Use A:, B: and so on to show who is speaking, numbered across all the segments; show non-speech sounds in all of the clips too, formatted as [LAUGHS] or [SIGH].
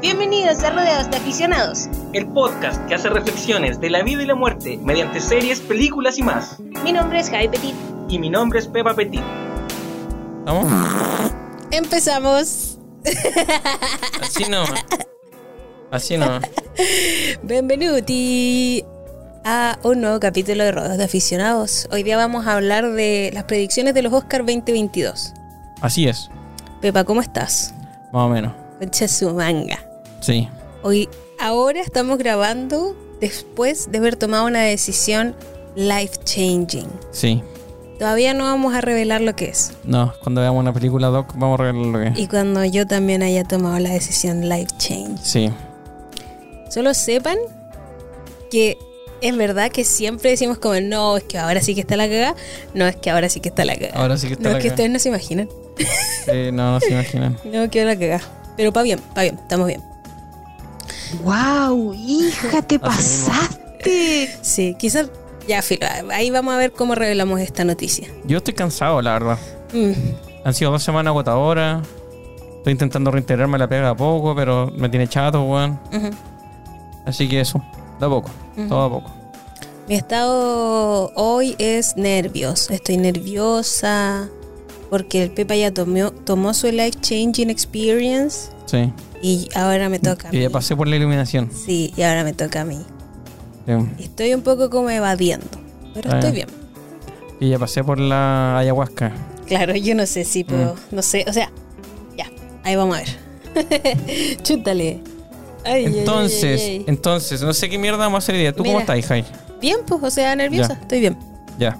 A: Bienvenidos a Rodeados de Aficionados.
B: El podcast que hace reflexiones de la vida y la muerte mediante series, películas y más.
A: Mi nombre es Javi Petit.
B: Y mi nombre es Pepa Petit.
C: ¿Vamos?
D: Empezamos.
C: Así no. Así no.
D: Bienvenuti a un nuevo capítulo de Rodos de Aficionados. Hoy día vamos a hablar de las predicciones de los Oscar 2022.
C: Así es.
D: Pepa, ¿cómo estás?
C: Más o menos.
D: Concha su manga.
C: Sí.
D: Hoy, ahora estamos grabando después de haber tomado una decisión life changing.
C: Sí.
D: Todavía no vamos a revelar lo que es.
C: No, cuando veamos una película doc vamos a revelar lo que es.
D: Y cuando yo también haya tomado la decisión life change.
C: Sí.
D: Solo sepan que es verdad que siempre decimos como, no, es que ahora sí que está la cagada, no, es que ahora sí que está la cagada.
C: Ahora sí que está
D: No,
C: la
D: es que
C: cagá.
D: ustedes no se imaginan.
C: Sí, no, no se imaginan.
D: No, que la cagada. Pero pa' bien, pa' bien, estamos bien.
A: ¡Wow! ¡Hija, te
C: [LAUGHS] Así mismo.
A: pasaste!
D: Sí, quizás, ya, filo, ahí vamos a ver cómo revelamos esta noticia.
C: Yo estoy cansado, la verdad.
D: Mm,
C: Han sido dos semanas agotadoras. Estoy intentando reintegrarme a la pega a poco, pero me tiene chato, weón.
D: ujú.
C: Así que eso, da poco.
D: Ujú.
C: Todo a poco.
D: Mi estado hoy es nervios. Estoy nerviosa porque el Pepa ya tomó, tomó su life changing experience
C: Sí.
D: y ahora me toca a
C: Y
D: mí.
C: ya pasé por la iluminación.
D: Sí, y ahora me toca a mí.
C: Sí.
D: Estoy un poco como evadiendo, pero
C: Ah,
D: estoy
C: ya.
D: bien.
C: Y ya pasé por la ayahuasca.
D: Claro, yo no sé si puedo,
C: Mm.
D: no sé, o sea, ya, ahí vamos a ver. [LAUGHS] Chútale. Ay, ay, ay,
C: Entonces,
D: ay, ay.
C: entonces, no sé qué mierda vamos a hacer hoy día. ¿Tú
D: Mira.
C: cómo estás, Jai?
D: bien, pues, o sea, nerviosa,
C: Ya.
D: estoy bien.
C: Ya.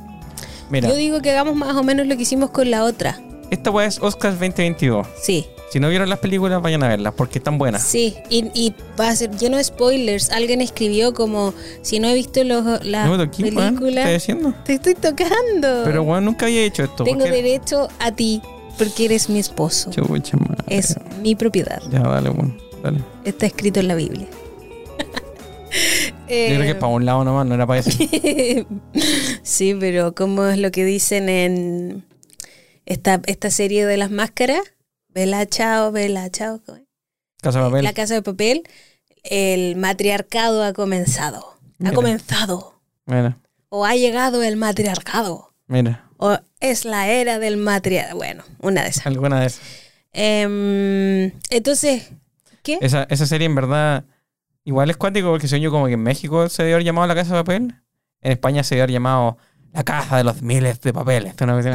C: Mira,
D: Yo digo que hagamos más o menos lo que hicimos con la otra.
C: esta weá es Oscars 2022.
D: Sí,
C: Si no vieron las películas, vayan a verlas porque están buenas.
D: sí, y, y va a ser lleno de spoilers. Alguien escribió como, si no he visto los, la
C: Número 15, weón, ¿qué estás
D: película,
C: diciendo?
D: te estoy tocando.
C: Pero weón, nunca había hecho esto.
D: Tengo
C: ¿por qué?
D: derecho a ti, porque eres mi esposo.
C: Chucha madre.
D: Es mi propiedad.
C: Ya, dale, weón. Dale.
D: Está escrito en la Biblia.
C: [LAUGHS]
D: Eh,
C: Yo creo que para un lado nomás, no era
D: [LAUGHS]
C: para eso.
D: sí, pero como es lo que dicen en esta, esta serie de las máscaras? Vela, chao, vela, chao. ¿cómo es?
C: Casa de papel.
D: La casa de papel, el matriarcado ha comenzado.
C: Mira.
D: Ha comenzado.
C: Mira,
D: O ha llegado el matriarcado.
C: mira.
D: O es la era del matriarcado. Bueno, una de esas.
C: Alguna de
D: ¿Eh?
C: esas.
D: Em, entonces, ¿qué?
C: Esa, esa serie en verdad igual es cuático porque según yo como que en México se debe haber llamado La Casa de Papel. En España se debe haber llamado La Casa de los Miles de Papeles. Es, una cuestión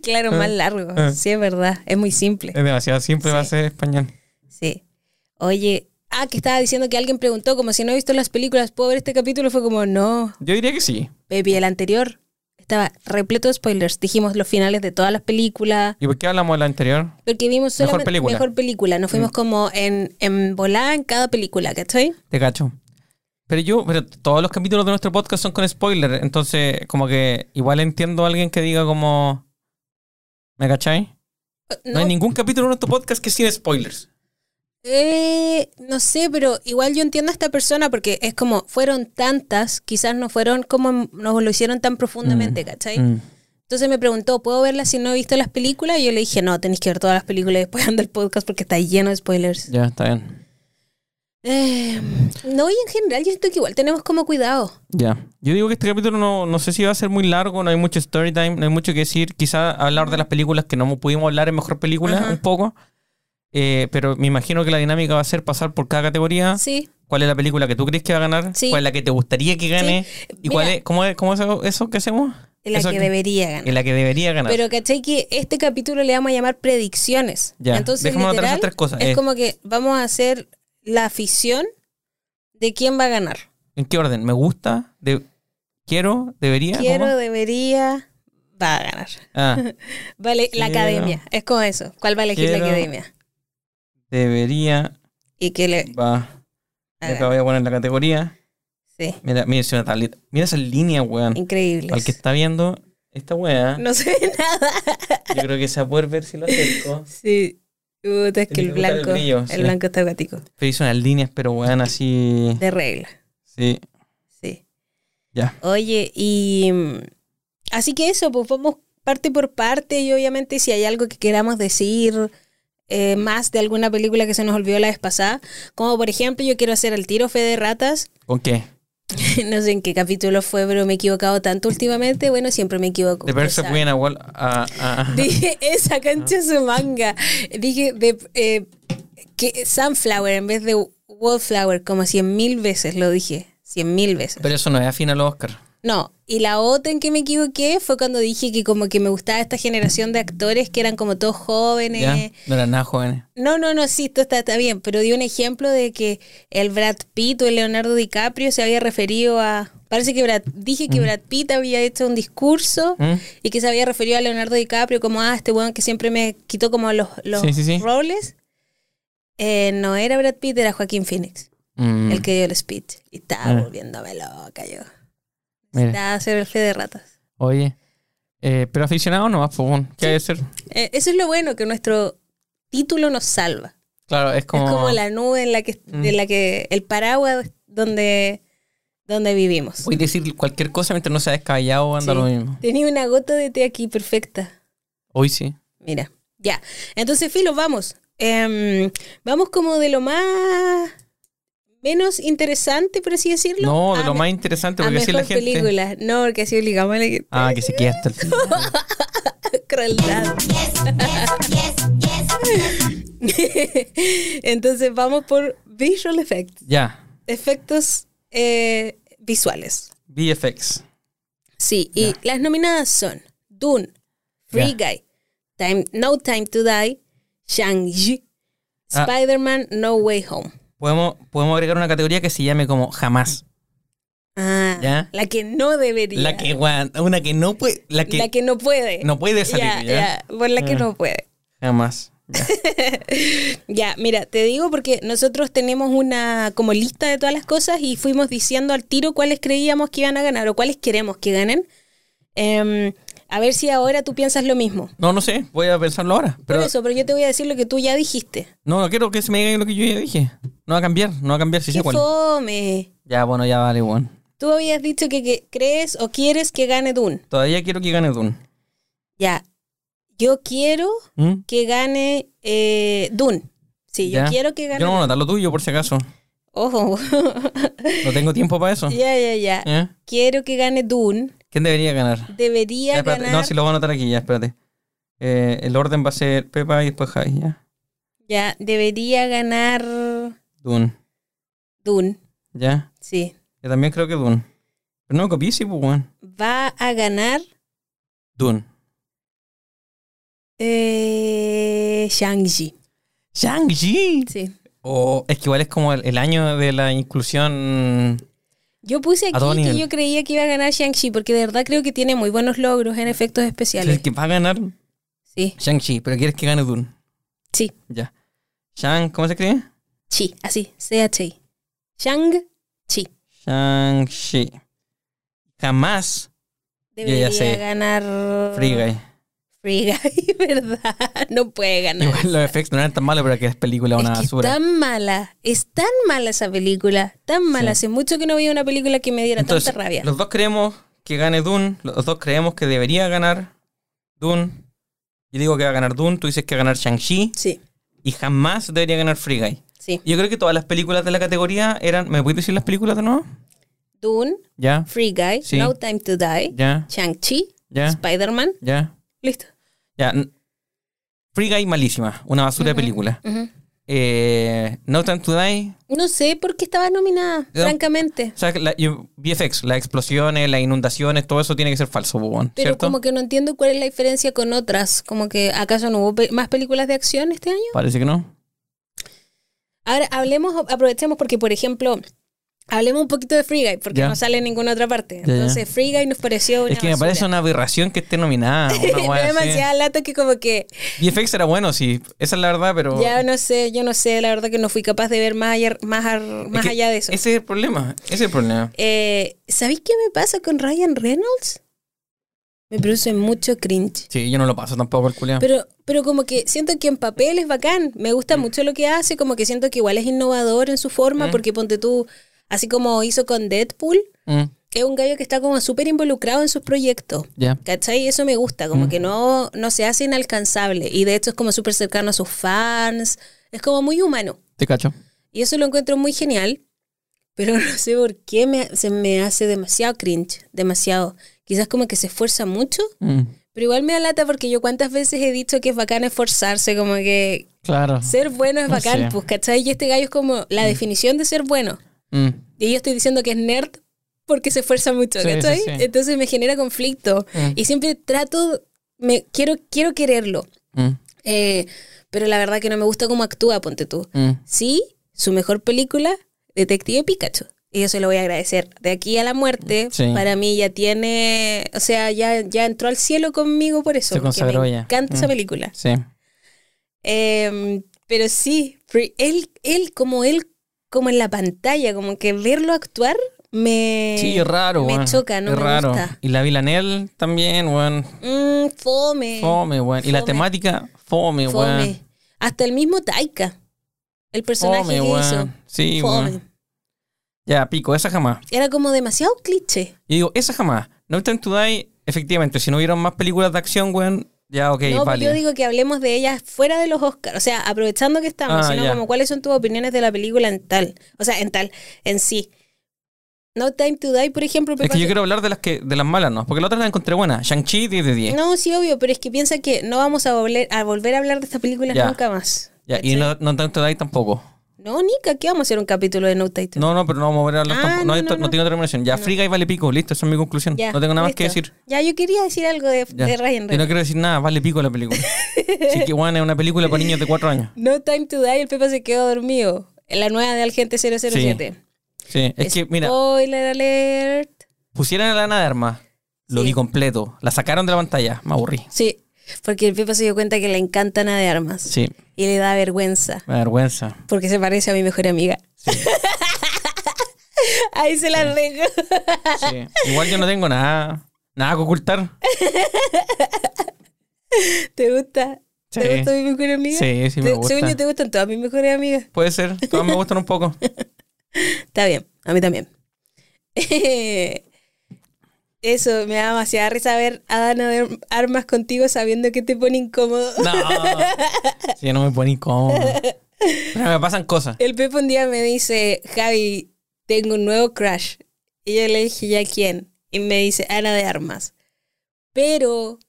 D: [LAUGHS] [LAUGHS] claro, más largo.
C: Ah.
D: Sí, es verdad. Es muy simple.
C: Es demasiado simple
D: Sí.
C: va a ser español.
D: Sí. Oye, ah, que estaba diciendo que alguien preguntó como si no he visto las películas, ¿puedo ver este capítulo? Fue como, no,
C: Yo diría que sí.
D: baby, el anterior estaba repleto de spoilers. Dijimos los finales de todas las películas,
C: ¿Y por qué hablamos de la anterior?
D: porque vimos
C: Mejor
D: solamente
C: película. Mm.
D: mejor película. Nos fuimos como en, en volada en cada película, ¿cachai?
C: Te cacho. Pero yo, pero todos los capítulos de nuestro podcast son con spoiler, entonces como que igual entiendo a alguien que diga como... ¿Me cachai? No,
D: No,
C: hay ningún capítulo de nuestro podcast que es sin spoilers.
D: eh, no sé, pero igual yo entiendo a esta persona porque es como, fueron tantas, quizás no fueron como nos lo hicieron tan
C: Mm.
D: profundamente, ¿cachai? Entonces me preguntó, ¿puedo verlas si no he visto las películas? Y yo le dije, no, tenéis que ver todas las películas y después [LAUGHS] anda el podcast porque está lleno de spoilers.
C: Ya, está bien.
D: Eh, no, y en general yo siento que igual tenemos como cuidado.
C: Ya. Yo digo que este capítulo no, no sé si va a ser muy largo, no hay mucho story time, no hay mucho que decir. Quizá hablar de las películas que no pudimos hablar en mejor película
D: Ajá.
C: un poco. Eh, pero me imagino que la dinámica va a ser pasar por cada categoría.
D: Sí.
C: ¿Cuál es la película que tú crees que va a ganar?
D: Sí.
C: ¿Cuál es la que te gustaría que gane? ¿Y
D: mira.
C: cuál es, cómo es, cómo es eso, eso que hacemos?
D: En la
C: Eso
D: que debería ganar.
C: en la que debería ganar.
D: Pero ¿cachai? Que este capítulo le vamos a llamar predicciones.
C: Ya,
D: Entonces,
C: dejemos atrás
D: literal,
C: esas tres cosas,
D: Es
C: eh.
D: como que vamos a hacer la afición de quién va a ganar.
C: ¿En qué orden? ¿Me gusta? De- ¿Quiero? ¿Debería?
D: Quiero,
C: ¿Cómo?
D: debería, va a ganar. [LAUGHS]
C: Ah,
D: Vale, la
C: Quiero.
D: academia. Es como eso. ¿Cuál va a elegir
C: Quiero.
D: la academia?
C: debería.
D: Y que le...
C: Va.
D: a
C: Acá
D: ganar.
C: voy a poner la categoría.
D: Sí.
C: Mira, mira, es una tableta. Mira esa línea, weón.
D: Increíbles.
C: Al que está viendo esta weá,
D: No se ve [LAUGHS] nada.
C: yo creo que se va a poder ver si
D: [LAUGHS]
C: lo acerco.
D: Sí. Puta, es que el
C: Tiene que botar el
D: blanco, el,
C: brillo, sí.
D: blanco está gatico.
C: Pero hizo unas líneas, pero weón, así.
D: De regla.
C: Sí,
D: Sí.
C: ya.
D: Oye, y mm, así que eso, pues vamos parte por parte y obviamente si hay algo que queramos decir, eh, más de alguna película que se nos olvidó la vez pasada. Como por ejemplo, yo quiero hacer el tiro fe de ratas. [LAUGHS]
C: ¿Con qué?
D: no sé en qué capítulo fue, pero me he equivocado tanto últimamente. Bueno, siempre me equivoco.
C: The Birds of
D: ¿sabes?
C: Queen, a wall- a- a- a-
D: [LAUGHS] Dije, esa cancha su manga. Dije, de, eh, que Sunflower en vez de Wallflower, como cien mil veces lo dije. Cien mil veces.
C: Pero eso no es afín al Oscar.
D: No, y la otra en que me equivoqué fue cuando dije que como que me gustaba esta generación de actores que eran como todos jóvenes.
C: ¿Ya? No eran nada jóvenes.
D: No, no, no, sí, esto está, está bien, pero di un ejemplo de que el Brad Pitt o el Leonardo DiCaprio se había referido a... Parece que Brad, dije que Brad Pitt había hecho un discurso
C: Mm.
D: y que se había referido a Leonardo DiCaprio como, ah, este weón que siempre me quitó como los, los
C: Sí, sí, sí.
D: roles. Eh, no era Brad Pitt, era Joaquín Phoenix,
C: Mm,
D: el que dio el speech. Y estaba
C: Ah.
D: volviéndome loca yo.
C: mira.
D: Estaba a hacer el fe de ratas.
C: Oye. Eh, pero aficionado nomás, pues bueno, ¿qué hay que ser?
D: Eh, eso es lo bueno, que nuestro título nos salva.
C: Claro, es como.
D: Es como la nube en la que, de
C: Mm.
D: la que el paraguas donde, donde vivimos.
C: Voy a decir cualquier cosa mientras no sea descabellado, anda
D: Sí.
C: lo mismo.
D: Tenía una gota de té aquí, perfecta.
C: Hoy sí.
D: Mira, ya. Entonces, Filo, vamos. Em, vamos como de lo más menos interesante, por así decirlo.
C: No, de
D: a
C: lo
D: me-
C: más interesante,
D: a
C: porque así la
D: mejor
C: gente.
D: película. No, porque así obligamos a la gente.
C: Ah, que se queda hasta el final.
D: [LAUGHS] Crueldad. [LAUGHS] Entonces vamos por visual effects.
C: ya.
D: Efectos eh, visuales.
C: VFX.
D: Sí, y las nominadas son Dune, Free Guy, Time, No Time to Die, Shang-Chi,
C: Ah.
D: Spider-Man No Way Home.
C: Podemos, podemos agregar una categoría que se llame como jamás.
D: Ah,
C: Ya.
D: La que no debería.
C: La que guan- una que no puede. La que
D: la que no puede.
C: no puede salir.
D: Ya,
C: ya.
D: ya, por la que
C: Ah.
D: no puede.
C: Jamás. Ya.
D: Ya, mira, te digo porque nosotros tenemos una como lista de todas las cosas y fuimos diciendo al tiro cuáles creíamos que iban a ganar o cuáles queremos que ganen. Em, a ver si ahora tú piensas lo mismo.
C: No, no sé, voy a pensarlo ahora. Pero
D: Por eso, pero yo te voy a decir lo que tú ya dijiste.
C: no, no quiero que se me diga lo que yo ya dije. No va a cambiar, no va a cambiar, si
D: ¡Qué
C: sé cuál.
D: fome!
C: Ya, bueno, ya vale, bueno.
D: Tú habías dicho que, que crees o quieres que gane Dune.
C: Todavía quiero que gane Dune.
D: Ya. Yo quiero
C: ¿Mm?
D: que gane eh, Dune. Sí, yo
C: Ya.
D: quiero que gane.
C: Yo no voy a anotar lo tuyo, por si acaso.
D: Ojo. [LAUGHS]
C: No tengo tiempo para eso.
D: ya, ya, ya.
C: ¿Eh?
D: Quiero que gane Dune.
C: ¿Quién debería ganar?
D: Debería
C: Ya, espérate,
D: ganar.
C: No, si lo voy a anotar aquí, ya, espérate. Eh, el orden va a ser Pepa y después Javi, ya.
D: Ya, debería ganar
C: Dune,
D: Dune.
C: ya.
D: Sí.
C: Yo también creo que Dune. Pero no me copies, sí, pues, weón.
D: Va a ganar
C: Dune.
D: eh, Shang-Chi.
C: Shang-Chi.
D: Sí.
C: O Oh, es que igual es como el, el año de la inclusión.
D: Yo puse aquí
C: todo
D: que
C: nivel.
D: yo creía que iba a ganar Shang-Chi porque de verdad creo que tiene muy buenos logros en efectos especiales.
C: El que va a ganar
D: Sí.
C: Shang-Chi, pero quieres que gane Dune.
D: Sí.
C: Ya. Shang, ¿cómo se escribe?
D: Chi, así, C-H-I. Shang-Chi.
C: Shang-Chi. Jamás
D: Debería
C: ya sé.
D: ganar.
C: Free Guy.
D: Free [LAUGHS] Guy, ¿verdad? No puede ganar.
C: Igual los efectos no eran tan malos, pero que es película una
D: es que es
C: basura.
D: tan mala, es tan mala esa película, tan mala.
C: Sí.
D: Hace mucho que no veía una película que me diera
C: Entonces,
D: tanta rabia.
C: los dos creemos que gane Dune, los dos creemos que debería ganar Dune. Yo digo que va a ganar Dune, tú dices que va a ganar Shang-Chi
D: Sí,
C: y jamás debería ganar Free Guy.
D: sí.
C: Yo creo que todas las películas de la categoría eran... ¿Me puedes decir las películas de nuevo?
D: Dune,
C: Ya,
D: Free Guy,
C: Sí.
D: No Time to Die,
C: ya,
D: Shang-Chi,
C: ya,
D: Spider-Man.
C: ya.
D: Listo.
C: ya. n- Free Guy malísima, una basura de película.
D: Ujú.
C: Eh, no Time to Die,
D: No sé por qué estaba nominada,
C: Yo-
D: francamente.
C: o sea, la- yo- VFX, las explosiones, las inundaciones, todo eso tiene que ser falso, bobón,
D: Pero
C: ¿cierto?
D: como que no entiendo cuál es la diferencia con otras. Como que, ¿acaso no hubo pe- más películas de acción este año?
C: Parece que no.
D: Ahora hablemos, aprovechemos porque, por ejemplo, hablemos un poquito de Free Guy, porque
C: Ya.
D: no sale en ninguna otra parte.
C: ya.
D: Entonces, Free Guy nos pareció una
C: Es que me parece
D: basura.
C: una aberración que esté nominada. Una
D: [LAUGHS] Me
C: wea
D: da
C: así.
D: demasiada lata que como que
C: VFX era bueno, sí. Esa es la verdad, pero.
D: ya no sé, yo no sé, la verdad que no fui capaz de ver más allá, más, ar-
C: es
D: más
C: que
D: allá de eso.
C: Ese es el problema. Ese es el problema.
D: Eh, ¿Sabéis qué me pasa con Ryan Reynolds? Me produce mucho cringe.
C: Sí, yo no lo paso tampoco el culiao.
D: Pero, pero como que siento que en papel es bacán, me gusta mucho lo que hace, como que siento que igual es innovador en su forma,
C: Mm. Mm.
D: porque ponte tú, así como hizo con Deadpool,
C: Mm.
D: que es un gallo que está como súper involucrado en sus proyectos.
C: Ya.
D: ¿Cachai? Eso me gusta, como
C: Mm.
D: que no, no se hace inalcanzable. Y de hecho es como súper cercano a sus fans. Es como muy humano.
C: Te cacho.
D: Y eso lo encuentro muy genial. Pero [LAUGHS] no sé por qué me- se me hace demasiado cringe. Demasiado. Quizás como que se esfuerza mucho.
C: Mm,
D: Pero igual me da lata porque yo cuántas veces he dicho que es bacán esforzarse, como que
C: Claro.
D: ser bueno es
C: No
D: bacán,
C: sé.
D: pues, ¿cachai? Y este gallo es como la definición de ser bueno.
C: Mm,
D: Y yo estoy diciendo que es nerd porque se esfuerza mucho,
C: Sí, sí,
D: ¿cachai?
C: sí.
D: Entonces me genera conflicto.
C: Mm.
D: Y siempre trato, me quiero, quiero quererlo.
C: mm,
D: Eh, pero la verdad que no me gusta cómo actúa, ponte tú.
C: mm.
D: Sí, su mejor película, Detective Pikachu. Y yo se lo voy a agradecer. De aquí a la muerte,
C: Sí.
D: para mí ya tiene, o sea, ya, ya entró al cielo conmigo por eso.
C: Se
D: porque
C: consagró
D: me
C: ya.
D: encanta esa
C: Mm.
D: película.
C: Sí.
D: Eh, pero sí, pre- él, él, como él, como en la pantalla, como que verlo actuar me,
C: Sí, es raro,
D: me
C: weón.
D: choca, no
C: Es
D: me
C: raro.
D: gusta.
C: Y la Vilanel también, weón.
D: Mm, fome.
C: Fome, weón. Y la
D: Fome.
C: temática, fome,
D: fome.
C: weón.
D: Hasta el mismo Taika, el personaje
C: Fome,
D: que
C: weón.
D: hizo.
C: Sí,
D: Fome.
C: weón. Ya, pico, esa jamás.
D: Era como demasiado cliché.
C: Yo digo, esa jamás. No Time to Die, efectivamente, si no hubieran más películas de acción, weón, ya, ok,
D: no, pues,
C: vale.
D: yo digo que hablemos de ellas fuera de los Oscars. O sea, aprovechando que estamos,
C: Ah,
D: sino
C: ya.
D: como cuáles son tus opiniones de la película en tal. O sea, en tal, en sí. No Time to Die, por ejemplo.
C: es que yo
D: Peppa-
C: quiero hablar de las que de las malas, ¿no? Porque la otra la encontré buena. Shang-Chi 10 de 10.
D: No, sí, obvio, pero es que piensa que no vamos a volver a, volver a hablar de estas películas
C: Ya.
D: nunca más.
C: Ya,
D: ¿Cachai?
C: y no, no Time to Die tampoco.
D: No, Nica, ¿qué vamos a hacer un capítulo de No Time to Die?
C: No, no, pero no vamos a volver a hablar
D: Ah,
C: tampoco. No,
D: no,
C: hay
D: no,
C: to-
D: no.
C: no tiene otra recomendación. Ya, Free Guy vale pico, listo, esa es mi conclusión.
D: Ya,
C: Mm, no tengo nada más que
D: listo.
C: decir.
D: Ya, yo quería decir algo de,
C: Ya.
D: de Ryan
C: Yo no
D: Reynolds.
C: quiero decir nada, vale pico la película. Así que, bueno, es una película para niños de 4 años.
D: No Time to Die, el Pepa se quedó dormido. La nueva de Algente 007.
C: Sí, es que, mira,
D: Spoiler alert.
C: pusieron a Lana de Armas, lo
D: Sí.
C: vi completo, la sacaron de la pantalla, me aburrí.
D: Sí, porque el Pepa se dio cuenta que le encanta nada de armas.
C: Sí,
D: Y le da vergüenza.
C: me da vergüenza.
D: Porque se parece a mi mejor amiga. [LAUGHS] Ahí se la dejo.
C: Sí. Igual yo no tengo nada, nada que ocultar.
D: ¿Te gusta?
C: Sí.
D: ¿Te gusta mi mejor amiga?
C: Sí, sí me
D: Te-
C: gusta.
D: Según yo, te gustan todas mis mejores amigas.
C: Puede ser, todas me gustan un poco.
D: Está bien, a mí también. [LAUGHS] Eso, me da demasiada risa ver a Dana de armas contigo sabiendo que te pone incómodo.
C: No. Sí, no me pone incómodo. Pero me pasan cosas.
D: [LAUGHS] El Pepe un día me dice, Javi, tengo un nuevo crush. Y yo le dije, ¿ya quién? Y me dice, Ana de Armas. Pero,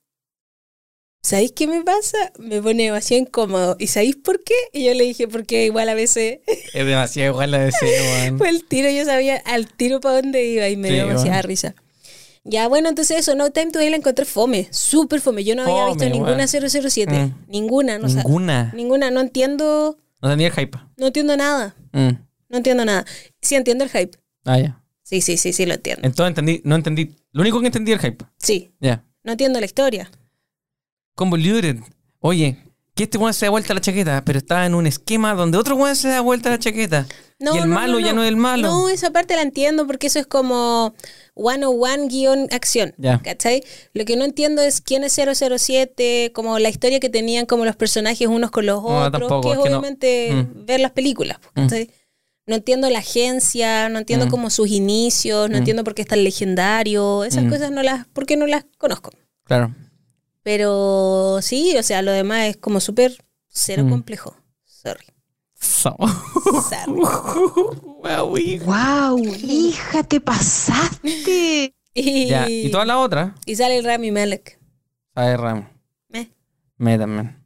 D: ¿sabéis qué me pasa? Me pone demasiado incómodo. ¿Y sabéis por qué? Y yo le dije, porque igual a veces
C: Es demasiado igual la deseo, weón.
D: fue el tiro, yo sabía al tiro para dónde iba y me
C: Sí,
D: dio demasiada
C: bueno.
D: risa. Ya, bueno, entonces eso, No Time to Die la encontré fome, súper fome. Yo no había
C: Fome,
D: visto ninguna
C: bueno.
D: 007,
C: Mm.
D: ninguna, no sa-
C: Ninguna.
D: ninguna, no entiendo,
C: No tenía el hype.
D: no entiendo nada,
C: Mm.
D: no entiendo nada. Sí entiendo el hype,
C: Ah, ya.
D: sí, sí, sí, sí lo entiendo.
C: Entonces entendí, no entendí. Lo único que entendí era el hype.
D: Sí,
C: Ya.
D: no entiendo la historia.
C: Convoluted. Oye, que este weón se da vuelta la chaqueta, pero está en un esquema donde otro weón se da vuelta la chaqueta.
D: No,
C: y el malo ya no es el malo.
D: No, esa parte la entiendo porque eso es como 101 guión acción.
C: Ya.
D: ¿Cachai? Lo que no entiendo es quién es 007, como la historia que tenían como los personajes unos con los
C: No,
D: otros,
C: tampoco,
D: que
C: es
D: es
C: que no.
D: obviamente
C: Mm.
D: ver las películas. pues, ¿cachai? No entiendo la agencia, no entiendo
C: Mm.
D: como sus inicios, no
C: Mm.
D: entiendo por qué es tan legendario, esas
C: Mm.
D: cosas no las, porque no las conozco.
C: Claro.
D: Pero sí, o sea, lo demás es como súper cero
C: Mm.
D: complejo. Sorry. [LAUGHS]
C: So.
D: Sorry.
C: [LAUGHS]
A: ¡Wow! ¡Hija, te pasaste!
D: Y,
C: ya. Y toda la otra.
D: y sale el Rami Malek.
C: A ver, Ram.
D: Eh.
C: Me también.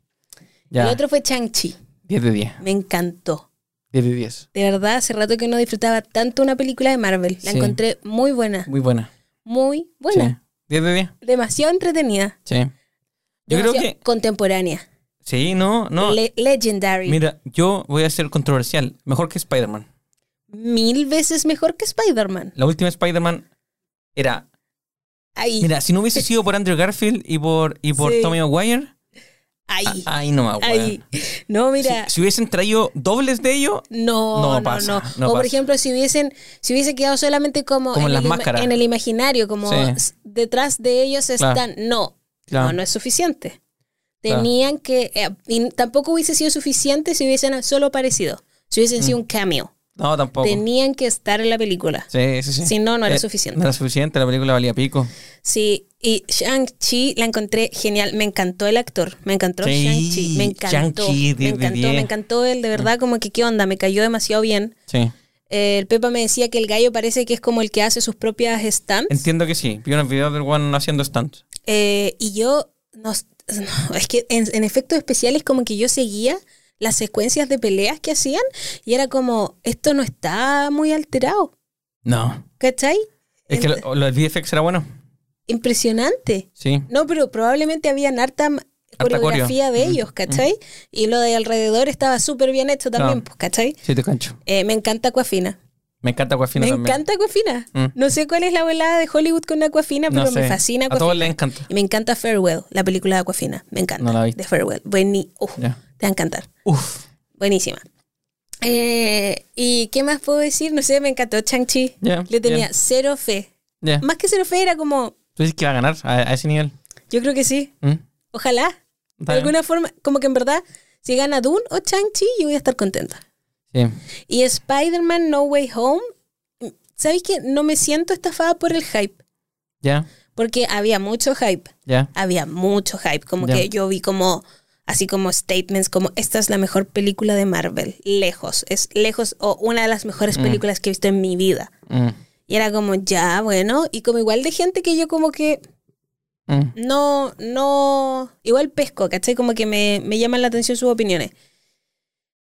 C: Ya.
D: El otro fue Chang-Chi.
C: 10 de 10.
D: Me encantó.
C: 10 de 10.
D: De verdad, hace rato que no disfrutaba tanto una película de Marvel. La
C: Sí.
D: encontré muy buena.
C: Muy buena.
D: Muy buena.
C: Sí. 10 de 10.
D: Demasiado entretenida.
C: Sí. Yo creo
D: demasiado
C: que.
D: Contemporánea.
C: Sí, no, no.
D: Le- legendary.
C: Mira, yo voy a ser controversial. Mejor que Spider-Man.
D: Mil veces mejor que Spider-Man.
C: La última Spider-Man era.
D: Ahí.
C: Mira, si no hubiese sido por Andrew Garfield y por, y por
D: Sí.
C: Tommy Maguire,
D: ahí.
C: a- ahí no más,
D: ahí. No, mira.
C: Si, si hubiesen traído dobles de ellos,
D: No,
C: No
D: no, no.
C: pasa, no
D: o por
C: pasa.
D: ejemplo, si hubiesen, si hubiese quedado solamente como,
C: Como
D: en,
C: las
D: el ima-
C: máscaras.
D: en el imaginario, como
C: Sí.
D: s- detrás de ellos
C: Claro.
D: están. No,
C: Claro.
D: no, no es suficiente.
C: Claro.
D: Tenían que, eh, y tampoco hubiese sido suficiente si hubiesen solo aparecido, si hubiesen sido un cameo.
C: No, tampoco.
D: Tenían que estar en la película.
C: Mm. Sí, sí, sí.
D: Si no, no era
C: Eh,
D: suficiente.
C: No era suficiente, la película valía pico.
D: Sí, y Shang-Chi la encontré genial. Me encantó el actor. Me encantó
C: Sí,
D: Shang-Chi. Me encantó. me
C: Shang-Chi, Mm. diez de
D: encantó,
C: diez.
D: me encantó él, de verdad, como que qué onda, me cayó demasiado bien.
C: Sí.
D: Eh, el Pepa me decía que el gallo parece que es como el que hace sus propias stunts.
C: Entiendo que sí. Vi unos videos del one haciendo stunts.
D: Eh, y yo, no, no, [LAUGHS] es que en, en efectos especiales como que yo seguía las secuencias de peleas que hacían y era como, esto no está muy alterado,
C: No.
D: ¿cachai?
C: Es que
D: Ent-
C: lo, lo del VFX era bueno.
D: Impresionante.
C: Sí.
D: No, pero probablemente habían harta m-
C: Harta
D: coreografía
C: coreo.
D: de
C: Mm,
D: ellos, ¿cachai? Y lo de alrededor estaba súper bien hecho también,
C: Claro.
D: pues, ¿cachai?
C: Sí, te cancho.
D: Eh, me encanta Aquafina.
C: Me encanta Guafina
D: me
C: también.
D: encanta Aquafina.
C: Mm.
D: No sé cuál es la velada de Hollywood con Aquafina, pero
C: No sé.
D: me fascina
C: A todos
D: Aquafina.
C: les encanta.
D: Y me encanta Farewell, la película de Aquafina. Me encanta.
C: No la vi.
D: De Farewell. Bueni uf,
C: Ya.
D: Te va a encantar.
C: Uf.
D: Buenísima. Eh, ¿Y qué más puedo decir? No sé, me encantó Chang-Chi.
C: Ya,
D: Le tenía
C: bien.
D: cero fe.
C: Ya.
D: Más que cero fe, era como,
C: ¿Tú dices que va a ganar a, a ese nivel?
D: yo creo que sí.
C: ¿Mm?
D: Ojalá.
C: Está
D: De
C: bien.
D: alguna forma, como que en verdad, si gana Dune o Chang-Chi, yo voy a estar contenta.
C: Sí.
D: Y Spider-Man No Way Home, ¿sabéis que no me siento estafada por el hype?
C: Ya,
D: Porque había mucho hype.
C: ya.
D: había mucho hype. Como
C: Ya.
D: que yo vi como, así como statements, como esta es la mejor película de Marvel. Lejos, es lejos o una de las mejores
C: Mm.
D: películas que he visto en mi vida.
C: Mm,
D: Y era como, ya, bueno, y como igual de gente que yo como que
C: mm.
D: no, no, igual pesco, ¿cachai? Como que me, me llaman la atención sus opiniones.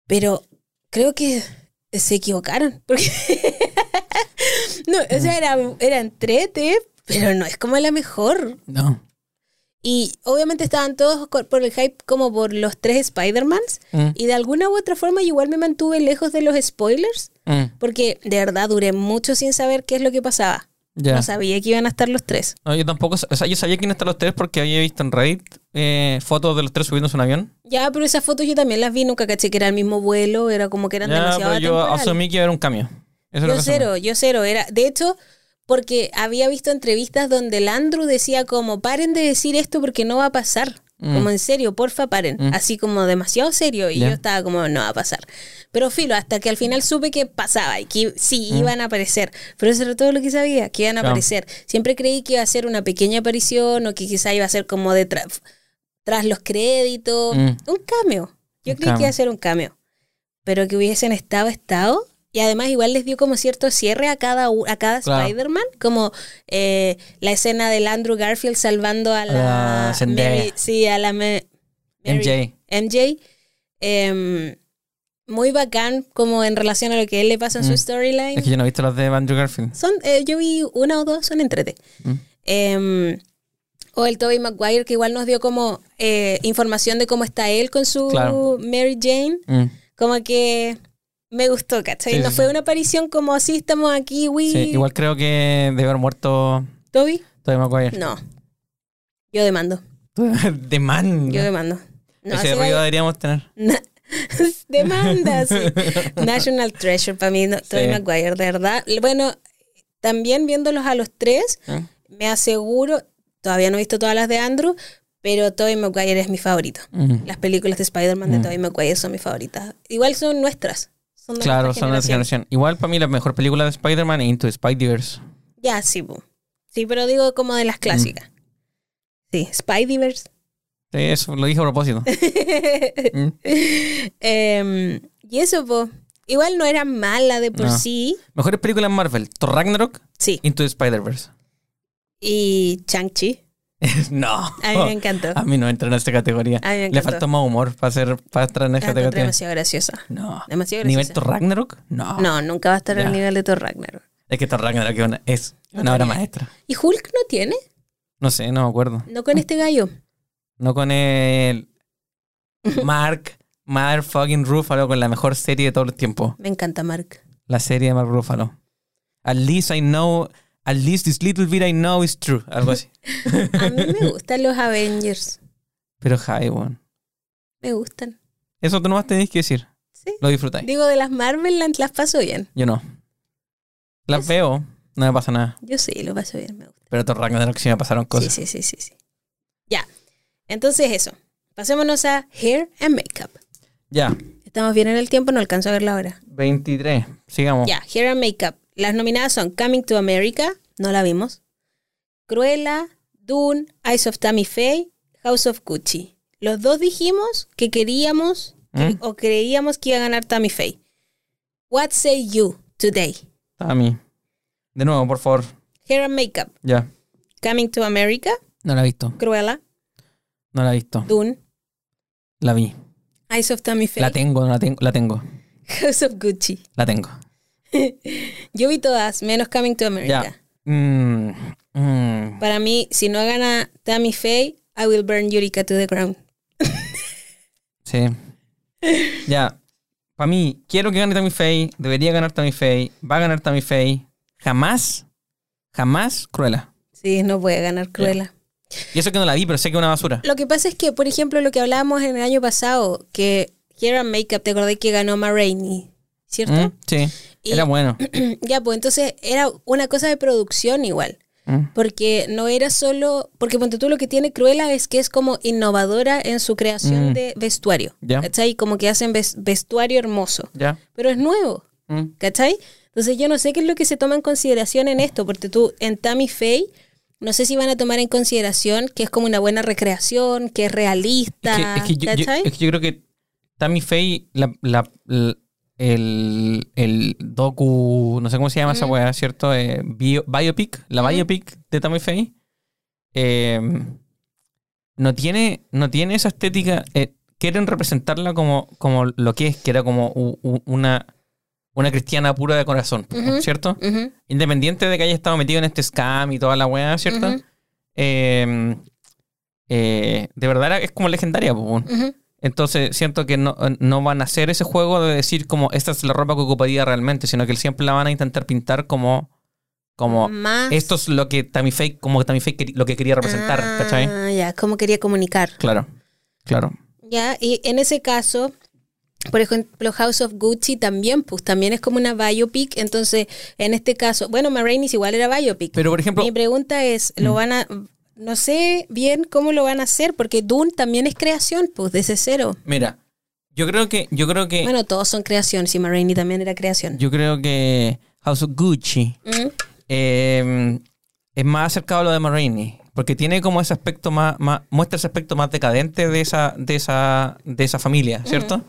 D: Pero creo que se equivocaron. [LAUGHS] Porque no, o
C: Mm.
D: sea, era, era entrete, pero no es como la mejor.
C: No.
D: Y obviamente estaban todos co- por el hype como por los tres Spider-Mans.
C: Mm,
D: Y de alguna u otra forma yo igual me mantuve lejos de los spoilers.
C: mm.
D: Porque de verdad duré mucho sin saber qué es lo que pasaba.
C: Ya.
D: No sabía que iban a estar los tres.
C: No, yo tampoco. sa- O sea, yo sabía quién están los tres porque había visto en Reddit eh, fotos de los tres subiéndose a un avión.
D: Ya, pero esas fotos yo también las vi, nunca caché que era el mismo vuelo, era como que eran
C: Ya,
D: demasiado
C: pero yo
D: atemporales.
C: asumí que iba a haber un cambio. Eso es lo
D: Yo
C: que asumí.
D: cero, yo cero. Era, de hecho, porque había visto entrevistas donde el Andrew decía como, paren de decir esto porque no va a pasar.
C: Mm.
D: Como en serio, porfa, paren.
C: Mm.
D: Así como demasiado serio. Y
C: Ya.
D: yo estaba como, no va a pasar. Pero filo, hasta que al final supe que pasaba y que sí, iban a aparecer. Pero eso era todo lo que sabía, que iban a
C: Mm. Claro.
D: aparecer. Siempre creí que iba a ser una pequeña aparición o que quizá iba a ser como de tra- tras los créditos.
C: Mm.
D: Un cameo. Yo creí
C: Un
D: que
C: cameo.
D: iba a ser un cameo. Pero que hubiesen estado, estado. Y además igual les dio como cierto cierre a cada, u- a cada
C: Claro.
D: Spider-Man, como eh, la escena del Andrew Garfield salvando a la...
C: la Zendaya.
D: Mary- sí, a la me- Mary-
C: MJ.
D: MJ. Em, muy bacán como en relación a lo que él le pasa en
C: Mm.
D: su storyline.
C: Es que yo no he visto las de Andrew Garfield.
D: Son, eh, yo vi una o dos, son entrete.
C: Mm.
D: Em, o el Toby Maguire, que igual nos dio como eh, información de cómo está él con su
C: Claro.
D: Mary Jane.
C: Mm.
D: Como que me gustó, ¿cachai?
C: Sí,
D: no
C: sí,
D: fue
C: sí.
D: una aparición como así, estamos aquí,
C: Sí,
D: Wii.
C: igual creo que debe haber muerto
D: ¿Toby?
C: Tobey Maguire.
D: No. Yo demando,
C: [LAUGHS] De man.
D: yo demando. No,
C: Ese
D: ese
C: ruido
D: gallo-
C: deberíamos tener.
D: Na- Demanda, [LAUGHS]
C: [LAUGHS]
D: sí. National Treasure para mí, no, Tobey
C: Sí.
D: Maguire, de verdad. Bueno, también viéndolos a los tres,
C: Mm.
D: me aseguro, todavía no he visto todas las de Andrew, pero Tobey Maguire es mi favorito.
C: Mm.
D: Las películas de Spider-Man de
C: Mm.
D: Tobey Maguire son mis favoritas. Igual son nuestras. Son de
C: Claro,
D: nuestra
C: son de la
D: generación.
C: generación. Igual para mí la mejor película de Spider-Man es Into the Spider-Verse.
D: Ya, sí, po. sí, pero digo como de las
C: Mm.
D: clásicas. Sí, Spideyverse. [LAUGHS]
C: Sí, eso lo dije a propósito. Mm.
D: Em, y eso, po. Igual no era mala de por
C: No.
D: sí.
C: Mejores películas en Marvel. Thor Ragnarok,
D: Sí.
C: Into the Spider-Verse. [LAUGHS]
D: Y Chang-Chi.
C: no.
D: A mí me encantó.
C: A mí no entra en esta categoría.
D: A mí me
C: Le
D: encantó.
C: faltó más humor para, hacer, para entrar en
D: La
C: esta
D: encontré
C: categoría.
D: demasiado graciosa.
C: No.
D: Demasiado
C: ¿Nivel
D: graciosa.
C: Thor Ragnarok? No.
D: No, nunca va a estar
C: Ya.
D: al nivel de Thor Ragnarok.
C: Es que Thor Ragnarok es una, es
D: No
C: una obra
D: tenía.
C: maestra.
D: ¿Y Hulk no tiene?
C: No sé, no me acuerdo.
D: No con este gallo.
C: No con [LAUGHS] el Mark, Mark fucking Ruffalo con la mejor serie de todos los tiempos.
D: Me encanta Mark.
C: La serie de Mark Ruffalo. At least I know, at least this little bit I know is true. Algo [LAUGHS] así.
D: A mí me gustan los Avengers.
C: Pero hi, weón.
D: Me gustan.
C: Eso tú nomás tenés que decir.
D: Sí.
C: Lo disfrutáis.
D: Digo, de las Marvel las, las paso bien.
C: Yo no. Las veo, no me pasa nada.
D: Yo sí, lo paso bien. Me gusta.
C: Pero Thor Ragnarok sí me pasaron cosas.
D: Sí, sí, sí, sí, sí. Ya. Entonces eso. Pasémonos a hair and makeup.
C: Ya.
D: Estamos bien en el tiempo, no alcanzo a ver la hora.
C: 23. Sigamos.
D: Ya, Hair and Makeup. Las nominadas son Coming to America, no la vimos. Cruella, Dune, Eyes of Tammy Faye, House of Gucci. Los dos dijimos que queríamos
C: ¿Mm?
D: o creíamos que iba a ganar Tammy Faye. What say you today?
C: Tami. De nuevo, por favor.
D: Hair and Makeup,
C: Ya.
D: Coming to America,
C: No la he visto.
D: Cruella,
C: No la he visto.
D: Dune,
C: La vi.
D: Eyes of Tammy Faye,
C: La tengo, no la tengo. La tengo.
D: [LAUGHS] House of Gucci.
C: La tengo.
D: Yo vi todas, menos Coming to America.
C: Ya. Mm, mm.
D: Para mí, si no gana Tammy Faye, I will burn Yurika to the ground. [LAUGHS]
C: Sí. Ya. Para mí, quiero que gane Tammy Faye. Debería ganar Tammy Faye. Va a ganar Tammy Faye. Jamás, jamás Cruella.
D: Sí, no puede ganar Cruella.
C: Y eso que no la vi, pero sé que es una basura.
D: Lo que pasa es que, por ejemplo, lo que hablábamos en el año pasado, que Hair and Makeup, te acordé que ganó Ma Rainey, ¿cierto?
C: Mm, Sí.
D: Y- [CLEARS THROAT]
C: Era bueno.
D: ya, pues entonces era una cosa de producción igual.
C: Mm.
D: Porque no era solo. Porque ponte tú lo que tiene Cruella es que es como innovadora en su creación
C: Mm.
D: de vestuario.
C: Ya.
D: ¿Cachai? Como que hacen ves- vestuario hermoso.
C: Ya.
D: Pero es nuevo.
C: Mm.
D: ¿Cachai? Entonces yo no sé qué es lo que se toma en consideración en esto, porque tú en Tammy Faye, no sé si van a tomar en consideración que es como una buena recreación, que es
C: Es, que,
D: realista,
C: es que yo, yo-
D: ¿cachai?
C: es que yo creo que Tammy Faye, la, la- la- el, el docu, no sé cómo se llama esa
D: Mm.
C: weá, ¿cierto? Eh, bio- biopic, la
D: Mm.
C: biopic de Tammy Faye, eh, no, tiene, no tiene esa estética. eh, quieren representarla como, como lo que es, que era como u- u- una, una cristiana pura de corazón,
D: Ujú.
C: ¿cierto?
D: Ujú,
C: Independiente de que haya estado metido en este scam y toda la weá, ¿cierto?
D: ujú,
C: Eh, eh, de verdad era- es como legendaria, po, weón.
D: ujú.
C: Entonces siento que no, no van a hacer ese juego de decir como esta es la ropa que ocuparía realmente, sino que siempre la van a intentar pintar como, como
D: Más-
C: esto es lo que Tammy Faye, como Tammy Faye queri- lo que quería representar,
D: Ah,
C: ¿cachai?
D: Ya, cómo quería comunicar.
C: Claro, claro.
D: Ya, y en ese caso, por ejemplo, House of Gucci también, pues también es como una biopic, entonces en este caso, bueno, Ma Rainey's igual era biopic.
C: Pero por ejemplo,
D: Mi pregunta es, ¿lo
C: Mm.
D: van a...? No sé bien cómo lo van a hacer, porque Dune también es creación, pues, desde cero.
C: mira, yo creo que, yo creo que,
D: Bueno, todos son creación, si Ma Rainey también era creación.
C: yo creo que House of Gucci
D: Mm,
C: eh, es más acercado a lo de Marini. Porque tiene como ese aspecto más, más- muestra ese aspecto más decadente de esa, de esa, de esa familia, ¿cierto?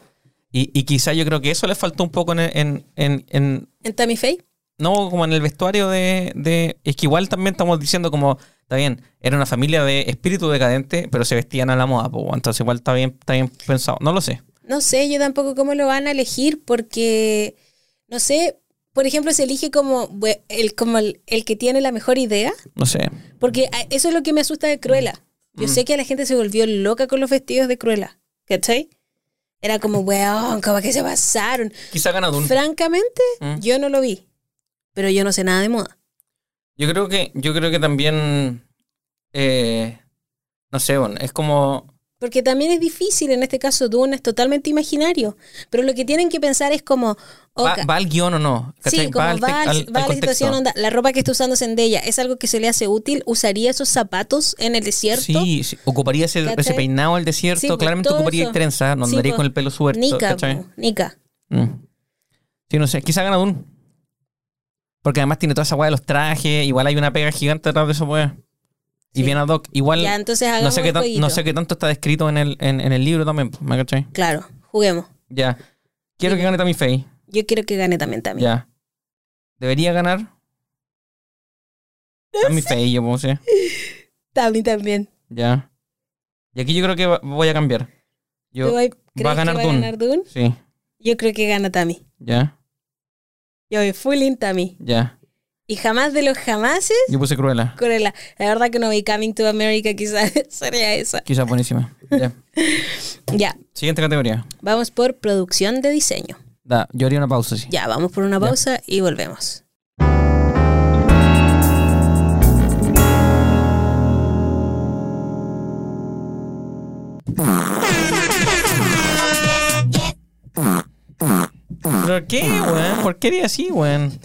C: y, y quizá yo creo que eso le faltó un poco en, en- en- en-
D: ¿En Tammy Faye?
C: no como en el vestuario de, de- Es que igual también estamos diciendo como, está bien, era una familia de espíritu decadente, pero se vestían a la moda, pues, entonces igual está bien, está bien pensado. No lo sé.
D: No sé, yo tampoco cómo lo van a elegir, porque, no sé, por ejemplo, se elige como, bue- el, como el, el que tiene la mejor idea,
C: No sé.
D: porque a- eso es lo que me asusta de Cruella.
C: Mm.
D: Yo sé que la gente se volvió loca con los vestidos de Cruella, ¿cachai? Era como, weón, como que se pasaron.
C: Quizá ganado un.
D: Francamente,
C: Mm.
D: yo no lo vi. Pero yo no sé nada de moda.
C: Yo creo que, yo creo que también. eh, no sé, bueno, es como.
D: Porque también es difícil, en este caso Dune es totalmente imaginario. Pero lo que tienen que pensar es como,
C: ¿Va,
D: ok,
C: va al guión o no? ¿Cachai?
D: sí, como
C: al
D: va,
C: tec- al-
D: al- va
C: al
D: a la situación,
C: contexto.
D: onda, la ropa que está usando Zendaya, ¿es algo que se le hace útil? ¿Usaría esos zapatos en el desierto?
C: Sí, sí, ocuparía ese,
D: ¿Cachai?
C: ese peinado al desierto.
D: Sí, pues,
C: Claramente
D: todo
C: ocuparía
D: eso.
C: trenza, no
D: Sí,
C: andaría
D: pues.
C: con el pelo suelto.
D: Nica, pues.
C: ¿cachai?
D: po, Nica.
C: Mm. Sí, no sé, quizá gana Dune. Porque además tiene toda esa weá de los trajes, igual hay una pega gigante detrás de esa weá. Y
D: Sí.
C: viene a Doc. Igual
D: Ya, entonces
C: no
D: hagamos
C: sé, qué
D: el
C: tan-
D: jueguito.
C: no sé qué tanto está descrito en el, en, en el libro también, pues, ¿me cachai?
D: Claro, juguemos.
C: Ya. Quiero que gane Tammy Faye.
D: Yo quiero que gane también también.
C: Ya. ¿Debería ganar? Tammy Faye, yo puse.
D: También también.
C: Ya. Y aquí yo creo que va- voy a cambiar. Yo,
D: ¿Tú vas- crees
C: a ganar
D: que va
C: Dune.
D: a ganar Dune?
C: Sí,
D: Yo creo que gana Tami.
C: ya,
D: Yo voy full in Tami.
C: ya.
D: Y jamás de los jamases,
C: Yo puse Cruella.
D: Cruella. La verdad que no vi Coming to America, quizás [LAUGHS] sería esa.
C: Quizás
D: [LAUGHS]
C: buenísima. Ya.
D: Ya,
C: Siguiente categoría.
D: vamos por producción de diseño.
C: Da, yo haría una pausa, sí.
D: Ya, vamos por una
C: Ya.
D: pausa y volvemos.
C: ¿Pero qué, weón? ¿Por qué haría así, weón?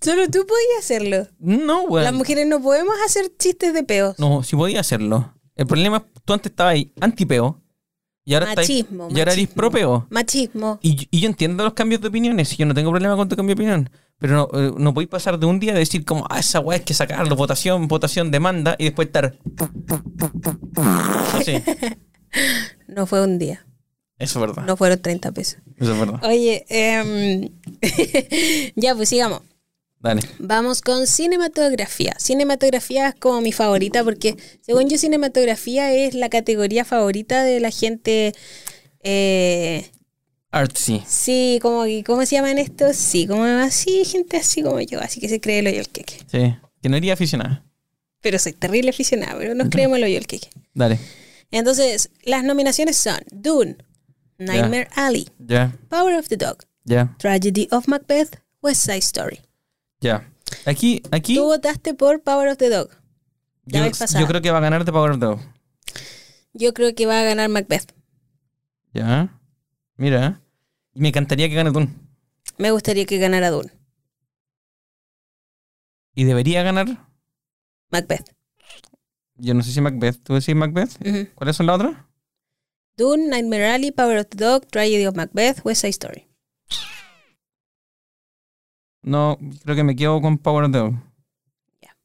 D: Solo tú podías hacerlo.
C: No,
D: Las
C: weón.
D: mujeres no podemos hacer chistes de peos.
C: No, si podía hacerlo. El problema es que tú antes estabas ahí, antipeo. Y ahora, estáis-
D: Machismo,
C: y ahora eres
D: machismo.
C: propio.
D: Machismo.
C: Y, yo- y yo entiendo los cambios de opiniones, y yo no tengo problema con tu cambio de opinión. Pero no, eh, no podéis pasar de un día a decir como, ah, esa weá es que sacarlo, votación, votación, demanda, y después estar. Así.
D: No fue un día.
C: Eso es verdad.
D: No fueron 30 pesos.
C: Eso es verdad.
D: Oye, em, [LAUGHS] ya pues sigamos.
C: Dale.
D: Vamos con cinematografía. Cinematografía es como mi favorita porque según yo cinematografía es la categoría favorita de la gente... eh,
C: Artsy.
D: sí, como que- ¿cómo se llaman estos? Sí, como así, gente así como yo, así que se cree el hoyo el queque.
C: Sí. Que no iría aficionada.
D: Pero soy terrible aficionada, pero nos creemos el hoyo el queque.
C: Dale.
D: Entonces, las nominaciones son Dune, Nightmare Alley,
C: Ya,
D: Power of the Dog,
C: ya,
D: Tragedy of Macbeth, West Side Story.
C: ya. Aquí, aquí.
D: Tú votaste por Power of the Dog. la
C: Yo,
D: vez pasada.
C: yo creo que va a ganar The Power of the Dog.
D: Yo creo que va a ganar Macbeth.
C: Ya. Mira. Y me encantaría que gane Dune.
D: Me gustaría que ganara Dune.
C: Y debería ganar.
D: Macbeth.
C: Yo no sé si Macbeth. ¿Tú decís Macbeth?
D: Ujú.
C: ¿Cuáles son las otras?
D: Dune, Nightmare Alley, Power of the Dog, Tragedy of Macbeth, West Side Story.
C: No, creo que me quedo con Power of the Dog.
D: Ya.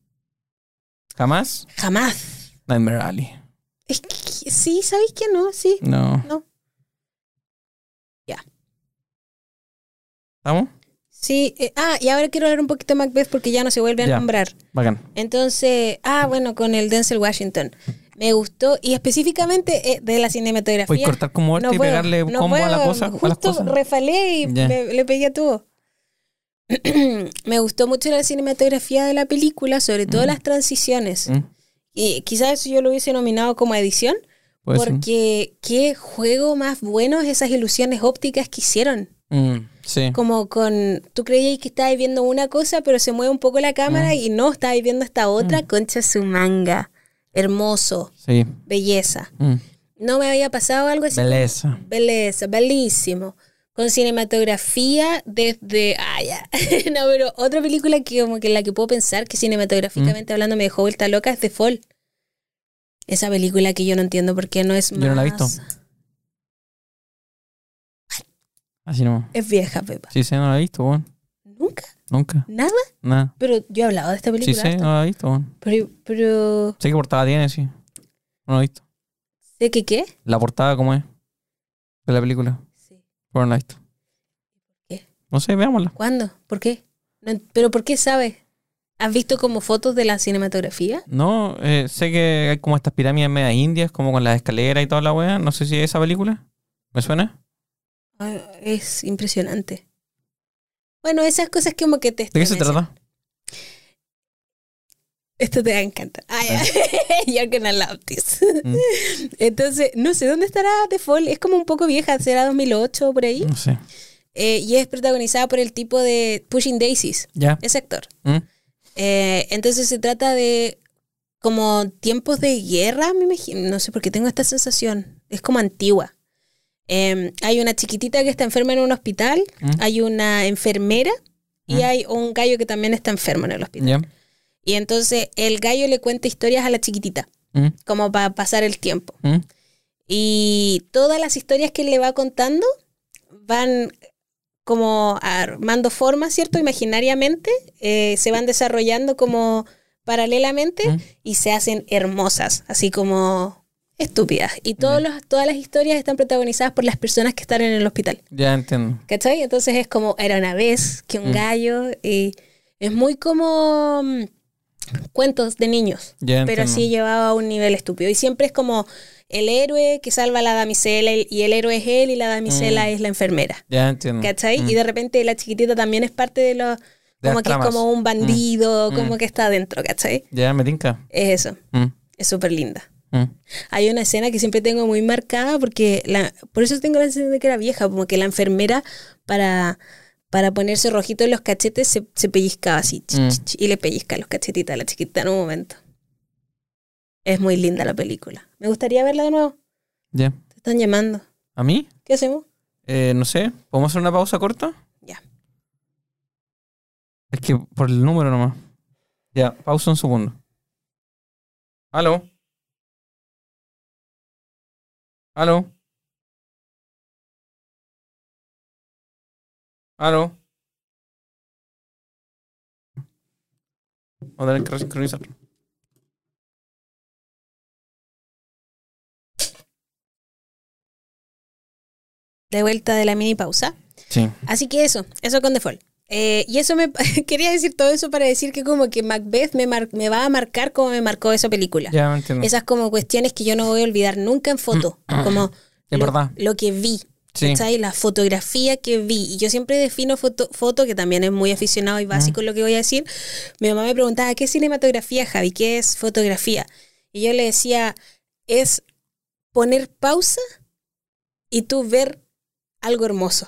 C: ¿Jamás?
D: Jamás.
C: Nightmare Alley.
D: Es que- sí, ¿sabéis que no? Sí.
C: No.
D: No. Ya.
C: ¿Estamos?
D: Sí. eh, ah, y ahora quiero hablar un poquito de Macbeth porque ya no se vuelve a
C: Ya.
D: nombrar.
C: Bacán.
D: Entonces, ah, bueno, con el Denzel Washington. Me gustó y específicamente eh, de la cinematografía.
C: Puedes cortar como arte y
D: puedo,
C: pegarle
D: no
C: combo a, la
D: puedo.
C: cosa, a las
D: Justo
C: cosas.
D: refalé y
C: Ya.
D: le, le pegué a todo. [CLEARS THROAT] me gustó mucho la cinematografía de la película, sobre todo las transiciones.
C: Mm,
D: Y quizás eso yo lo hubiese nominado como edición,
C: puede ser.
D: porque qué juego más bueno es esas ilusiones ópticas que hicieron.
C: Mm, sí.
D: Como con, tú creías que estabas viendo una cosa, pero se mueve un poco la cámara
C: Mm.
D: y no, estabas viendo esta otra concha su manga. Hermoso,
C: Sí.
D: belleza.
C: Mm.
D: No me había pasado algo así.
C: Belleza.
D: Belleza, bellísimo. Con cinematografía desde... Ah, ya. [LAUGHS] no, pero otra película que como que la que puedo pensar que
C: Mm.
D: cinematográficamente hablando me dejó vuelta loca es The Fall. Esa película que yo no entiendo por qué no es
C: Yo no la he visto.
D: más-
C: Así nomás.
D: Es vieja, Pepa.
C: Sí, sé, no la he visto, weón.
D: Nunca.
C: Nunca.
D: Nada.
C: Nada.
D: Pero yo he hablado de esta
C: Sí,
D: película.
C: sé,
D: harto.
C: no la he visto, weón.
D: Pero, pero...
C: Sé qué portada tiene, sí. No la he visto.
D: ¿Sé que qué?
C: La portada, ¿cómo es? De la película.
D: Sí.
C: Pero no la he visto.
D: ¿Qué?
C: No sé, veámosla.
D: ¿Cuándo? ¿Por qué? No en- pero ¿por qué sabes? ¿Has visto como fotos de la cinematografía?
C: No, eh, sé que hay como estas pirámides medias indias, como con las escaleras y toda la weá. No sé si es esa película. ¿Me suena?
D: Ah, es impresionante. Bueno, esas cosas como que te...
C: ¿De qué se
D: estremecen.
C: trata?
D: Esto te va a encantar. Ah, ya. [LAUGHS] You're gonna love this.
C: Mm.
D: [LAUGHS] Entonces, no sé dónde estará The Fall. Es como un poco vieja, será 2008 por ahí.
C: No sé.
D: Eh, y es protagonizada por el tipo de Pushing Daisies,
C: Ya.
D: ese actor.
C: Mm.
D: Eh, entonces se trata de como tiempos de guerra, me imagino. No sé por qué tengo esta sensación. Es como antigua. Eh, hay una chiquitita que está enferma en un hospital,
C: Mm.
D: hay una enfermera y
C: Mm.
D: hay un gallo que también está enfermo en el hospital.
C: Ya.
D: Y entonces el gallo le cuenta historias a la chiquitita,
C: Mm,
D: como para pasar el tiempo.
C: mm.
D: Y todas las historias que le va contando van como armando forma, ¿cierto? Imaginariamente, eh, se van desarrollando como paralelamente
C: Mm.
D: y se hacen hermosas, así como estúpidas. Y todos los, todas las historias están protagonizadas por las personas que están en el hospital.
C: Ya entiendo.
D: ¿Cachai? Entonces es como era una vez que un
C: Mm.
D: gallo y es muy como mm, cuentos de niños,
C: Ya
D: pero
C: entiendo.
D: así llevado a un nivel estúpido. Y siempre es como el héroe que salva a la damisela y y el héroe es él y la damisela
C: Mm.
D: es la enfermera.
C: Ya entiendo.
D: ¿Cachai?
C: Mm.
D: Y de repente la chiquitita también es parte de los...
C: De
D: como
C: las
D: que es
C: tramas.
D: como un bandido,
C: Mm.
D: como que está adentro, ¿cachai?
C: Ya me tinca.
D: Es eso,
C: Mm,
D: es súper linda.
C: mm.
D: Hay una escena que siempre tengo muy marcada porque la, por eso tengo la sensación de que era vieja, como que la enfermera para, para ponerse rojito en los cachetes se, se pellizcaba así ch,
C: Mm.
D: ch, ch, y le pellizca los cachetitos a la chiquita en un momento. Es muy linda la película. Me gustaría verla de nuevo.
C: Ya.
D: Te están llamando.
C: ¿A mí?
D: ¿Qué hacemos?
C: Eh, no sé. ¿Podemos hacer una pausa corta?
D: Ya.
C: Es que por el número nomás. Ya, pausa un segundo. ¿Aló? ¿Aló? Claro. Vamos a tener que resincronizar.
D: De vuelta de la mini pausa.
C: Sí.
D: Así que eso, eso con default. Eh, y eso me [LAUGHS] quería decir todo eso para decir que como que Macbeth me, mar- me va a marcar como me marcó esa película.
C: Ya me entiendo.
D: Esas como cuestiones que yo no voy a olvidar nunca en foto, como
C: Mm. Es
D: lo,
C: verdad.
D: lo que vi,
C: Sí.
D: ¿cachai? La fotografía que vi. Y yo siempre defino foto, foto que también es muy aficionado y
C: Mm.
D: básico lo que voy a decir. Mi mamá me preguntaba, ¿qué es cinematografía, Javi? ¿Qué es fotografía? Y yo le decía, es poner pausa y tú ver algo hermoso.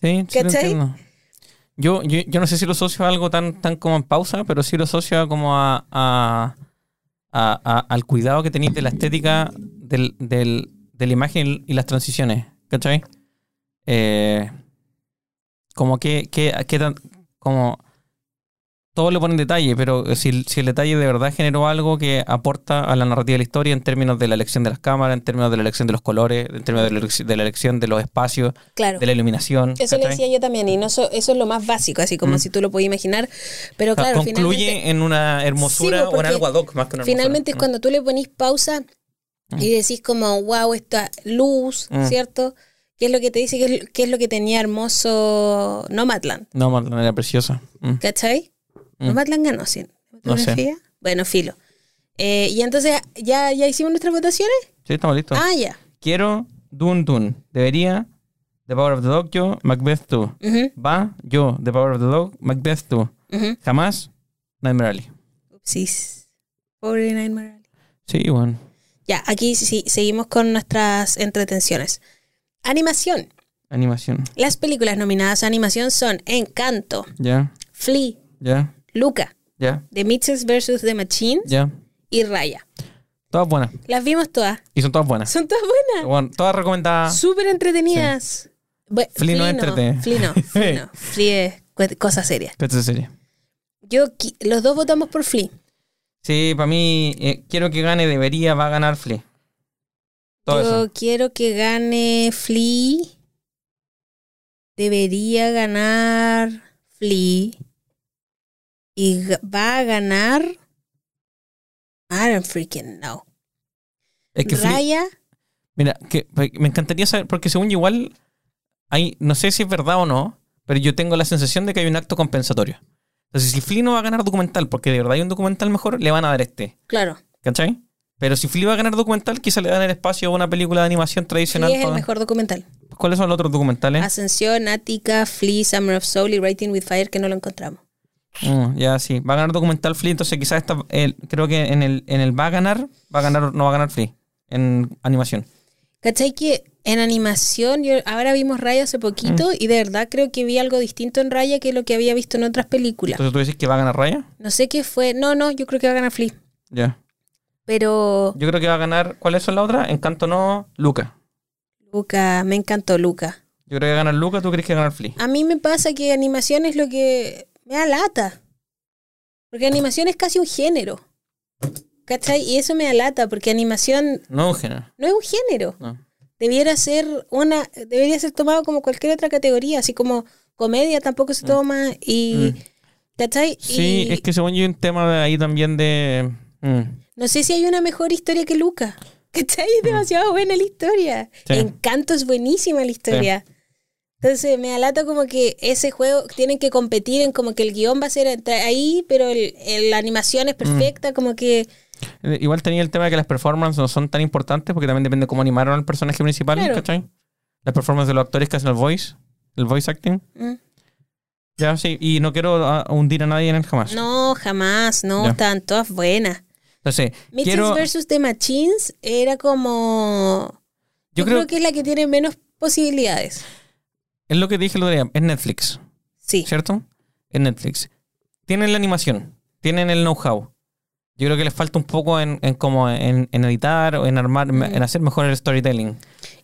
C: Sí, sí te
D: ¿Cachai?
C: entiendo. Yo, yo, yo no sé si lo asocio a algo tan, tan como en pausa, pero sí lo asocio a como a, a- a- a- al cuidado que tenéis de la estética del, del- de la imagen y las transiciones. ¿Cachai? Eh, como que, que, que tan- como todo le ponen detalle, pero si, el- si el detalle de verdad generó algo que aporta a la narrativa de la historia en términos de la elección de las cámaras, en términos de la elección de los colores, en términos de la elección de, la elección de los espacios,
D: Claro.
C: de la iluminación.
D: Eso le
C: ¿cachai?
D: decía yo también, y no so- eso es lo más básico, así como
C: Mm.
D: si tú lo podías imaginar. Pero
C: O sea,
D: claro, finalmente,
C: concluye en una hermosura
D: Sí,
C: o en
D: porque
C: algo ad hoc más que una hermosura.
D: finalmente es
C: Mm.
D: cuando tú le ponís pausa y decís como, wow, esta luz,
C: Mm.
D: ¿cierto? ¿Qué es lo que te dice? ¿Qué es, qué es lo que tenía hermoso Nomadland?
C: No, más de manera preciosa. Mm.
D: ¿Cachai?
C: Mm.
D: Nomadland ganó, ¿sí?
C: No sé.
D: ¿Fotografía? Bueno, filo. Eh, y entonces, ¿ya, ¿ya hicimos nuestras votaciones?
C: Sí, estamos listos.
D: Ah, ya.
C: Quiero Dun Dun. Debería The Power of the Dog, yo, Macbeth tú.
D: Ujú,
C: Va, yo, The Power of the Dog, Macbeth tú.
D: ujú.
C: Jamás, Nightmare Alley.
D: Upsis. Pobre Nightmare Alley.
C: Sí, bueno.
D: Ya, aquí sí, seguimos con nuestras entretenciones. Animación.
C: Animación.
D: Las películas nominadas a animación son Encanto,
C: Ya,
D: Flea,
C: ya,
D: Luca,
C: ya,
D: The Mitchells vs. The Machines
C: ya.
D: y Raya.
C: Todas buenas.
D: Las vimos todas.
C: Y son todas buenas.
D: Son todas buenas.
C: Bueno, todas recomendadas.
D: Súper entretenidas. Bue-
C: Flea Ah. no entrete.
D: Flea
C: [LAUGHS]
D: no, Flea no. Flea es cu- cosa seria.
C: Esta Este serie.
D: Yo, qui- los dos votamos por Flea.
C: Sí, para mí, eh, quiero que gane, debería, va a ganar Flea. Todo
D: Yo
C: eso.
D: quiero que gane Flea. Debería ganar Flea. Y g- va a ganar. I don't freaking know.
C: Es que Flea-
D: Raya.
C: Mira, que que me encantaría saber, porque según yo igual, hay, no sé si es verdad o no, pero yo tengo la sensación de que hay un acto compensatorio. Entonces, si Flea no va a ganar documental, porque de verdad hay un documental mejor, le van a dar este.
D: Claro.
C: ¿Cachai? Pero si Flea va a ganar documental, quizá le dan el espacio a una película de animación
D: Flea
C: tradicional.
D: es el
C: para-
D: mejor documental.
C: ¿Cuáles son los otros documentales?
D: Ascensión, Ática, Flea, Summer of Soul y Writing with Fire, que no lo encontramos.
C: Mm, ya, sí. Va a ganar documental Flea, entonces quizás esta, el- creo que en el, en el va a ganar, va a ganar, no va a ganar Flea. En animación.
D: ¿Cachai que en animación, yo ahora vimos Raya hace poquito y de verdad creo que vi algo distinto en Raya que lo que había visto en otras películas.
C: Entonces tú dices que va a ganar Raya.
D: No sé qué fue. No, no, yo creo que va a ganar Flea.
C: Ya.
D: Pero
C: Yo creo que va a ganar. ¿Cuáles son las otras? Encanto no, Luca.
D: Luca, me encantó Luca.
C: Yo creo que ganar Luca, tú crees que ganar Flea.
D: A mí me pasa que animación es lo que me da lata. Porque animación es casi un género. ¿Cachai? Y eso me da lata porque animación
C: No, Eugenia.
D: no es un género.
C: No.
D: Debiera ser una debería ser tomado como cualquier otra categoría, así como comedia tampoco se toma y
C: Mm.
D: ¿cachai?
C: Sí,
D: Y
C: es que según yo hay un tema de ahí también de. mm,
D: no sé si hay una mejor historia que Luca. [LAUGHS] ¿Cachai? Es demasiado buena la historia.
C: Mm. Sí.
D: Encanto es buenísima la historia. Entonces me alata como que ese juego tienen que competir en como que el guión va a ser entre- ahí, pero el- el- la animación es
C: Mm.
D: perfecta, como que...
C: eh, Igual tenía el tema de que las performances no son tan importantes porque también depende de cómo animaron al personaje principal,
D: Claro.
C: ¿cachai? Las performances de los actores que hacen el voice, el voice acting.
D: mm.
C: Ya, sí, y no quiero ah, hundir a nadie en el jamás.
D: No, jamás, no,
C: Ya.
D: estaban todas buenas.
C: Entonces,
D: Mitchells
C: quiero.
D: versus The Machines era como... Yo, creo, que es la que tiene menos posibilidades.
C: Es lo que dije el otro día, es Netflix.
D: Sí.
C: ¿cierto? En Netflix. Tienen la animación, tienen el know-how. Yo creo que les falta un poco en, en como en, en editar o en armar,
D: Mm.
C: en hacer mejor el storytelling.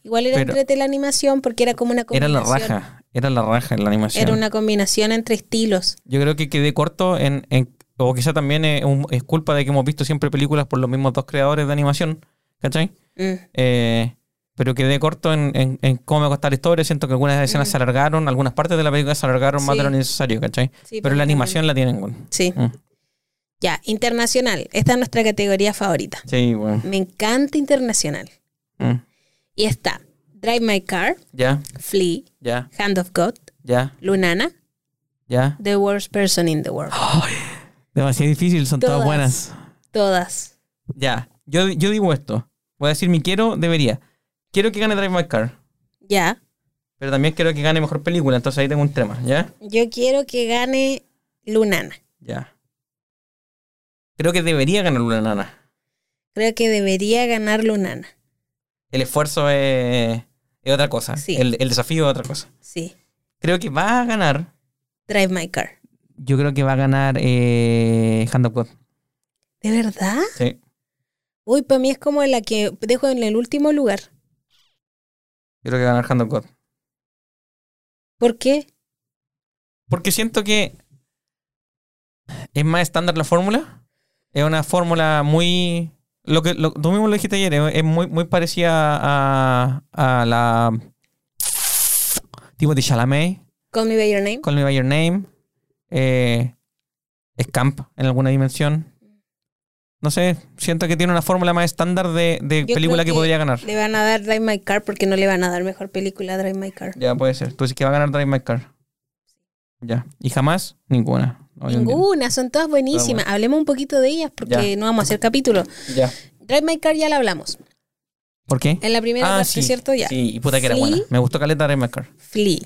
D: Igual era
C: Pero-
D: entrete la animación porque era como una
C: Era
D: combinación.
C: la raja, era la raja en la animación.
D: Era una combinación entre estilos.
C: Yo creo que quedé corto en, en- o quizá también es, un- es culpa de que hemos visto siempre películas por los mismos dos creadores de animación, ¿cachai?
D: Mm.
C: Eh, pero quedé corto en, en- en cómo me costó la historia. Siento que algunas escenas se alargaron, algunas partes de la película se alargaron
D: Mm.
C: más
D: Sí.
C: de lo necesario, ¿cachai?
D: Sí, pues,
C: pero
D: pero
C: la animación la tienen, bueno.
D: Sí.
C: Mm.
D: Ya, internacional. Esta es nuestra categoría favorita.
C: Sí, bueno.
D: Me encanta internacional.
C: Mm.
D: Y está Drive My Car,
C: Ya,
D: Flea,
C: ya,
D: Hand of God,
C: ya,
D: Lunana,
C: ya.
D: The Worst Person in the World.
C: Demasiado difícil, son todas
D: Todas.
C: buenas.
D: Todas.
C: Ya, yo, yo digo esto. Voy a decir mi quiero, debería. Quiero que gane Drive My Car,
D: Ya.
C: pero también quiero que gane mejor película, entonces ahí tengo un tema, ¿ya?
D: Yo quiero que gane Lunana.
C: Ya. Creo que debería ganar una nana.
D: Creo que debería ganar Lunana.
C: El esfuerzo es, es otra cosa.
D: Sí.
C: El, el desafío es otra cosa.
D: Sí.
C: Creo que va a ganar.
D: Drive My Car.
C: Yo creo que va a ganar eh, Hand of God.
D: ¿De verdad?
C: Sí.
D: Uy, para mí es como la que dejo en el último lugar.
C: Yo creo que va a ganar Hand of God.
D: ¿Por qué?
C: Porque siento que es más estándar la fórmula. Es una fórmula muy. Lo que lo- tú mismo lo dijiste ayer, es es muy, muy parecida a, a la. Tipo de Chalamet,
D: Call Me By Your Name.
C: Call Me By Your Name, eh, Scamp en alguna dimensión. No sé, siento que tiene una fórmula más estándar de, de
D: Yo
C: película que,
D: creo que
C: podría ganar.
D: Le van a dar Drive My Car porque no le van a dar mejor película a Drive My Car.
C: Ya puede ser. Tú dices que va a ganar Drive My Car. Ya. Y jamás ninguna. Hoy en día.
D: Ninguna, son todas buenísimas. Hablemos un poquito de ellas porque
C: Ya.
D: no vamos a hacer capítulo.
C: Ya.
D: Drive My Car ya la hablamos.
C: ¿Por qué?
D: En la primera parte, ¿cierto? Ya.
C: Ah, Sí, y puta que era
D: Flea.
C: buena. Me gustó Caleta Drive My Car.
D: Flea.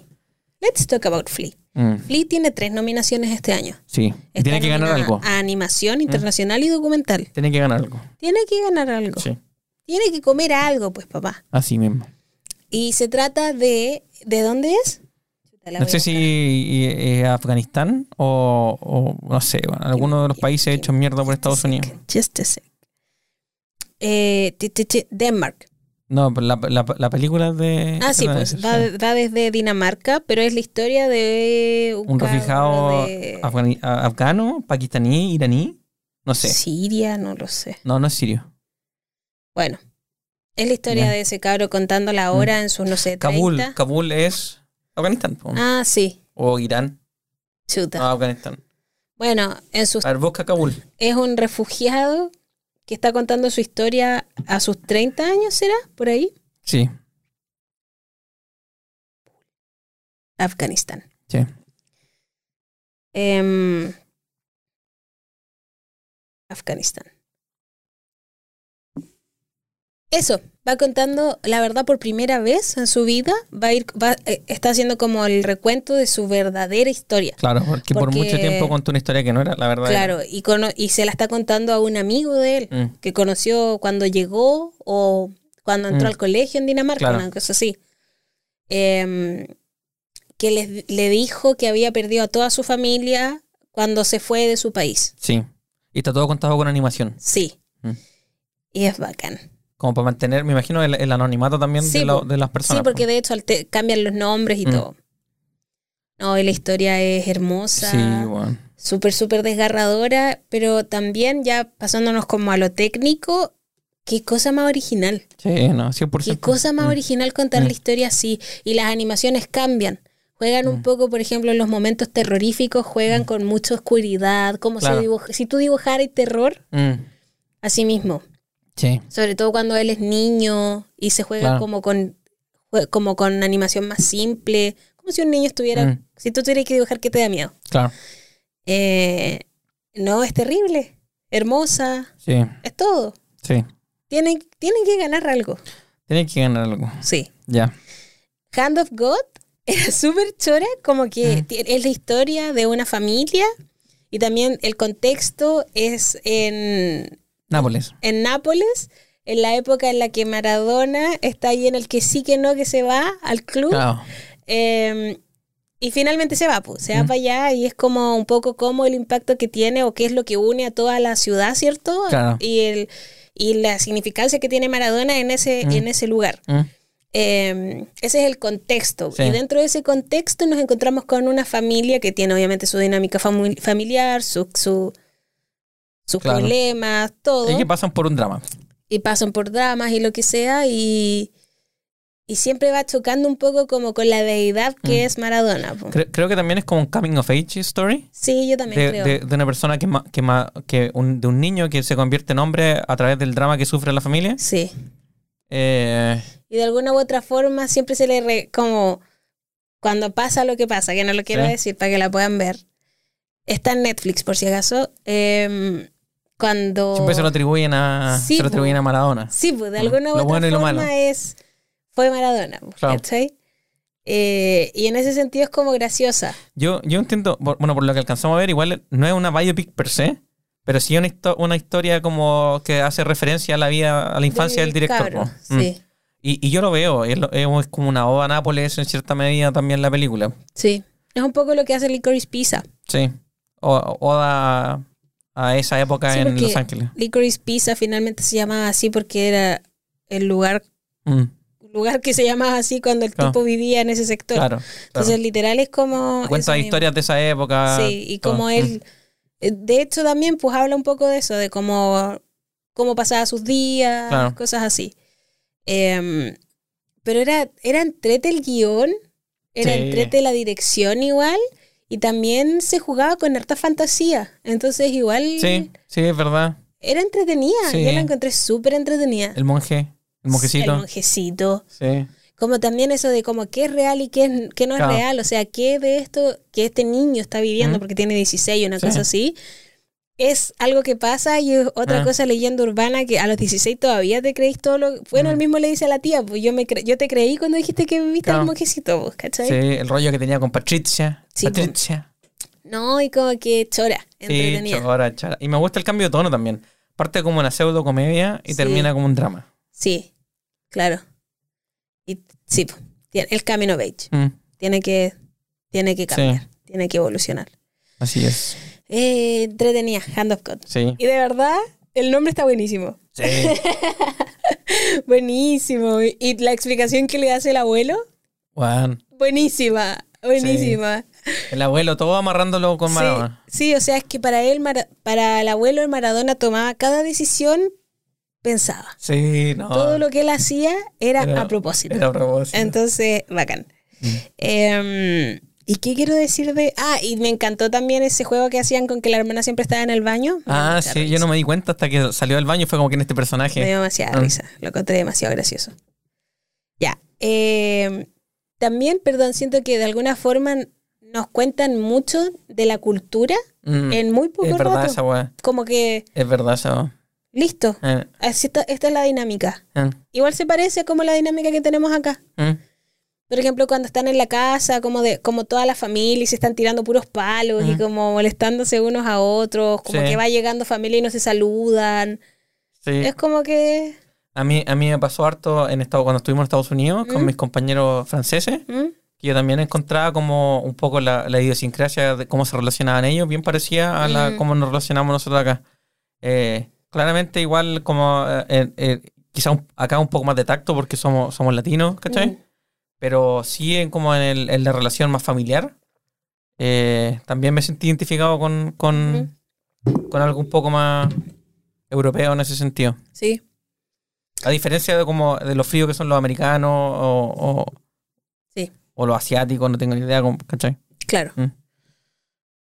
D: Let's talk about Flea.
C: Mm,
D: Flea tiene tres nominaciones este año.
C: sí. Y
D: Está
C: tiene que ganar
D: nominada Ah.
C: algo. Mm.
D: A animación, internacional y documental.
C: Tiene que ganar algo.
D: Tiene que ganar algo.
C: Sí.
D: Tiene que comer algo, pues, papá.
C: Así mismo.
D: Y se trata de. ¿De dónde es? Chuta, la
C: No
D: voy
C: sé
D: a
C: si
D: buscar.
C: eh, eh, Afganistán o, o no sé, bueno, alguno de los países hechos mierda por Estados Unidos.
D: Just a sec. Eh, ti, ti, ti, Denmark.
C: No, pero la, la, la película de.
D: Ah, sí,
C: era
D: pues
C: esa,
D: va,
C: Eh, sí.
D: va desde Dinamarca, pero es la historia de un,
C: Un
D: cabro
C: refugiado
D: de
C: afgani- a- afgano, pakistaní, iraní. No sé.
D: Siria, no lo sé.
C: No, no es sirio.
D: Bueno, es la historia
C: Ya. Mm.
D: de ese cabro contándola ahora en sus, no sé, 30.
C: Kabul. Kabul es Afganistán. po.
D: Ah, sí,
C: O Irán.
D: chuta.
C: No, Afganistán.
D: Bueno, en sus,
C: A ver, busca Kabul.
D: es un refugiado que está contando su historia a sus 30 años, ¿será? Por ahí.
C: Sí,
D: Afganistán.
C: sí.
D: Em, Afganistán. Eso, va contando la verdad por primera vez en su vida, va a ir, va- eh, está haciendo como el recuento de su verdadera historia.
C: Claro, porque, por
D: Porque-
C: mucho tiempo contó una historia que no era, la verdad.
D: Claro, y, cono- y se la está contando a un amigo de él,
C: era. Mm,
D: que conoció cuando llegó o cuando entró
C: Mm.
D: al colegio en Dinamarca,
C: Claro.
D: una cosa así. Em, que les- le dijo que había perdido a toda su familia cuando se fue de su país.
C: sí. Y está todo contado con animación.
D: Sí.
C: Mm.
D: Y es bacán.
C: Como para mantener, me imagino, el, el anonimato también
D: Sí,
C: de, la-
D: po.
C: de las personas.
D: sí, porque
C: po.
D: de hecho alte- cambian los nombres y
C: pues. Mm.
D: todo. No, y la historia es hermosa,
C: Sí, bueno.
D: súper, súper desgarradora, pero también ya pasándonos como a lo técnico, qué cosa más original.
C: Sí, no, 100%.
D: Qué cosa más
C: Mm.
D: original contar
C: Mm.
D: la historia así. Y las animaciones cambian. Juegan
C: Mm.
D: un poco, por ejemplo, en los momentos terroríficos, juegan con mucha oscuridad, como
C: Claro.
D: si, dibuj- si tú dibujaras terror,
C: Mm,
D: así mismo.
C: Sí,
D: Sobre todo cuando él es niño y se juega
C: Claro.
D: como con jue- como con animación más simple, como si un niño estuviera,
C: Mm.
D: si tú tuvieras que dibujar, ¿qué te da miedo?
C: claro.
D: Eh, no, es terrible, hermosa,
C: Sí,
D: es todo.
C: sí.
D: Tienen, tienen que ganar algo,
C: Tiene que ganar algo.
D: sí.
C: Ya.
D: Hand of God [LAUGHS] era súper chora, como que
C: Mm.
D: ti- es la historia de una familia y también el contexto es en,
C: Nápoles.
D: en Nápoles, en la época en la que Maradona está ahí en el que sí que no, que se va al club.
C: Claro.
D: Eh, y finalmente se va, pues, se va
C: Mm.
D: para allá y es como un poco como el impacto que tiene o qué es lo que une a toda la ciudad, ¿cierto?
C: Claro.
D: Y, el, y la significancia que tiene Maradona en ese,
C: Mm.
D: en ese lugar.
C: Mm,
D: Eh, ese es el contexto.
C: Sí.
D: Y dentro de ese contexto nos encontramos con una familia que tiene obviamente su dinámica famu- familiar, su, su- sus
C: Claro.
D: problemas, todo.
C: Y que pasan por un drama.
D: Y pasan por dramas y lo que sea. Y, Y siempre va chocando un poco como con la deidad que es Maradona. po.
C: Mm. Cre- creo que también es como un coming of age story.
D: Sí, yo también
C: De,
D: creo.
C: de- de una persona que, ma- que, ma- que un- de un niño que se convierte en hombre a través del drama que sufre la familia.
D: Sí.
C: Eh,
D: Y de alguna u otra forma siempre se le re- como cuando pasa lo que pasa, que no lo quiero
C: Sí.
D: decir para que la puedan ver. Está en Netflix por si acaso. Em, cuando
C: Siempre se lo atribuyen a,
D: Sí,
C: se lo atribuyen
D: po.
C: a Maradona.
D: Sí, pues de alguna u
C: Lo
D: otra
C: bueno y lo
D: forma
C: malo.
D: es fue Maradona, pues,
C: Claro.
D: ¿cachai? Eh, y en ese sentido es como graciosa.
C: Yo, yo entiendo, por- bueno, por lo que alcanzamos a ver, igual no es una biopic per se, pero sí una, histo- una historia como que hace referencia a la vida, a la infancia del director.
D: Cabro,
C: po. Mm.
D: Sí,
C: Y, y yo lo veo, es, lo- es un- es como una oda a Nápoles en cierta medida también la película.
D: sí. Es un poco lo que hace Licorice Pizza.
C: Sí. O- oda a, a esa época
D: Sí,
C: en
D: porque-
C: Los Ángeles.
D: Licorice Pizza finalmente se llamaba así porque era el lugar,
C: Mm,
D: lugar que se llamaba así cuando el
C: Claro.
D: tipo vivía en ese sector.
C: claro.
D: Entonces, literal es como. eso
C: Cuenta
D: mismo.
C: historias de esa época.
D: Sí, y
C: todo.
D: como
C: Mm.
D: él. eh, De hecho, también, pues habla un poco de eso, de cómo, cómo pasaba sus días,
C: Claro.
D: cosas así. Em, pero era, era entrete el guión, era
C: Sí.
D: entrete la dirección igual, y también se jugaba con harta fantasía. Entonces, igual
C: Sí, sí, es verdad.
D: era entretenida.
C: Sí.
D: Yo la encontré súper entretenida.
C: El monje, el monjecito.
D: El monjecito.
C: Sí.
D: Como también eso de como qué es real y qué, es- qué no es
C: Claro.
D: real. O sea, qué de esto que este niño está viviendo,
C: Mm.
D: porque tiene 16, una
C: Sí.
D: cosa así, es algo que pasa y es otra
C: Ah.
D: cosa leyenda urbana que a los 16 todavía te creís todo lo... Bueno,
C: Mm.
D: él mismo le dice a la tía, pues yo, me cre- yo te creí cuando dijiste que viviste al
C: Claro.
D: monjecito, vos, ¿cachai?
C: Sí, el rollo que tenía con Patricia.
D: Sí, pues,
C: Patricia.
D: No, y como que chora,
C: Sí,
D: entretenida.
C: chora, chora. Y me gusta el cambio de tono también. Parte como una pseudo comedia y
D: Sí.
C: termina como un drama.
D: Sí, claro. Y sí, po, tiene- el camino beige.
C: Mm,
D: Tiene que, tiene que
C: Sí.
D: cambiar, tiene que evolucionar.
C: así es.
D: Eh, entretenida, Hand of God.
C: Sí.
D: Y de verdad, el nombre está buenísimo.
C: Sí.
D: Buenísimo. Y la explicación que le hace el abuelo,
C: Juan,
D: buenísima. Buenísima.
C: el abuelo, todo amarrándolo con
D: Sí,
C: Maradona.
D: sí, o sea, es que para él, Mara- para el abuelo, el Maradona tomaba cada decisión pensaba.
C: Sí, no.
D: Todo lo que él hacía era,
C: Ah. Era-
D: a propósito.
C: Era a propósito.
D: Entonces, bacán. Em, ¿Y qué quiero decir de.? Ah, y me encantó también ese juego que hacían con que la hermana siempre estaba en el baño. Me dio
C: ah,
D: mucha
C: sí,
D: risa.
C: yo no me di cuenta hasta que salió del baño y fue como que en este personaje.
D: Me dio demasiada
C: Ah.
D: risa. Lo encontré demasiado gracioso. Ya. eh, también, perdón, siento que de alguna forma nos cuentan mucho de la cultura
C: Mm,
D: en muy poco
C: es verdad
D: rato.
C: esa weá.
D: Como que,
C: Es verdad esa weá.
D: listo.
C: Eh,
D: Así está- esta es la dinámica.
C: eh,
D: Igual se parece como la dinámica que tenemos acá.
C: mm.
D: Por ejemplo, cuando están en la casa, como de, como toda la familia y se están tirando puros palos y
C: Ujú.
D: como molestándose unos a otros, como
C: Sí.
D: que va llegando familia y no se saludan.
C: Sí.
D: Es como que.
C: A mí, a mí me pasó harto en Estados, cuando estuvimos en Estados Unidos con
D: Mm.
C: mis compañeros franceses,
D: ¿Mm?
C: que yo también encontraba como un poco la, la idiosincrasia de cómo se relacionaban ellos, bien parecía a la
D: Mm.
C: cómo nos relacionamos nosotros acá. Eh, claramente igual como eh, eh, quizá un- acá un poco más de tacto porque somos, somos latinos, ¿cachai?
D: Mm.
C: Pero sí en como en, el- en la relación más familiar. eh, también me sentí identificado con, con,
D: Mm.
C: con algo un poco más europeo en ese sentido.
D: Sí.
C: A diferencia de como de lo frío que son los americanos o, o,
D: Sí.
C: o los asiáticos, no tengo ni idea, como- ¿cachai?
D: Claro.
C: Mm.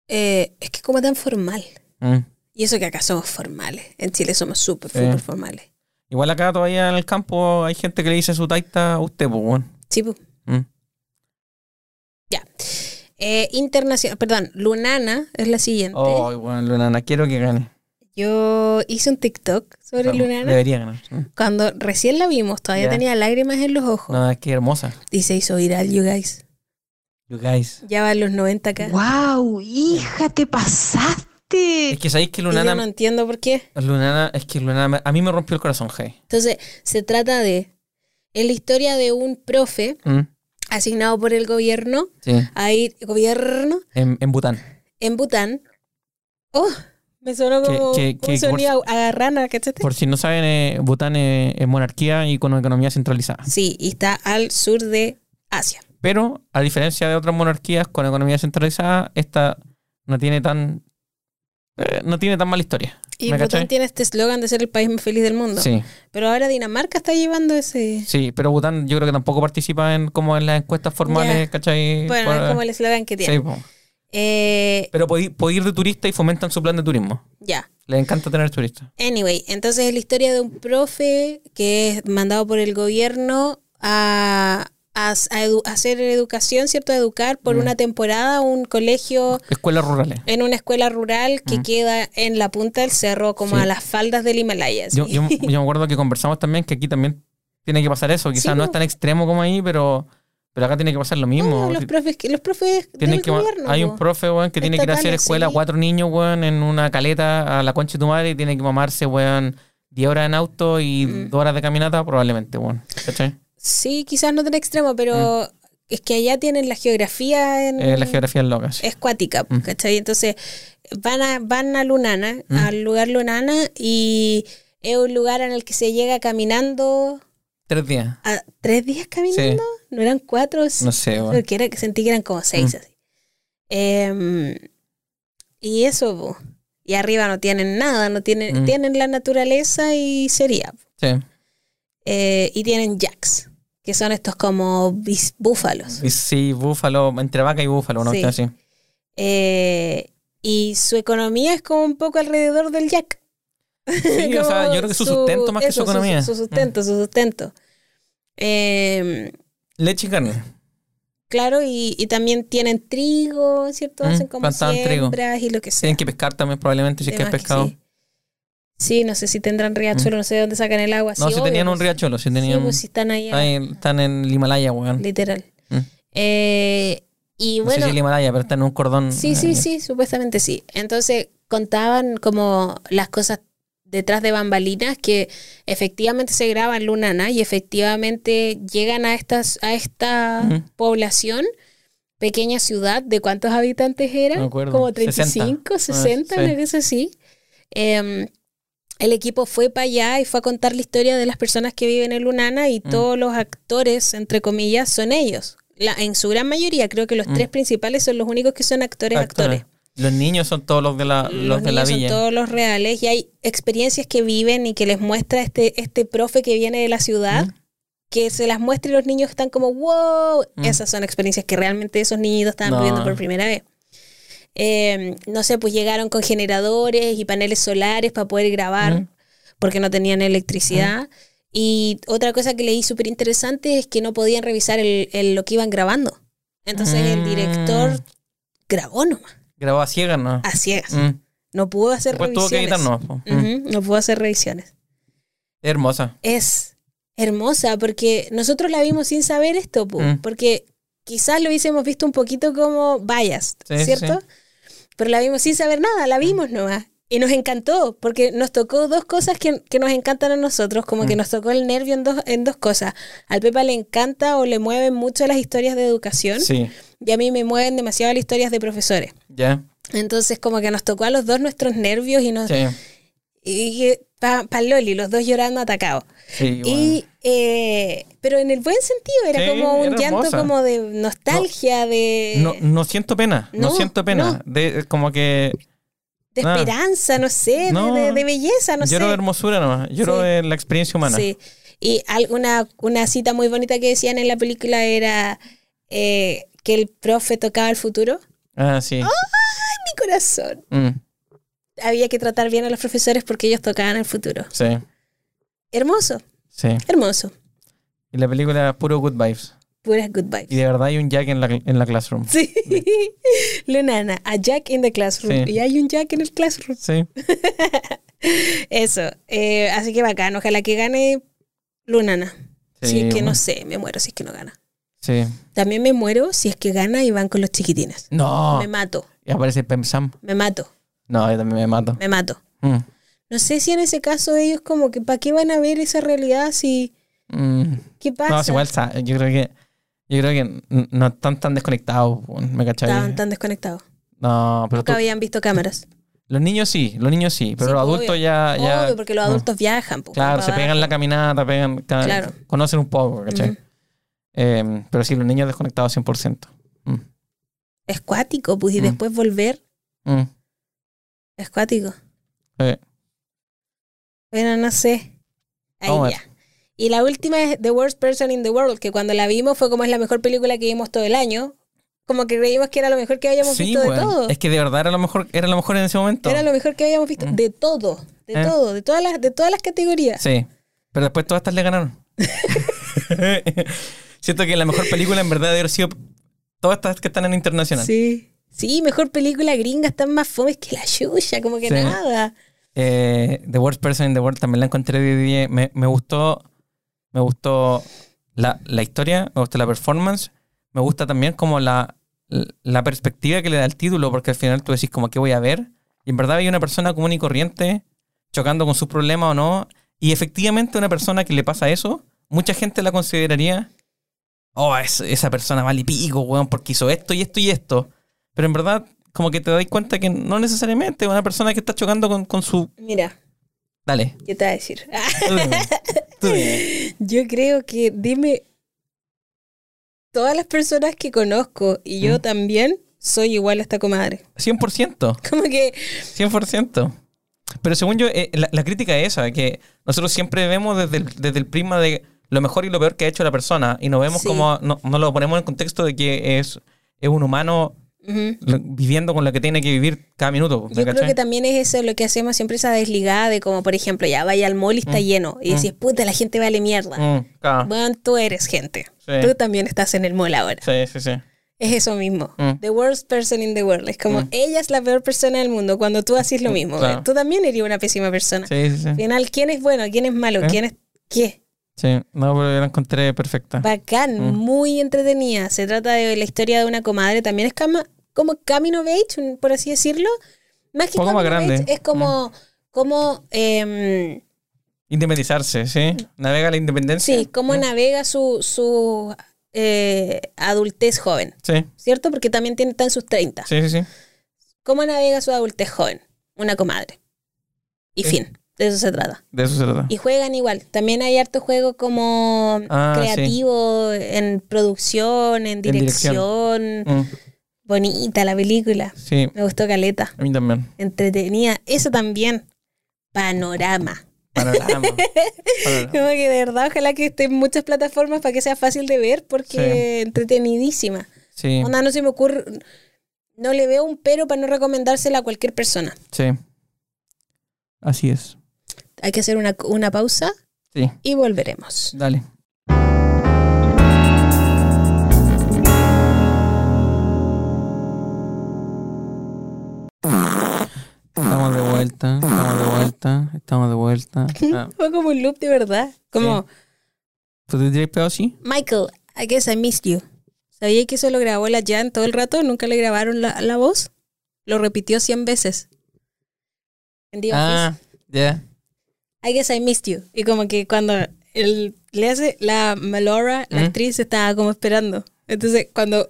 D: Eh, es que como tan formal.
C: Mm.
D: Y eso que acá somos formales. En Chile somos súper,
C: Sí.
D: súper formales.
C: Igual acá todavía en el campo hay gente que le dice su taita a usted, pues, weón.
D: Sí, pu.
C: Mm.
D: Ya. Eh, internacional, perdón, Lunana es la
C: Ay,
D: siguiente.
C: Oh, weón, Lunana, quiero que gane.
D: Yo hice un TikTok sobre
C: O sea,
D: Lunana.
C: Debería ganar.
D: pues.
C: Mm.
D: Cuando recién la vimos, todavía
C: Ya.
D: tenía lágrimas en los ojos.
C: No, es que hermosa.
D: Y se hizo viral, you guys.
C: You guys.
D: Ya van los 90 acá.
A: ¡Wow! ¡Hija, te
C: Es
A: pasaste!
C: que sabéis que
D: Y yo
C: Lunana,
D: no entiendo por qué.
C: Lunana, es que Lunana, me- a mí me rompió el corazón, hey.
D: Entonces, se trata de. Es la historia de un profe
C: Mm,
D: asignado por el gobierno
C: Sí,
D: a ir. Gobierno
C: en, en Bután.
D: en Bután. Oh, me sonó
C: Que-
D: como
C: que- que
D: un
C: por-
D: sonido a, a rana, ¿cachaste?
C: Por si no saben, eh, Bután eh, es monarquía y con una economía centralizada.
D: Sí, y está al sur de Asia.
C: Pero, a diferencia de otras monarquías con economía centralizada, esta no tiene tan. eh, no tiene tan mala historia.
D: Y
C: ¿Me
D: Bután
C: cachai?
D: tiene este eslogan de ser el país más feliz del mundo.
C: Sí,
D: Pero ahora Dinamarca está llevando ese...
C: sí, pero Bután yo creo que tampoco participa en como en las encuestas formales,
D: Ya.
C: ¿cachai?
D: Bueno,
C: Por-
D: es como el eslogan que tiene.
C: Sí, po.
D: Eh,
C: Pero podí, podí ir de turista y fomentan su plan de turismo.
D: ya.
C: Les encanta tener turistas.
D: Anyway, entonces es la historia de un profe que es mandado por el gobierno a, a- a edu- a hacer educación, ¿cierto? A educar
C: Mm.
D: por una temporada un colegio
C: Escuelas rurales.
D: en una escuela rural que queda en la punta del cerro, como
C: Mm. Sí.
D: a las faldas del Himalaya.
C: Yo,
D: sí.
C: yo- yo me acuerdo que conversamos también que aquí también tiene que pasar eso. Quizás
D: Sí,
C: no
D: po.
C: es tan extremo como ahí, pero, pero acá tiene que pasar lo mismo.
D: No, Ah, los
C: Ti-
D: profes, que- los profes
C: tienen
D: del
C: que-
D: gobierno.
C: hay un
D: po.
C: profe, weón, que tiene que ir a hacer
D: Estatales,
C: escuela a
D: sí.
C: cuatro niños, weón, en una caleta a la concha de tu madre y tiene que mamarse, weón, 10 horas en auto y
D: Mm.
C: 2 horas de caminata probablemente, weón. ¿Cachai?
D: Sí, quizás no tan extremo, pero es que allá tienen la geografía en...
C: Mm. Eh, la geografía es loca, sí.
D: es cuática,
C: Mm.
D: ¿cachai? Entonces van a, van a Lunana, al lugar Lunana, y es un lugar en el que se llega caminando
C: Tres días.
D: a tres días caminando, no eran cuatro,
C: No sé, weón.
D: porque era, sentí que eran como seis
C: Mm.
D: así. Em, y eso, po. y arriba no tienen nada, no tienen,
C: Mm.
D: tienen la naturaleza y sería. po.
C: Sí.
D: Eh, y tienen jacks, que son estos como bis- búfalos.
C: Y sí, búfalo, entre vaca y búfalo, ¿no?
D: Sí. [LAUGHS]
C: Así.
D: Eh, y su economía es como un poco alrededor del jack.
C: Sí, o sea,
D: Como
C: yo creo que su sustento más que
D: eso,
C: su economía. Mm.
D: Su, sustento, su sustento. Eh,
C: Leche y carne.
D: claro, y, y también tienen trigo, ¿cierto?
C: Mm,
D: Hacen como
C: plantaban trigo.
D: siembras y lo que sea.
C: Tienen que pescar también probablemente si es que es
D: Además que
C: pescado. Mm.
D: sí. Sí, no sé si tendrán riachuelo, no sé de dónde sacan el agua.
C: No,
D: sí,
C: si
D: obvio,
C: tenían un
D: pues,
C: riachuelo, si tenían...
D: sí, pues, si están allá,
C: Ahí están en el Himalaya, weón.
D: literal.
C: Mm.
D: Eh, y
C: no sé si
D: bueno,
C: el Himalaya, pero están en un cordón.
D: Sí, sí,
C: eh,
D: sí, supuestamente sí. Entonces contaban como las cosas detrás de bambalinas que efectivamente se graban Lunana y efectivamente llegan a estas a esta
C: Ujú.
D: población, pequeña ciudad, ¿de cuántos habitantes era?
C: No me acuerdo.
D: Como 35,
C: 60,
D: 60,
C: sí.
D: una cosa así. Em, el equipo fue para allá y fue a contar la historia de las personas que viven en Lunana y
C: Mm.
D: todos los actores, entre comillas, son ellos. La- en su gran mayoría, creo que los
C: Mm.
D: tres principales son los únicos que son actores, actores.
C: actores. Los niños son todos los de la, Ah, los
D: Los
C: de la
D: niños son
C: villa.
D: todos los reales y hay experiencias que viven y que les muestra este, este profe que viene de la ciudad,
C: Mm.
D: que se las muestra y los niños están como, wow,
C: Mm.
D: esas son experiencias que realmente esos niñitos estaban
C: No.
D: viviendo por primera vez. Eh, no sé, pues llegaron con generadores y paneles solares para poder grabar
C: Mm.
D: porque no tenían electricidad. Y otra cosa que leí súper interesante es que no podían revisar el, el- lo que iban grabando. Entonces el director
C: Mm.
D: grabó nomás,
C: Grabó a ciegas, ¿no?
D: a ciegas.
C: Mm.
D: No pudo hacer
C: Después tuvo que
D: Ah, revisiones.
C: editar nomás, po. Mm.
D: Ujú, No pudo hacer revisiones.
C: Hermosa.
D: Es hermosa porque nosotros la vimos sin saber esto, po,
C: Mm.
D: porque quizás lo hubiésemos visto un poquito como biased,
C: Sí, Mm.
D: ¿cierto? Pero la vimos sin saber nada, la vimos nomás. Y nos encantó, porque nos tocó dos cosas que, que nos encantan a nosotros, como que
C: Mm.
D: nos tocó el nervio en dos, en dos cosas. Al Pepa le encanta o le mueven mucho las historias de educación,
C: Sí,
D: y a mí me mueven demasiado las historias de profesores.
C: ya.
D: Entonces, como que nos tocó a los dos nuestros nervios y nos,
C: Sí,
D: y para Loli, los dos llorando atacados.
C: sí, bueno.
D: Y, eh, pero en el buen sentido, era
C: Sí,
D: como un
C: era
D: llanto
C: hermosa.
D: como de nostalgia, de,
C: No, no siento pena, no,
D: eh, no,
C: siento pena. De, como que
D: de
C: nada.
D: esperanza, no sé, de-
C: No,
D: de,
C: no.
D: de belleza, Ah, no
C: lloro de
D: sé.
C: hermosura nomás, lloro
D: Sí.
C: de la experiencia humana.
D: Sí. Y alguna, una cita muy bonita que decían en la película era eh, que el profe tocaba el futuro.
C: Ah, sí.
D: Mi corazón.
C: Mm,
D: Había que tratar bien a los profesores porque ellos tocaban el futuro.
C: sí,
D: Hermoso,
C: sí.
D: hermoso.
C: Y la película es puro good vibes.
D: Puras good vibes.
C: Y de verdad hay un jack en la, en la classroom.
D: [LAUGHS] Sí. Lunana, a Jack in the classroom.
C: Sí.
D: Y hay un Jack en el classroom.
C: Sí.
D: Eso. eh, así que bacán. Ojalá que gane Lunana.
C: Sí,
D: si es que
C: bueno.
D: no sé, me muero si es que no gana.
C: Sí.
D: También me muero si es que gana y van con los chiquitines.
C: No.
D: Me mato,
C: Y aparece Pem Sam.
D: me mato,
C: No, yo también me mato.
D: me mato.
C: Mm.
D: No sé si en ese caso ellos como que para qué van a ver esa realidad si
C: Mm.
D: qué
C: No,
D: pasa.
C: es igual, sa- yo creo que yo creo que n- no están tan desconectados, weón, ¿me cachai?
D: Estaban tan desconectados.
C: No, pero
D: Nunca
C: tú-
D: habían visto cámaras.
C: los niños sí, los niños sí,
D: Sí,
C: pero
D: pues,
C: los
D: obvio,
C: adultos ya, Ah, ya-
D: Obvio, porque los
C: no.
D: adultos viajan. po,
C: Claro,
D: pa'
C: se
D: abajo.
C: pegan la caminata, pegan, ca-
D: Claro.
C: conocen un poco, ¿cachai?
D: Ujú.
C: Eh, pero sí, los niños desconectados 100%. Mm.
D: Es cuático, pues, y
C: Mm.
D: después volver
C: Mm.
D: es cuático.
C: Eh,
D: Pero no sé. Ahí
C: Vamos a
D: ya. Y la última es The Worst Person in the World, que cuando la vimos fue como es la mejor película que vimos todo el año. Como que creímos que era lo mejor que habíamos
C: Sí,
D: visto de
C: weón.
D: todo.
C: Es que de verdad era lo mejor, era lo mejor en ese momento.
D: Era lo mejor que habíamos visto de todo, de
C: Eh.
D: todo, de todas las, de todas las categorías.
C: Sí. Pero después todas estas
D: [LAUGHS]
C: le ganaron. [LAUGHS] Siento que la mejor película en verdad debe sido todas estas que están en internacional.
D: Sí. Sí, mejor película gringa, están más fomes que la Yuya, como que
C: Sí.
D: nada.
C: Eh, the Worst Person in the World también la encontré de 10. Me, me gustó. Me gustó la, la historia, me gustó la performance. Me gusta también como la, la perspectiva que le da el título, porque al final tú decís como qué voy a ver. Y en verdad hay una persona común y corriente chocando con sus problemas o no. Y efectivamente una persona que le pasa eso, mucha gente la consideraría, oh, es- esa persona vale pico, weón, porque hizo esto y esto y esto. Pero en verdad como que te das cuenta que no necesariamente una persona que está chocando con, con su...
D: Mira,
C: Dale.
D: ¿qué te voy a decir? [LAUGHS] Ah,
C: tú dime, tú dime.
D: Yo creo que dime, todas las personas que conozco y yo
C: Mm.
D: también soy igual a esta comadre. [LAUGHS]
C: 100%.
D: Como que
C: 100%. Pero según yo, eh, la, la crítica es esa, que nosotros siempre vemos desde el, desde el prisma de lo mejor y lo peor que ha hecho la persona y no vemos
D: Sí.
C: como, no, no lo ponemos en el contexto de que es, es un humano
D: ujú.
C: lo- viviendo con lo que tiene que vivir cada minuto.
D: yo creo
C: ¿cachai?
D: que también es eso lo que hacemos siempre, esa desligada de como, por ejemplo, ya vaya al mall y está
C: Mm.
D: lleno. Y
C: Mm.
D: decís, puta, la gente vale mierda.
C: Mm, claro.
D: Bueno, tú eres gente.
C: Sí.
D: Tú también estás en el mall ahora.
C: Sí, sí, sí.
D: Es eso mismo.
C: Mm.
D: The worst person in the world. Es como,
C: Mm.
D: ella es la peor persona del mundo cuando tú haces lo mismo.
C: Claro.
D: Tú también eres una pésima persona.
C: Sí, sí, sí.
D: Al final, ¿quién es bueno? ¿Quién es malo?
C: ¿Eh?
D: ¿Quién es qué?
C: Sí. No, pero yo la encontré perfecta.
D: Bacán,
C: Mm.
D: muy entretenida. Se trata de la historia de una comadre. También es cama- como Camino of Age, un- por así decirlo. Más que
C: Poco
D: coming
C: más
D: of age,
C: grande. Mm.
D: es como... como em,
C: Independizarse, ¿sí? Navega la independencia.
D: sí, cómo
C: Mm.
D: navega su, su eh, adultez joven,
C: Sí,
D: ¿cierto? Porque también tiene, está en sus 30.
C: sí, sí. sí.
D: ¿Cómo navega su adultez joven? Una comadre. Y
C: Sí.
D: fin, de eso se trata.
C: De eso se trata.
D: Y juegan igual. También hay harto juego como
C: Ah, sí.
D: creativo, en producción, en
C: dirección.
D: dirección.
C: Mm,
D: Bonita la película.
C: sí,
D: Me gustó Caleta.
C: a mí también.
D: Entretenida. Eso también. Panorama.
C: Panorama. Panorama.
D: Como que de verdad, ojalá que esté en muchas plataformas para que sea fácil de ver porque entretenidísima.
C: Sí,
D: Onda, no se me ocurre. No le veo un pero para no recomendársela a cualquier persona.
C: sí. Así es.
D: Hay que hacer una, una pausa
C: Sí,
D: y volveremos.
C: dale. Estamos de vuelta, estamos de vuelta, estamos
D: [LAUGHS]
C: de vuelta. Ah, pues,
D: Fue como un loop de verdad. Como,
C: ¿Tú te tiras pedo así?
D: Michael, I guess I missed you. ¿Sabía que eso lo grabó la Jan todo el rato? ¿Nunca le grabaron la, la voz? Lo repitió 100 veces. En The
C: Ah, ya.
D: Office. I guess I missed you. Y como que cuando él le hace la Melora, la
C: ¿Mm?
D: actriz, estaba como esperando. Entonces, cuando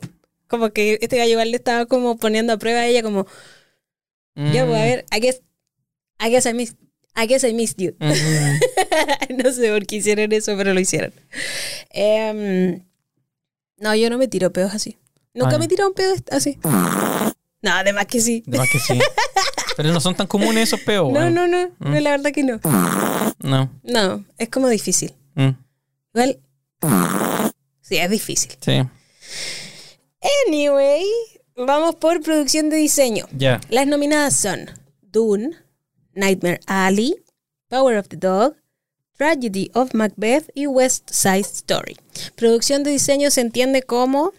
D: como que este gallo igual le estaba como poniendo a prueba a ella, como,
C: Mm,
D: ya voy a ver, I guess, I guess I missed, I guess I missed you. [LAUGHS]
C: mm,
D: no sé por qué hicieron eso, pero lo hicieron. Em, no, yo no me tiro pedos así. Nunca
C: Ah, no.
D: me he tirado un pedo así. No, además que sí.
C: de más
D: [LAUGHS]
C: que sí. Pero no son tan comunes esos peos, ¿eh?
D: No,
C: weón.
D: no, no,
C: Mm.
D: no, la verdad que no.
C: No.
D: No, es como difícil.
C: Mm,
D: Igual. Sí, es difícil.
C: sí,
D: Anyway, vamos por producción de diseño.
C: ya.
D: Las nominadas son Dune, Nightmare Alley, Power of the Dog, Tragedy of Macbeth y West Side Story. Producción de diseño se entiende como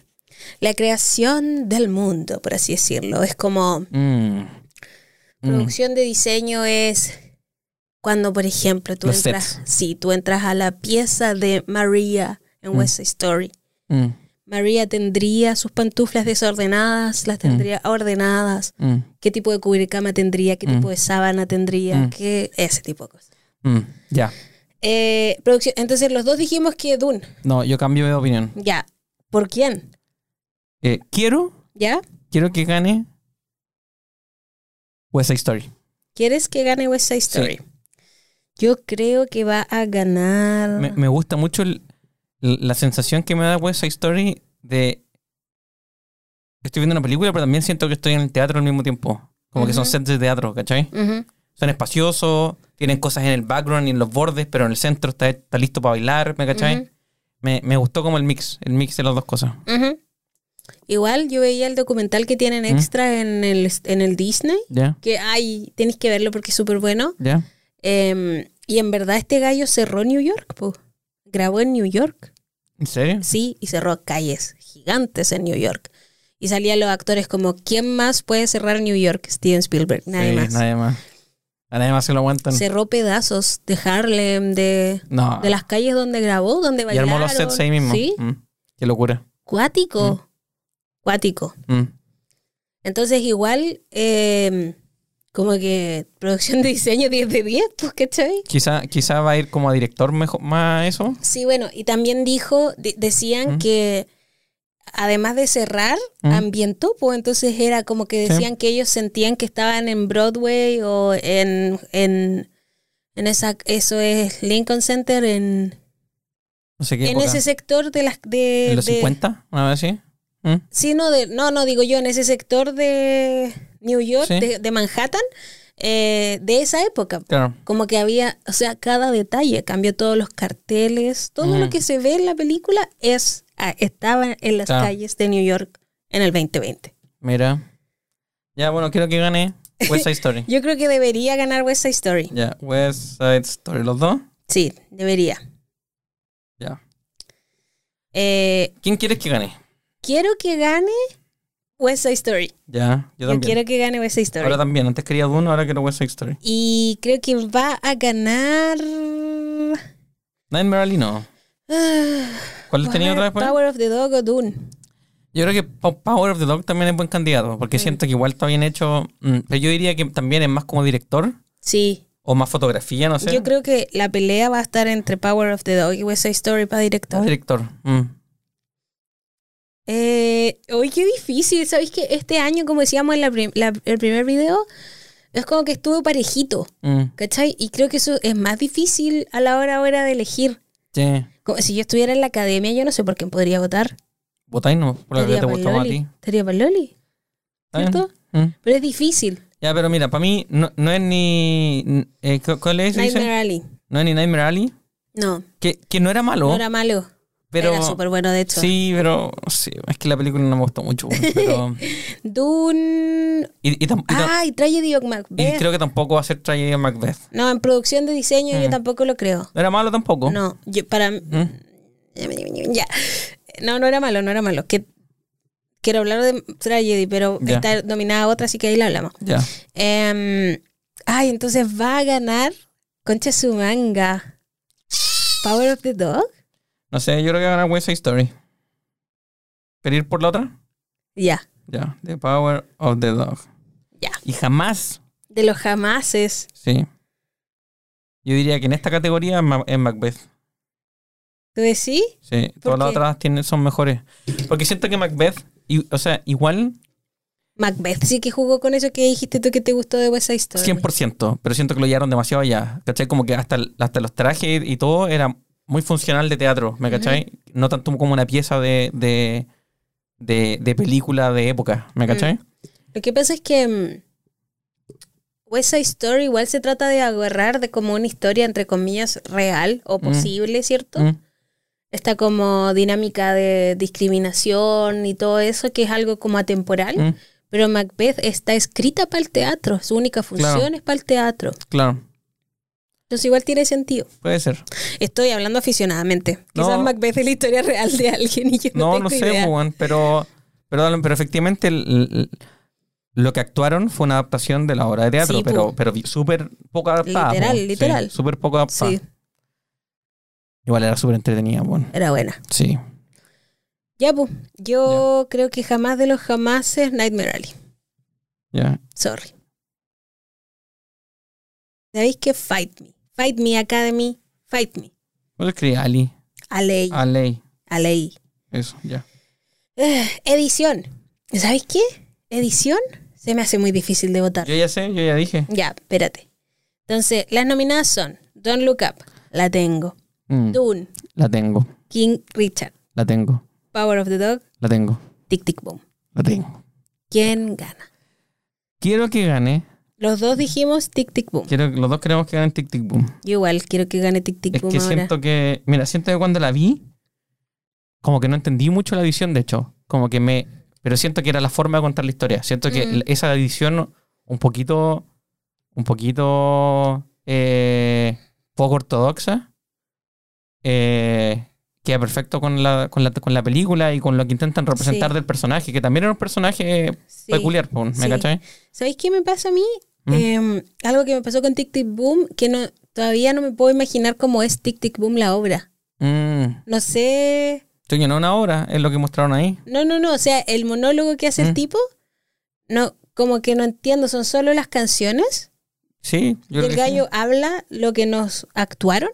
D: la creación del mundo, por así decirlo. Es como
C: Mm, mm,
D: producción de diseño es cuando, por ejemplo, tú
C: Los
D: entras, sí, tú entras a la pieza de María en West Side Story.
C: mm,
D: María tendría sus pantuflas desordenadas, las tendría ordenadas
C: mm,
D: qué tipo de cubrecama tendría, qué
C: Mm.
D: tipo de sábana tendría,
C: Mm.
D: qué, ese tipo de cosas.
C: mm, ya.
D: Eh, producción, entonces los dos dijimos que Dune,
C: No, yo cambio de opinión.
D: ya. ¿Por quién?
C: Eh, quiero,
D: ¿Ya?
C: quiero que gane West Side Story.
D: ¿Quieres que gane West Side Story? Yo creo que va a ganar.
C: Me, me gusta mucho el- la sensación que me da West Side Story de... Estoy viendo una película, pero también siento que estoy en el teatro al mismo tiempo. Como que son
D: Ujú.
C: sets de teatro, ¿cachai?
D: Ujú.
C: son espaciosos, tienen cosas en el background y en los bordes, pero en el centro está, está listo para bailar, ¿me cachai?
D: Ujú.
C: me, me gustó como el mix, el mix de las dos cosas.
D: Ujú. Igual yo veía el documental que tienen
C: Mm.
D: extra en, el, en el Disney,
C: ¿Ya?
D: que ay, tenéis que verlo porque es súper bueno.
C: ¿Ya?
D: Em, y en verdad este gallo cerró New York, po. grabó en New York.
C: ¿En serio?
D: Sí, y cerró calles gigantes en New York. Y salían los actores como, ¿quién más puede cerrar New York? Steven Spielberg, nadie
C: Sí,
D: más.
C: Nadie más. A nadie más se lo aguantan.
D: Cerró pedazos de Harlem, de,
C: no.
D: de las calles donde grabó, donde
C: y
D: bailaron.
C: armó los sets ahí mismo.
D: Sí,
C: Mm. Qué locura.
D: cuático. Cuático.
C: Mm.
D: Entonces igual, eh, como que producción de diseño 10 de 10, pues, ¿cachai?
C: Quizá, quizá va a ir como a director mejor, más a eso.
D: Sí, bueno, y también dijo, de- decían
C: ¿Mm?
D: que además de cerrar,
C: ¿Mm?
D: ambientó, pues entonces era como que
C: Sí.
D: decían que ellos sentían que estaban en Broadway o en, en, en esa, eso es Lincoln Center, en,
C: No sé qué
D: en
C: época.
D: ese sector de las... De,
C: ¿En los
D: de-
C: 50? Una vez así. Mm.
D: Sí, no, de, no, no, digo yo, en ese sector de New York,
C: Sí.
D: de, de Manhattan, eh, de esa época.
C: Claro.
D: Como que había, o sea, cada detalle, cambió todos los carteles, todo
C: Mm.
D: lo que se ve en la película es ah, estaba en las
C: Claro.
D: calles de New York en el 2020.
C: Mira. Ya, bueno, quiero que gane West Side Story.
D: [LAUGHS] Yo creo que debería ganar West Side Story.
C: ya, West Side Story. ¿Los dos?
D: Sí, debería.
C: Ya.
D: Eh,
C: ¿Quién quieres que gane?
D: quiero que gane West Side Story.
C: Ya, yo
D: Yo,
C: también.
D: quiero que gane West Side Story.
C: ahora también. Antes quería uno, ahora quiero West Side Story.
D: Y creo que va a ganar...
C: Nightmare Alley no.
D: ah,
C: ¿Cuál tenía otra después?
D: Power of the Dog o Dune.
C: Yo creo que Po- Power of the Dog también es buen candidato, porque siento que igual está bien hecho. mm, Pero yo diría que también es más como director
D: Sí,
C: o más fotografía, no sé.
D: Yo creo que la pelea va a estar entre Power of the Dog y West Side Story para
C: Más
D: director.
C: director. mm.
D: Eh, uy, qué difícil. ¿Sabéis que este año, como decíamos en la prim- la- el primer video, es como que estuvo parejito,
C: Mm,
D: ¿cachai? Y creo que eso es más difícil a la hora ahora de elegir.
C: Sí.
D: Como si yo estuviera en la academia, yo no sé por quién podría votar.
C: Votáis no, por la que
D: Estaría
C: te gustó más a
D: Loli.
C: ti.
D: Estaría para Loli,
C: Está bien.
D: ¿cierto?
C: Mm.
D: Pero es difícil.
C: Ya, pero mira, para mí no, no es ni. n- eh, ¿cu- ¿Cuál es? Dice?
D: Nightmare Alley.
C: No es ni Nightmare Alley,
D: No,
C: que, que no era malo,
D: no era malo.
C: pero.
D: Era súper bueno, de hecho.
C: sí, pero. Sí, es que la película no me gustó mucho. bueno, Pero,
D: [LAUGHS] Dune...
C: y, y tam- y tam-
D: Ay, Tragedy of Ah, Macbeth.
C: y creo Ah, que tampoco va a ser traída Macbeth.
D: No, en producción de diseño yo tampoco lo creo.
C: No era malo tampoco.
D: No, yo para
C: Mm.
D: ya. No, no era malo, no era malo. Que quiero hablar de Tragedy, pero
C: Ya.
D: está dominada otra, así que ahí la hablamos.
C: Ya.
D: Em, ay, entonces va a ganar Concha su manga. Power of the Dog.
C: No sé, yo creo que va a ganar West Side Story. ¿Querer ir por la otra?
D: Ya,
C: Ya, The Power of the Dog.
D: Ya.
C: Y jamás,
D: de los jamases.
C: sí. Yo diría que en esta categoría es Ma- es Macbeth.
D: ¿Tú decís?
C: Sí,
D: ¿Por
C: todas las
D: qué?
C: otras tienen, son mejores. Porque siento que Macbeth, y- o sea, igual
D: Macbeth sí que jugó con eso que dijiste tú que te gustó de West Side Story.
C: 100%, pero siento que lo llevaron demasiado allá. ¿Cachai? Como que hasta, el- hasta los trajes y todo era muy funcional de teatro, ¿me cachai? No tanto como una pieza de, de, de, de película de época,
D: Mm.
C: ¿me cachai?
D: Lo que pasa es que mm, West Side Story igual se trata de agarrar de como una historia, entre comillas, real o posible, ¿cierto?
C: Mm.
D: Esta como dinámica de discriminación y todo eso, que es algo como atemporal.
C: Mm.
D: Pero Macbeth está escrita para el teatro, su única función
C: Claro.
D: es para el teatro.
C: Claro,
D: Entonces igual tiene sentido.
C: puede ser.
D: Estoy hablando aficionadamente.
C: No.
D: Quizás Macbeth es la historia real de alguien y yo [LAUGHS] no,
C: No,
D: tengo
C: no sé,
D: idea.
C: po, weón, pero, pero, dale, pero efectivamente el- el- lo que actuaron fue una adaptación de la obra de teatro,
D: Sí, po.
C: pero, pero vi- súper poco adaptada. po.
D: Literal,
C: Sí,
D: literal.
C: súper poco adaptada.
D: Sí,
C: Igual era súper entretenida, bueno.
D: era buena.
C: Sí.
D: Ya, pues, yo creo que jamás de los jamases Nightmare Alley.
C: ya.
D: Sorry. ¿Sabéis que Fight Me? Fight Me Academy, Fight Me.
C: ¿Cómo se escribe? Ali.
D: Alei,
C: Ali.
D: Alei.
C: Eso, ya.
D: Eh, edición. ¿Sabéis qué? Edición se me hace muy difícil de votar.
C: Yo ya sé, yo ya dije.
D: Ya, espérate. Entonces, las nominadas son Don't Look Up, la tengo.
C: Mm,
D: Dune,
C: La tengo,
D: King Richard,
C: la tengo,
D: Power of the Dog,
C: la tengo,
D: Tic Tic Boom.
C: la tengo.
D: ¿Quién gana?
C: Quiero que gane
D: Los dos dijimos tic tic boom.
C: Quiero, los dos queremos que ganen Tic Tic Boom.
D: Yo igual quiero que gane tic tic
C: Es
D: boom
C: que
D: ahora.
C: siento que. Mira, siento que cuando la vi, como que no entendí mucho la visión, de hecho. Como que me. Pero siento que era la forma de contar la historia. Siento que
D: Mm.
C: l- esa edición un poquito. Un poquito. eh, poco ortodoxa. eh, queda perfecto con la, con, la, con la película y con lo que intentan representar
D: Sí.
C: del personaje, que también era un personaje
D: Sí.
C: peculiar, po, ¿me
D: Sí.
C: cachai?
D: ¿Sabéis qué me pasa a mí?
C: Mm.
D: Eh, algo que me pasó con Tic Tic Boom, que no, todavía no me puedo imaginar cómo es Tic Tic Boom la obra.
C: Mm.
D: No sé.
C: Toño, no una obra, es lo que mostraron ahí.
D: No, no, no. O sea, el monólogo que hace
C: Mm.
D: el tipo, no, como que no entiendo, son solo las canciones.
C: Sí,
D: Y
C: yo creo
D: el
C: que sí.
D: gallo habla lo que nos actuaron.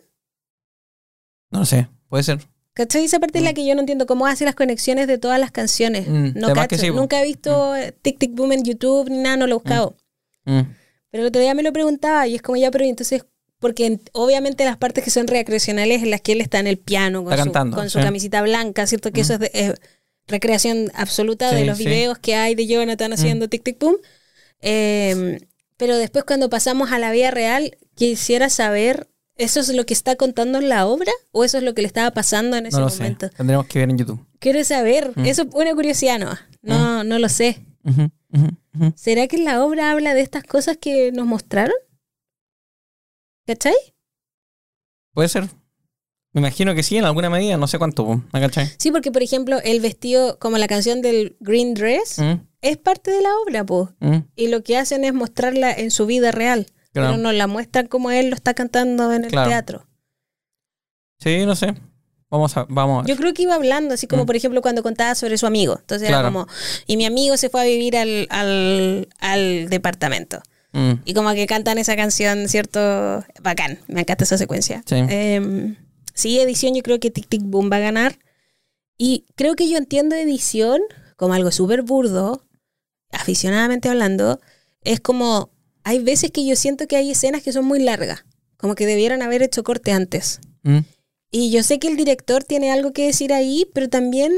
C: No lo sé, puede ser.
D: ¿Cachai? Esa parte es
C: Mm.
D: la que yo no entiendo, cómo hace las conexiones de todas las canciones.
C: Mm,
D: No
C: además que
D: cacho.
C: sí, po.
D: Nunca he visto eh, Tic Tic Boom en YouTube ni nada, no lo he buscado.
C: Mm.
D: Pero el otro día me lo preguntaba y es como ya, pero ¿y entonces, porque en- obviamente las partes que son recreacionales en las que él está en el piano con,
C: Está
D: su,
C: cantando,
D: con su
C: sí.
D: camisita blanca, ¿cierto? Que
C: Mm.
D: eso es, de- es recreación absoluta
C: Sí,
D: de los
C: sí. Mm.
D: videos que hay de Jonathan haciendo tic tic pum. Eh, pero después cuando pasamos a la vida real, quisiera saber, ¿eso es lo que está contando en la obra o eso es lo que le estaba pasando en ese
C: No lo
D: momento?
C: sé. Tendremos que ver en YouTube.
D: Quiero saber,
C: Mm.
D: eso es una curiosidad, ¿no? No, no lo sé.
C: Ujú, ujú, ujú.
D: ¿Será que en la obra habla de estas cosas que nos mostraron? ¿Cachai?
C: Puede ser. Me imagino que sí, en alguna medida, no sé cuánto, po, ¿me cachai?
D: Sí, porque por ejemplo, el vestido, como la canción del Green Dress,
C: Mm,
D: es parte de la obra, po.
C: mm,
D: Y lo que hacen es mostrarla en su vida real.
C: claro.
D: Pero nos la muestran como él lo está cantando en el
C: Claro.
D: teatro.
C: Sí, no sé. Vamos a. Vamos a-
D: Yo creo que iba hablando, así como
C: Mm.
D: por ejemplo cuando contaba sobre su amigo. Entonces era
C: Claro.
D: como, y mi amigo se fue a vivir al, al, al departamento.
C: Mm,
D: Y como que cantan esa canción, ¿cierto? Bacán, me encanta esa secuencia.
C: Sí.
D: Eh, sí, edición, yo creo que Tic Tic Boom va a ganar. Y creo que yo entiendo edición como algo súper burdo, aficionadamente hablando. Es como, hay veces que yo siento que hay escenas que son muy largas, como que debieron haber hecho corte antes.
C: mm.
D: Y yo sé que el director tiene algo que decir ahí, pero también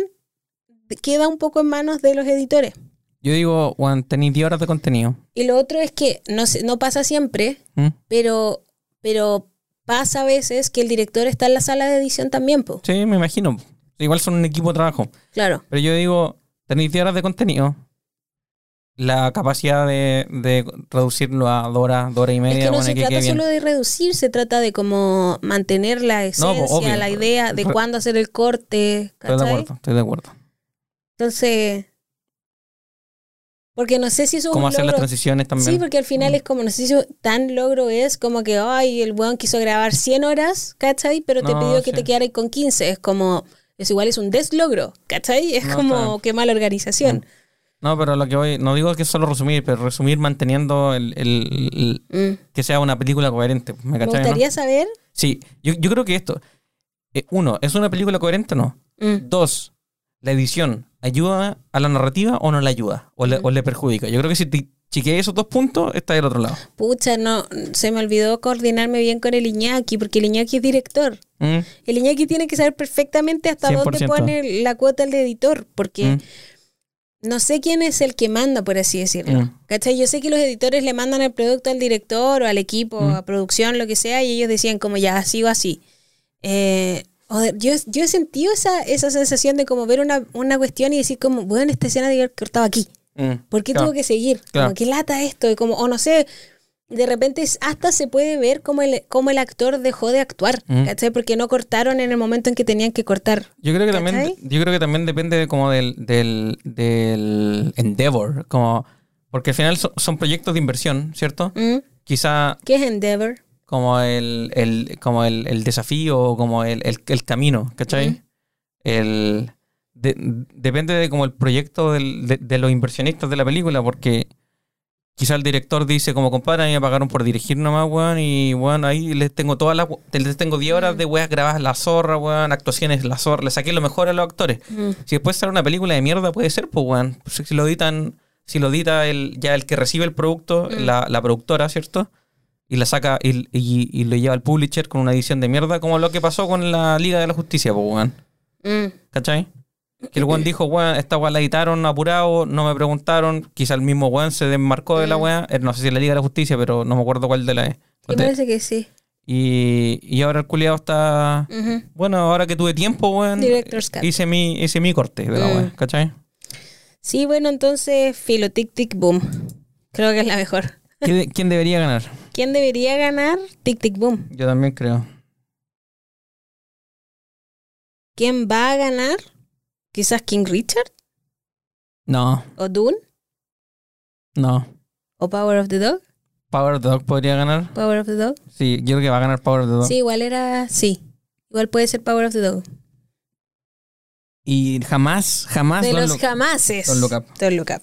D: queda un poco en manos de los editores.
C: Yo digo, Juan, tenéis 10 horas de contenido.
D: Y lo otro es que no, se- no pasa siempre,
C: Mm.
D: pero, pero pasa a veces que el director está en la sala de edición también, po.
C: Sí, me imagino. Igual son un equipo de trabajo.
D: Claro.
C: Pero yo digo, tenéis 10 horas de contenido. La capacidad de, de reducirlo a dos horas, dos horas y
D: Es
C: media.
D: que no
C: bueno,
D: se
C: que
D: trata
C: quede bien.
D: solo de reducir, se trata de como mantener la
C: No,
D: esencia,
C: po, obvio.
D: la idea de
C: [LAUGHS] Re-
D: cuándo hacer el corte,
C: Estoy de
D: ¿cachai?
C: acuerdo, estoy de acuerdo.
D: Entonces, porque no sé si eso es
C: Cómo
D: un
C: hacer las
D: logro-
C: transiciones también.
D: Sí, porque al final
C: Mm.
D: es como, no sé si eso tan logro es como que, ay, el weón quiso grabar 100 horas, ¿cachai? Pero te
C: No,
D: pidió que
C: sí.
D: te quedaras con 15. Es como, es igual, es un deslogro, ¿cachai? Es
C: No, está bien.
D: como, qué mala organización.
C: No, pero lo que voy, no digo que solo resumir, pero resumir manteniendo el, el- el-
D: Mm.
C: que sea una película coherente. ¿Me
D: Me
C: cachai, no?
D: gustaría saber.
C: Sí, yo, yo creo que esto, eh, uno, ¿es una película coherente o no?
D: Mm.
C: Dos, ¿la edición ayuda a la narrativa o no la ayuda? ¿O le,
D: Mm.
C: o le perjudica? Yo creo que si te chiqueas esos dos puntos, está del otro lado.
D: Pucha, no, se me olvidó coordinarme bien con el Iñaki, porque el Iñaki es director.
C: Mm,
D: El Iñaki tiene que saber perfectamente hasta dónde
C: 100%.
D: pone la cuota el editor, porque
C: mm,
D: no sé quién es el que manda, por así decirlo.
C: Mm.
D: ¿Cachai? Yo sé que los editores le mandan el producto al director o al equipo,
C: Mm.
D: a producción, lo que sea, y ellos decían como ya así o así. Eh, joder, yo, yo he sentido esa, esa sensación de como ver una, una cuestión y decir como, bueno, esta escena de haber cortado aquí.
C: mm.
D: ¿Por qué
C: Claro.
D: tuvo que seguir?
C: Claro.
D: Como que lata esto, y como, o no sé, de repente es- hasta se puede ver cómo el, cómo el actor dejó de actuar,
C: Mm.
D: ¿cachai? Porque no cortaron en el momento en que tenían que cortar.
C: Yo creo que también,
D: ¿Cachai?
C: yo creo que también depende de como del, del, del endeavor, como porque al final son, son proyectos de inversión, ¿cierto?
D: ¿Mm?
C: Quizá
D: ¿Qué es Endeavor?
C: como el, el- como el, el desafío, como el, el- el camino, ¿cachai?
D: Ujú.
C: El, de- depende de como el proyecto del- de, de los inversionistas de la película, porque quizá el director dice como, compadre, a mí me pagaron por dirigir nomás, weón, y bueno, ahí les tengo todas las, les tengo 10 horas de weas grabadas la zorra, weón, actuaciones la zorra, le saqué lo mejor a los actores.
D: Mm.
C: Si después sale una película de mierda, puede ser, pues, weón. Si si lo editan, si lo edita el, ya el que recibe el producto,
D: Mm.
C: la, la productora, ¿cierto? Y la saca y, y- y lo lleva al publisher con una edición de mierda, como lo que pasó con la Liga de la Justicia, pues, weón.
D: Mm.
C: ¿Cachai? Que el weón dijo, weón, esta weá la editaron apurado, no me preguntaron. Quizá el mismo weón se desmarcó
D: Mm.
C: de la weá. Eh, No sé si la Liga de la Justicia, pero no me acuerdo cuál de la es.
D: Me parece que sí.
C: Y, y ahora el culiado está.
D: Ujú.
C: Bueno, ahora que tuve tiempo, weón.
D: Director's cut.
C: Hice mi, hice mi corte de la
D: Mm.
C: weá, ¿cachai?
D: Sí, bueno, entonces, filo, tic, tic, boom. Creo que es la mejor.
C: ¿Quién, de- quién debería ganar?
D: ¿Quién debería ganar? Tic, tic, boom.
C: Yo también creo.
D: ¿Quién va a ganar? Quizás King Richard
C: No,
D: o Dune
C: no.
D: o Power of the Dog.
C: Power of the Dog podría ganar.
D: Power of the Dog.
C: Sí, yo creo que va a ganar Power of the Dog.
D: Sí, igual era, sí. Igual puede ser Power of the Dog.
C: Y jamás, jamás.
D: De
C: Ah, Don
D: los
C: Lu-
D: jamases.
C: Don't Look Up.
D: Don't Look Up.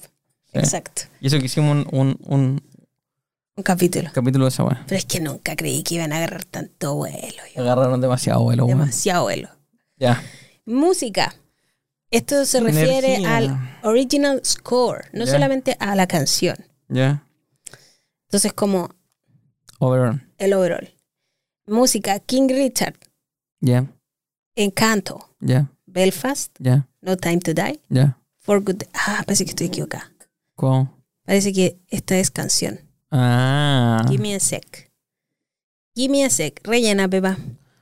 C: Sí.
D: Exacto.
C: y eso que hicimos un, un, un
D: Un capítulo.
C: capítulo de esa weá.
D: Pero es que nunca creí que iban a agarrar tanto vuelo. yo.
C: Agarraron demasiado, vuelo, weón.
D: Demasiado vuelo.
C: Ya.
D: Música. Esto se refiere
C: Energía.
D: al original score, no
C: Ya.
D: solamente a la canción.
C: Ya.
D: Entonces, como
C: Overall.
D: el overall. Música, King Richard,
C: Ya.
D: Encanto,
C: Ya.
D: Belfast,
C: Ya.
D: No Time to Die,
C: Ya.
D: For Good Day. Ah, parece que estoy equivocada.
C: ¿Cómo?
D: Parece que esta es canción.
C: Ah.
D: Give me a sec. Give me a sec. Rellena, beba.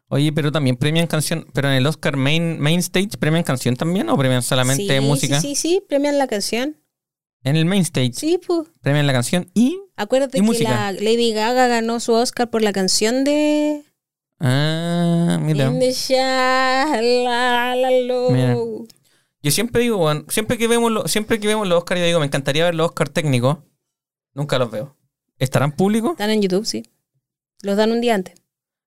C: Oye, pero también premian canción. Pero en el Oscar main, main stage, ¿premian canción también o premian solamente
D: sí,
C: música?
D: Sí, sí, sí, premian la canción.
C: En el main stage,
D: Sí, pues.
C: premian la canción y.
D: Acuérdate
C: Y
D: que
C: música.
D: la Lady Gaga ganó su Oscar por la canción de
C: Ah, mira.
D: In the Shallow.
C: Mira. Yo siempre digo, weón, siempre que vemos los, siempre que vemos los Oscar, yo digo, me encantaría ver los Oscar técnicos. Nunca los veo. ¿Estarán públicos?
D: Están en YouTube, sí. Los dan un día antes.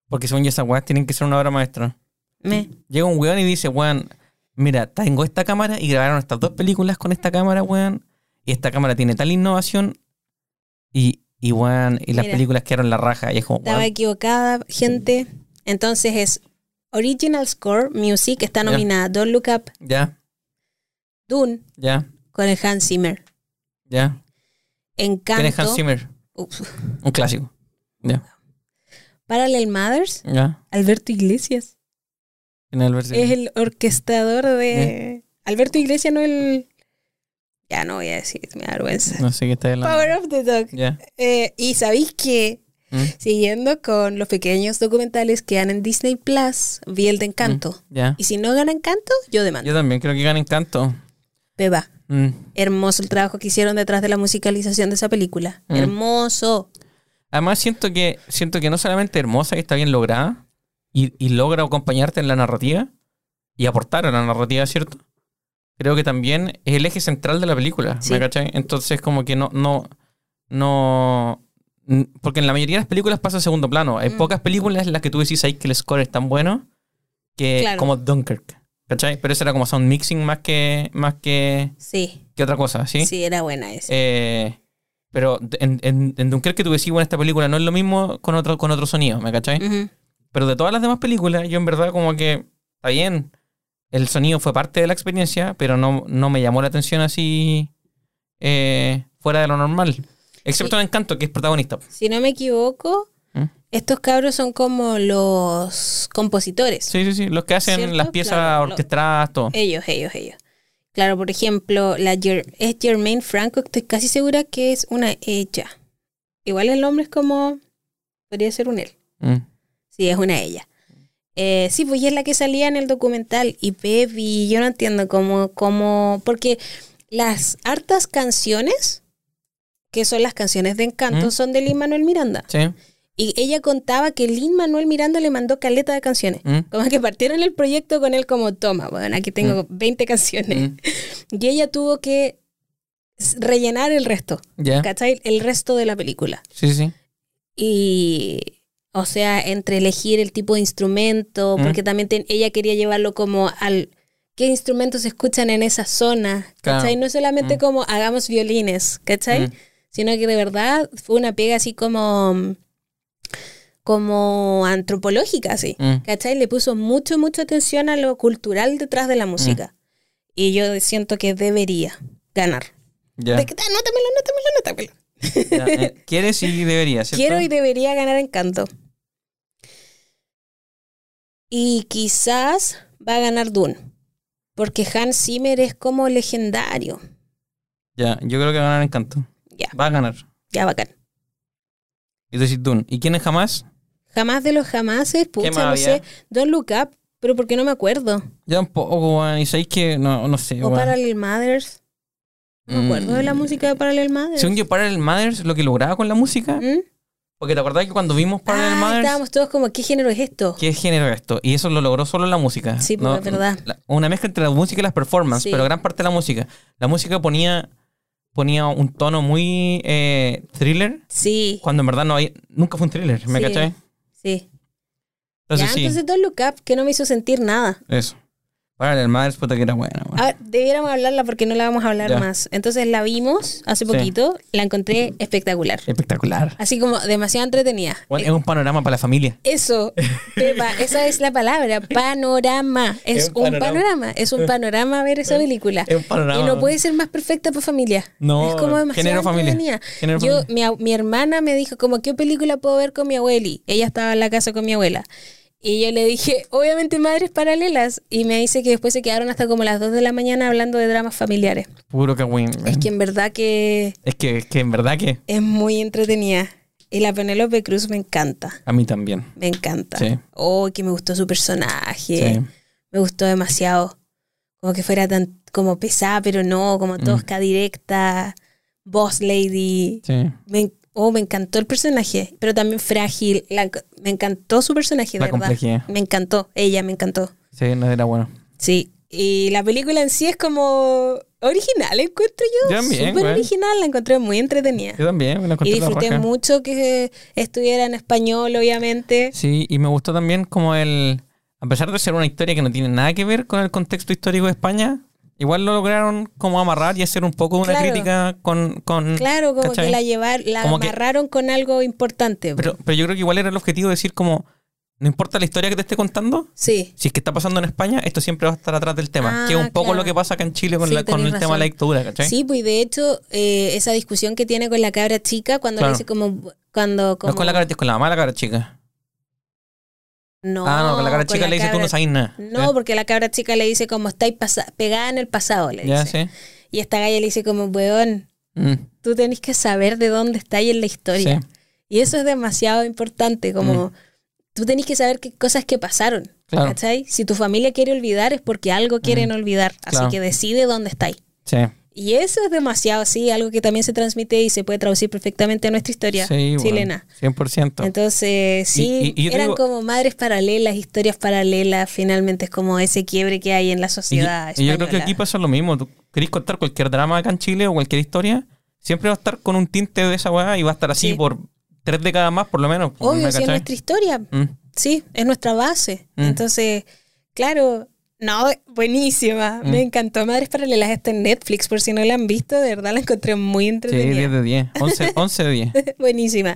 C: Porque según yo esas weas tienen que ser una obra maestra.
D: Me.
C: Llega un weón y dice, weón, mira, tengo esta cámara y grabaron estas dos películas con esta cámara, weón. Y esta cámara tiene tal innovación. Y, y weón, y las
D: Mira.
C: películas quedaron la raja. Y es como,
D: Estaba
C: weón,
D: equivocada, gente. Entonces es Original Score Music, está
C: Ya.
D: nominada Don't Look Up,
C: ya,
D: Dune,
C: ya,
D: con el Hans Zimmer.
C: ya.
D: Encanto,
C: Tiene Hans Zimmer,
D: Uf.
C: un clásico. Ya,
D: Parallel Mothers,
C: ya.
D: Alberto Iglesias.
C: Tiene Albert Zimmer.
D: Es el orquestador de...
C: Eh.
D: Alberto Iglesias no el... Ya no voy a decir, me da vergüenza.
C: No sé qué está hablando.
D: Power of the Dog.
C: Ya.
D: Eh, y sabéis que,
C: Mm.
D: siguiendo con los pequeños documentales que dan en Disney Plus, vi el de Encanto.
C: Ya.
D: Y si no gana Encanto, yo demando.
C: Mm. Yo también creo que gana Encanto.
D: Beba.
C: Mm.
D: Hermoso el trabajo que hicieron detrás de la musicalización de esa película.
C: Mm.
D: Hermoso.
C: Además, siento que, siento que no solamente hermosa y está bien lograda, y, y logra acompañarte en la narrativa y aportar a la narrativa, ¿cierto? Creo que también es el eje central de la película,
D: Sí.
C: ¿me cachai? Entonces, como que no, no, no. n- Porque en la mayoría de las películas pasa a segundo plano. Hay
D: Mm.
C: pocas películas en las que tú decís ahí que el score es tan bueno que
D: Claro.
C: como Dunkirk, ¿cachai? Pero eso era como sound mixing más que, más que,
D: Sí,
C: que otra cosa,
D: sí, era buena esa.
C: eh, pero en, en, en Dunkerque tú decís, bueno, esta película no es lo mismo con otro, con otro sonido, ¿me cachai?
D: Ujú.
C: Pero de todas las demás películas, yo en verdad como que, está bien, el sonido fue parte de la experiencia, pero no, no me llamó la atención así eh, fuera de lo normal. Excepto
D: Sí.
C: en Encanto, que es protagonista.
D: Si no me equivoco,
C: ¿Mm?
D: estos cabros son como los compositores.
C: Sí, sí, sí, los que hacen
D: ¿Cierto?
C: las piezas
D: Claro, lo- Eh.
C: orquestadas, todo.
D: Ellos, ellos, ellos. Claro, por ejemplo, la Ger- es Germaine Franco, estoy casi segura que es una ella. Igual el nombre es como. Podría ser un él.
C: Mm.
D: Sí, es una ella. Eh, sí, pues y es la que salía en el documental. Y Pepi, yo no entiendo cómo, cómo. Porque las hartas canciones, que son las canciones de encanto,
C: ¿Mm?
D: son de Lin Manuel Miranda.
C: Sí,
D: Y ella contaba que Lin Manuel Miranda le mandó caleta de canciones.
C: mm,
D: Como que partieron el proyecto con él como, toma, bueno, aquí tengo 20 canciones.
C: mm,
D: Y ella tuvo que s- rellenar el resto,
C: ya.
D: ¿cachai? El resto de la película.
C: Sí, sí, sí.
D: Y, o sea, entre elegir el tipo de instrumento,
C: Mm.
D: porque también ten- ella quería llevarlo como al... ¿Qué instrumentos se escuchan en esa zona?
C: Claro.
D: ¿Cachai? No es solamente
C: Mm.
D: como hagamos violines, ¿cachai?
C: Mm.
D: Sino que de verdad fue una pega así como... como antropológica, así.
C: Mm.
D: ¿Cachai? Le puso mucho, mucha atención a lo cultural detrás
C: Mm.
D: de la música. Y yo siento que debería ganar.
C: Ya.
D: [LAUGHS] De que- ah, Anótamelo, anótamelo, anótamelo.
C: Ya, eh, ¿Quieres y deberías? ¿cierto?
D: Quiero y debería ganar Encanto. Y quizás va a ganar Dune. Porque Hans Zimmer es como legendario.
C: Ya, yo creo que va a ganar Encanto.
D: Ya,
C: Va a ganar.
D: ya bacán.
C: Y tú decís Dune. ¿Y quién es jamás?
D: Jamás de los jamases, pucha,
C: más
D: no
C: había?
D: sé. Don't Look Up, pero porque no me acuerdo.
C: Ya un poco, weón. Y sabéis que no, no sé,
D: o
C: weón.
D: Parallel Mothers. No me acuerdo de la
C: Mm.
D: música de Parallel Mothers.
C: Según yo, Parallel Mothers, lo que lograba con la música.
D: ¿Mm?
C: Porque te acordás que cuando vimos Parallel
D: Ah,
C: Mothers,
D: estábamos todos como, ¿qué género es esto?
C: ¿qué género es esto? Y eso lo logró solo la música.
D: Sí, pues, es verdad.
C: la- una mezcla entre la música y las performances,
D: Sí.
C: pero gran parte de la música. La música ponía, ponía un tono muy eh, thriller,
D: Sí,
C: cuando en verdad no hay, nunca fue un thriller, ¿me
D: Sí.
C: cachai?
D: sí.
C: Entonces
D: ya,
C: Ah, sí,
D: entonces Don't Look Up, que no me hizo sentir nada.
C: eso. Parallel Mothers, puta que era buena, weón.
D: A ver, debiéramos hablarla porque no la vamos a hablar
C: Ya.
D: más. Entonces la vimos hace
C: Sí.
D: poquito, la encontré espectacular.
C: Espectacular.
D: Así como demasiado entretenida.
C: Bueno, es un panorama para la familia.
D: Eso, Pepa, esa es la palabra, panorama. Es,
C: Es
D: un
C: un panorama.
D: panorama. es un panorama ver esa película.
C: Es un panorama.
D: Y no puede ser más perfecta para familia.
C: No,
D: es como demasiado
C: género familia.
D: entretenida.
C: Género
D: Yo, mi, a- mi hermana me dijo, como, ¿qué película puedo ver con mi abueli? Ella estaba en la casa con mi abuela. Y yo le dije, obviamente, Madres Paralelas. Y me dice que después se quedaron hasta como las 2 de la mañana hablando de dramas familiares.
C: Puro cagüín.
D: Es que en verdad que
C: Es que, es que en verdad que
D: es muy entretenida. Y la Penélope Cruz me encanta.
C: a mí también.
D: Me encanta.
C: Sí.
D: Oh, que me gustó su personaje.
C: Sí.
D: Me gustó demasiado. Como que fuera tan como pesada, pero no, como
C: Mm.
D: tosca, directa, boss lady.
C: Sí.
D: Me, en- oh, me encantó el personaje, pero también frágil. La enc- me encantó su personaje,
C: La
D: de verdad.
C: complejidad.
D: Me encantó, ella me encantó.
C: Sí, no era bueno.
D: Sí. Y la película en sí es como original, encuentro yo.
C: Yo también,
D: Súper
C: güey.
D: original, la encontré muy entretenida.
C: Yo también, me la encontré
D: Y
C: la
D: disfruté
C: raja.
D: mucho que estuviera en español, obviamente.
C: Sí, y me gustó también como el... A pesar de ser una historia que no tiene nada que ver con el contexto histórico de España, igual lo lograron como amarrar y hacer un poco una
D: Claro.
C: crítica con... con
D: Claro, como
C: ¿cachai?
D: que la llevar, la
C: Como que-
D: amarraron con algo importante.
C: Pero, pero yo creo que igual era el objetivo decir como, no importa la historia que te esté contando,
D: sí,
C: si es que está pasando en España, esto siempre va a estar atrás del tema,
D: Ah,
C: que es un poco
D: claro.
C: lo que pasa acá en Chile con,
D: Sí,
C: la- con el
D: tenés
C: tema de la
D: razón.
C: dictadura, ¿cachai?
D: sí, pues y de hecho, eh, esa discusión que tiene con la cabra chica, cuando
C: Claro.
D: le dice como, cuando,
C: No
D: como
C: es con la cara, es con la mala cara chica.
D: no,
C: ah, no, con la cara chica
D: la
C: le dice tú
D: cabra-
C: no sabes nada.
D: No, pues, porque la cabra chica le dice como estáis pasa- pegada en el pasado, le
C: Ya,
D: dice.
C: sí.
D: Y esta galla le dice como, weón,
C: Mm,
D: tú tenés que saber de dónde estáis en la historia.
C: Sí. Mm.
D: Y eso es demasiado importante, como tú tenés que saber qué cosas que pasaron.
C: Claro. Mm.
D: ¿cachai? Si tu familia quiere olvidar es porque algo quieren olvidar, así
C: Claro.
D: que decide dónde estáis.
C: Sí.
D: Y eso es demasiado, sí, algo que también se transmite y se puede traducir perfectamente a nuestra historia
C: Sí,
D: chilena.
C: bueno, 100%.
D: Entonces, sí,
C: Y- y- y yo te
D: eran
C: digo-
D: como madres paralelas, historias paralelas, finalmente es como ese quiebre que hay en la
C: Y,
D: sociedad.
C: y yo creo que
D: española.
C: aquí pasa lo mismo. Tú querés contar cualquier drama acá en Chile o cualquier historia, siempre va a estar con un tinte de esa weá y va a estar así
D: Sí.
C: por tres décadas más, por lo menos. pues,
D: Obvio,
C: ¿me
D: sí, es
C: cachai?
D: nuestra historia,
C: Mm.
D: sí, es nuestra base.
C: Mm.
D: Entonces, claro, no, buenísima, me
C: Mm.
D: encantó Madres Paralelas, está en Netflix, por si no la han visto, de verdad la encontré muy
C: Sí, 10
D: entretenida.
C: de 10. 11, 11 de 10.
D: [LAUGHS] buenísima.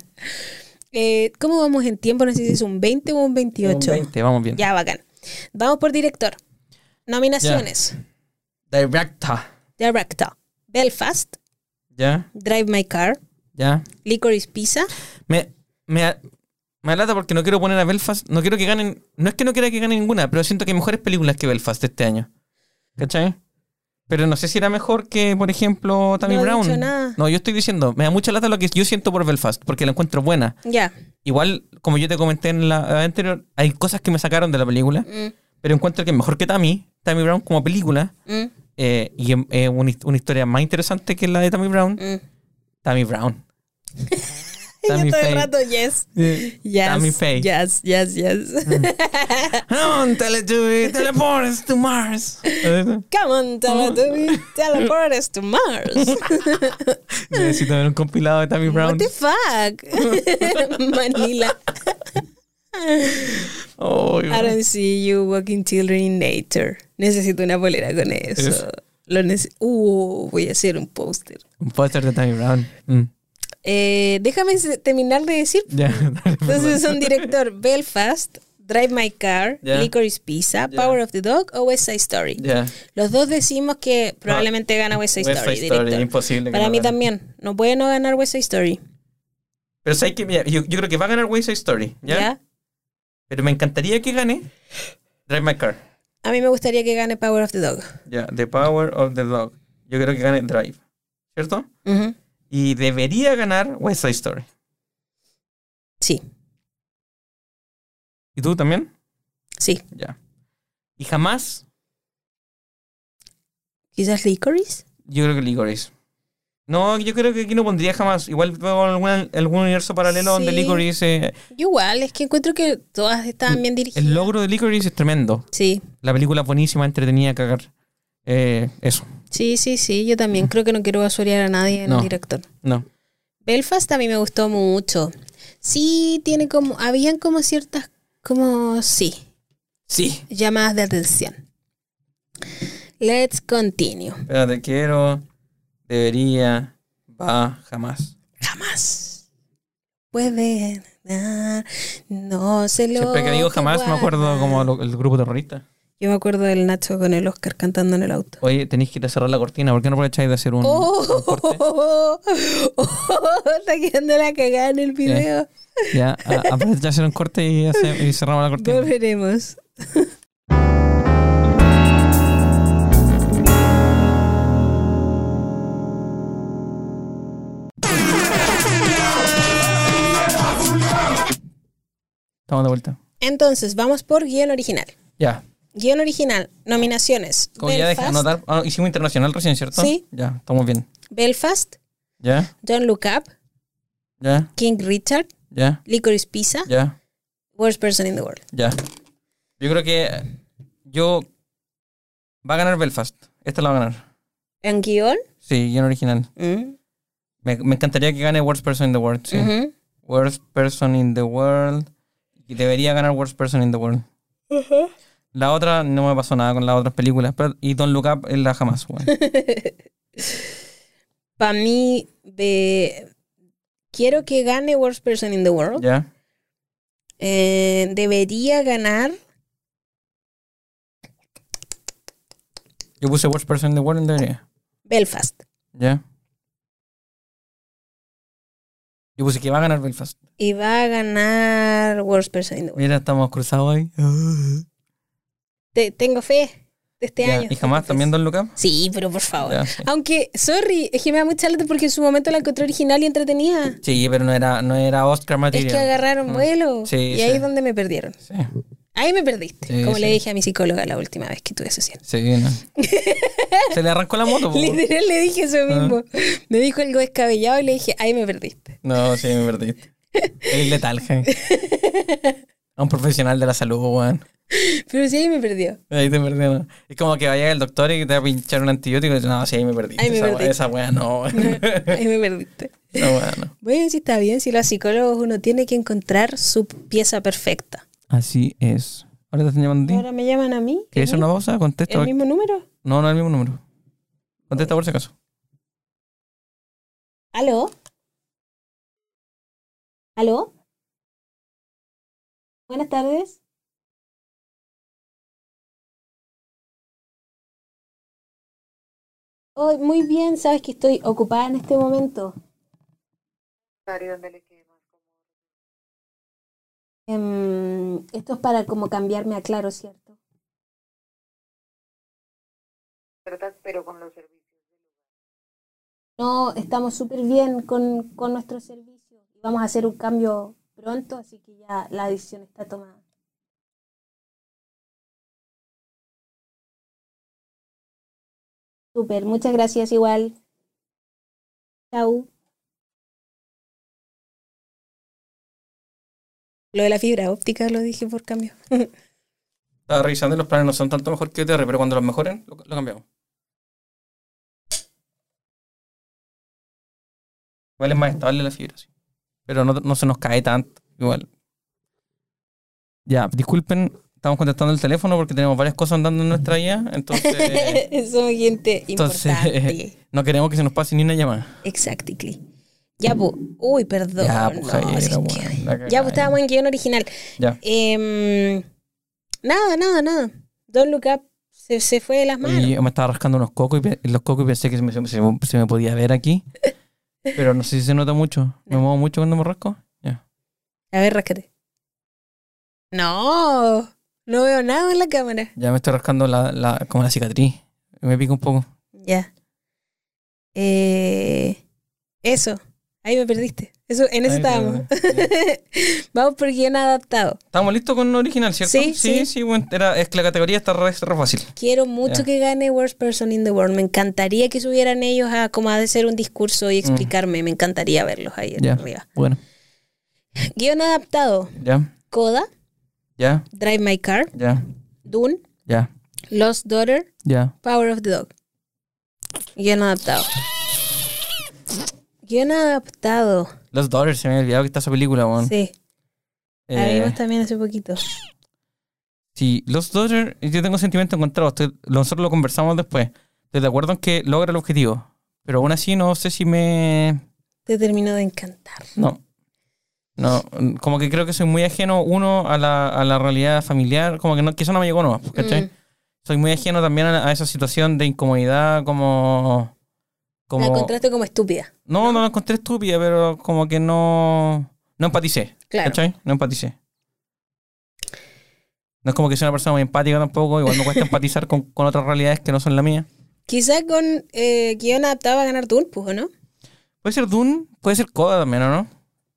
D: Eh, ¿Cómo vamos en tiempo? No sé si es un 20 o un 28.
C: 20, vamos bien.
D: Ya, bacán. Vamos por director. Nominaciones.
C: Director.
D: Director. Belfast,
C: Ya,
D: Drive My Car,
C: ya.
D: Licorice Pizza.
C: Me, me, me alata porque no quiero poner a Belfast. No quiero que ganen. No es que no quiera que gane ninguna, pero siento que hay mejores películas que Belfast este año. ¿Cachai? Pero no sé si era mejor que, por ejemplo, Tammy
D: No he
C: Brown.
D: dicho nada.
C: No, yo estoy diciendo, me da mucha lata lo que yo siento por Belfast, porque la encuentro buena.
D: Ya.
C: Igual, como yo te comenté en la anterior, hay cosas que me sacaron de la película,
D: Mm,
C: pero encuentro que es mejor que Tammy, Tammy Brown como película,
D: mm,
C: eh, y es es una, his- una historia más interesante que la de Tammy Brown.
D: mm.
C: Tammy Brown.
D: Yo
C: Tammy
D: todo el
C: Faye.
D: rato, yes. Yes.
C: Tammy Faye. Mm.
D: Yes, yes, yes.
C: No, Teletubby, teleportes to [LAUGHS] Mars.
D: [LAUGHS] Come on, Teletubby. Teleport us to Mars.
C: Necesito ver un compilado de Tammy [LAUGHS]
D: What
C: Brown.
D: the fuck? [LAUGHS] Manila.
C: Oh,
D: I don't see you walking children in nature. Necesito una bolera con eso.
C: Eso.
D: Lo nece- uh, voy a hacer un póster.
C: un póster de Tammy Brown. Mm.
D: Eh, déjame se- terminar de decir.
C: Ya, dale,
D: Entonces son director Belfast, Drive My Car,
C: Ya.
D: Licorice Pizza, Power of the Dog o West Side Story.
C: [LAUGHS] Ya.
D: Los dos decimos que probablemente gana West Side
C: West
D: Story.
C: Side Story,
D: director.
C: imposible que
D: Para
C: no
D: mí
C: gane.
D: también. No puede no ganar West Side Story.
C: Pero sabes que mira, yo, yo creo que va a ganar Wayside Story, ¿ya?
D: ¿Ya?
C: Pero me encantaría que gane Drive My Car.
D: A mí me gustaría que gane Power of the Dog.
C: Ya, The Power of the Dog. Yo creo que gane Drive, ¿cierto?
D: Ujú.
C: Y debería ganar West Side Story.
D: Sí,
C: ¿Y tú también?
D: sí.
C: Ya. Y jamás,
D: Quizás Licorice.
C: yo creo que Licorice. No, yo creo que aquí no pondría jamás. Igual veo algún, algún universo paralelo donde
D: Sí.
C: Licorice. eh,
D: Yo igual, es que encuentro que todas estaban bien dirigidas.
C: Mm, el logro de Licorice es tremendo.
D: Sí,
C: La película es buenísima, entretenida, cagar. Eh, eso.
D: sí, sí, sí. Yo también creo que no quiero basurear a nadie en
C: No.
D: el director.
C: No.
D: Belfast a mí me gustó mucho. Sí, tiene como, habían como ciertas, como, sí,
C: Sí.
D: llamadas de atención. Let's continue.
C: Espérate, quiero. Debería. Va, jamás.
D: Jamás. Puede ganar, no se lo.
C: Siempre que digo jamás me acuerdo
D: guarda.
C: como lo- el grupo terrorista.
D: Yo me acuerdo del Nacho con el Oscar cantando en el auto.
C: Oye, tenéis que ir a cerrar la cortina. ¿Por qué no aprovecháis de hacer un, un corte?
D: [LAUGHS] ¡Oh! Está quedando la cagada en el video.
C: Eh. Ya, a- aprovecháis de hacer un corte y, hace- y cerramos
D: [LAUGHS]
C: la cortina.
D: Volveremos.
C: Estamos de vuelta.
D: Entonces, vamos por guión original.
C: Ya.
D: Guión original, nominaciones.
C: Como ya dejé de
D: Belfast,
C: anotar. ah, hicimos internacional recién, ¿cierto?
D: Sí.
C: Ya, estamos bien.
D: Belfast,
C: Ya,
D: Don't Look Up,
C: ya,
D: King Richard,
C: ya,
D: Licorice Pizza,
C: ya,
D: Worst Person in the World.
C: ya. Yo creo que yo. Va a ganar Belfast. Esta la va a ganar.
D: En guión.
C: Sí, guión original.
D: mm,
C: Me, me encantaría que gane Worst Person in the World. Sí.
D: ujú.
C: Worst Person in the World. Y Debería ganar Worst Person in the World. La otra no me pasó nada con las otras películas. pero- y Don't Look Up es la jamás, weón.
D: Para mí, be- quiero que gane Worst Person in the World.
C: ¿Ya?
D: Eh, debería ganar.
C: Yo puse Worst Person in the World en debería.
D: Belfast.
C: ¿Ya? Yo puse que pues, va a ganar Belfast.
D: Y va a ganar Worst Person in the World.
C: Mira, estamos
D: [GASPS]
C: cruzados hoy.
D: Te- tengo fe de este
C: Ya,
D: año.
C: ¿Y jamás también Don't Look Up?
D: Sí, pero por favor.
C: Ya, sí.
D: Aunque, sorry, es que me da mucha lata porque en su momento la encontré original y entretenida.
C: Sí, pero no era, no era Oscar
D: Es
C: material.
D: que agarraron
C: Mm.
D: vuelo.
C: Sí,
D: y
C: sí.
D: ahí es donde me perdieron.
C: Sí,
D: Ahí me perdiste.
C: Sí,
D: como le
C: sí.
D: dije a mi psicóloga la última vez que tuve sesión.
C: sí,
D: [LAUGHS]
C: no. Se le arrancó la moto. po.
D: Literal le dije eso
C: Ah.
D: mismo. Me dijo algo descabellado y le dije, ahí me perdiste.
C: No, sí, me perdiste. Es letal, gen. A un profesional de la salud, weón.
D: Pero sí, ahí me perdió.
C: Ahí te perdí. ¿no? Es como que vayas al doctor y te va a pinchar un antibiótico y dices, no, sí, ahí me perdí.
D: Ahí me
C: esa,
D: perdí.
C: weá- esa weá no, weón. [LAUGHS]
D: Ahí me perdiste.
C: Esa weá no.
D: Bueno, si está bien, si los psicólogos uno tiene que encontrar su pieza perfecta.
C: Así es. Ahora te están llamando a ti.
D: Ahora me llaman a mí.
C: ¿Quieres una pausa? Contesta.
D: ¿El mismo número?
C: No, no es el mismo número. Contesta por si acaso.
D: ¿Aló? ¿Aló? Buenas tardes. Oh, muy bien, sabes que estoy ocupada en este momento. Em, esto es para como cambiarme a claro, ¿cierto? No, estamos súper bien con, con nuestro servicio. Vamos a hacer un cambio pronto, así que ya la decisión está tomada. Súper, muchas gracias igual. Chau. Lo de la fibra óptica lo dije por cambio.
C: Estaba revisando y los planes no son tanto mejor que OTR, pero cuando los mejoren, lo, lo cambiamos. Igual es más estable la fibra, sí. Pero no, no se nos cae tanto, igual. Ya, disculpen, estamos contestando el teléfono porque tenemos varias cosas andando en [LAUGHS] nuestra guía, entonces
D: Somos gente
C: Entonces-
D: importante.
C: no queremos que se nos pase ni una llamada.
D: Exactly. Ya, pues. Uy, perdón.
C: Ya, pues,
D: no,
C: Javiera,
D: si es
C: bueno,
D: que-
C: la cagada.
D: Ya, pues estábamos en guión original.
C: Ya.
D: Em, nada, nada, nada. Don't Look Up se, se fue de las manos.
C: Y yo me estaba rascando unos cocos y, pe- los cocos y pensé que se me, se me- se me podía
D: [LAUGHS]
C: ver aquí. Pero no sé si se nota mucho. ¿Me muevo mucho cuando me rasco? Ya.
D: A ver, ráscate. No, No veo nada en la cámara.
C: Ya me estoy rascando la, la- como la cicatriz. Me pica un poco.
D: Ya. Eh, eso. Ahí me perdiste. Eso, en eso
C: Ahí,
D: estábamos.
C: pero- ya.
D: Vamos por guión adaptado.
C: Estábamos listos con original, ¿cierto?
D: Sí, sí.
C: sí, bueno, era, es que la categoría está re, re fácil.
D: Quiero mucho
C: Ya.
D: que gane Worst Person in the World. Me encantaría que subieran ellos a como a hacer un discurso y explicarme. Me encantaría verlos ahí
C: Mm. Ya.
D: arriba.
C: Bueno,
D: Guión adaptado.
C: ya,
D: Coda,
C: ya,
D: Drive My Car,
C: ya,
D: Dune,
C: ya,
D: Lost Daughter,
C: ya.
D: Power of the Dog. Guión adaptado. Guión adaptado.
C: Los Daughters, se me había olvidado que está esa película, weón.
D: Sí. La
C: Eh,
D: vimos también hace poquito.
C: Sí, Los Daughters, yo tengo sentimientos encontrados. estoy- nosotros lo conversamos después. Estoy de acuerdo en que logra el objetivo. Pero aún así no sé si me...
D: Te terminó de encantar.
C: No. No, como que creo que soy muy ajeno, uno, a la, a la realidad familiar. Como que no, que eso no me llegó nomás, ¿cachai?
D: Mm.
C: Soy muy ajeno también a, a esa situación de incomodidad, como... como
D: La encontraste como estúpida.
C: No, no la encontré estúpida, pero como que no... No empaticé.
D: Claro.
C: ¿Cachai? No empaticé. No es como que soy una persona muy empática tampoco, igual
D: [LAUGHS]
C: me cuesta empatizar con, con otras realidades que no son la mía.
D: Quizá con eh, guión adaptado va a ganar Dune, pues, ¿o no?
C: Puede ser Dune, puede ser Coda también, ¿o no?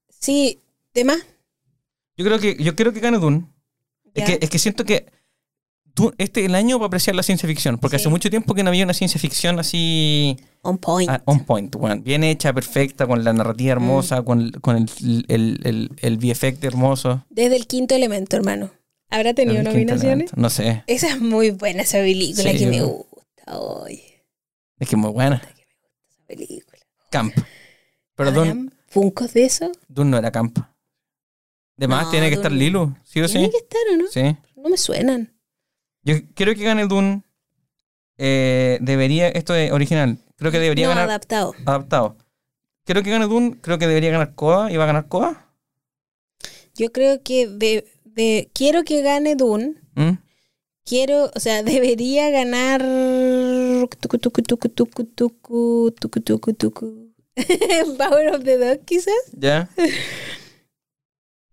D: Sí, de más.
C: Yo creo que, yo creo que gane Dune.
D: Ya.
C: Es que, es que siento que Dune- este es el año para apreciar la ciencia ficción, porque
D: Sí.
C: hace mucho tiempo que no había una ciencia ficción así
D: On point.
C: ah, on point, weón. bien hecha, perfecta, con la
D: Mm.
C: narrativa hermosa, con, con el, el, el, el VFX hermoso.
D: Desde el quinto elemento, hermano. ¿Habrá tenido
C: El quinto
D: nominaciones?
C: elemento. No sé,
D: Esa es muy buena, esa película
C: Sí,
D: que me
C: ¿no?
D: gusta hoy.
C: es que es muy buena.
D: Esa película.
C: Camp. Pero Dune-
D: ¿Habrán ¿Funcos de eso?
C: Dune no era camp. De más,
D: No,
C: tiene que estar
D: Dune.
C: Lilo, ¿sí o
D: Tienen
C: sí?
D: que estar, ¿o no?
C: Sí.
D: No me suenan.
C: Yo quiero que gane Dune. Eh, debería, esto es original. Creo que debería
D: no,
C: ganar
D: adaptado.
C: adaptado. Quiero que gane Dune, creo que debería ganar Coda. ¿Y va a ganar Coda?
D: Yo creo que de, de- quiero que gane Dune.
C: ¿Mm?
D: Quiero, o sea, debería ganar. tucu, tucu, tucu, tucu, tucu, tucu, tucu, tucu. [LAUGHS] Power of the Dog, quizás.
C: ¿Ya?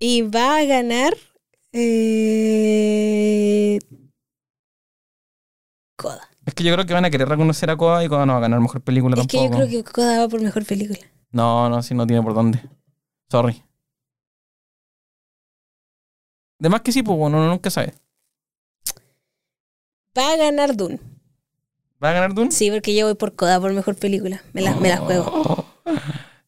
D: Y va a ganar. eh, Coda.
C: Es que yo creo que van a querer reconocer a Coda y Coda no va a ganar mejor película
D: Es que
C: tampoco.
D: yo creo que Coda va por mejor película.
C: No, no, si no tiene por dónde. Sorry. De más que sí, pues bueno, uno nunca sabe.
D: Va a ganar Dune.
C: ¿Va a ganar Dune?
D: Sí, porque yo voy por Coda por mejor película. Me la,
C: Oh,
D: me la juego.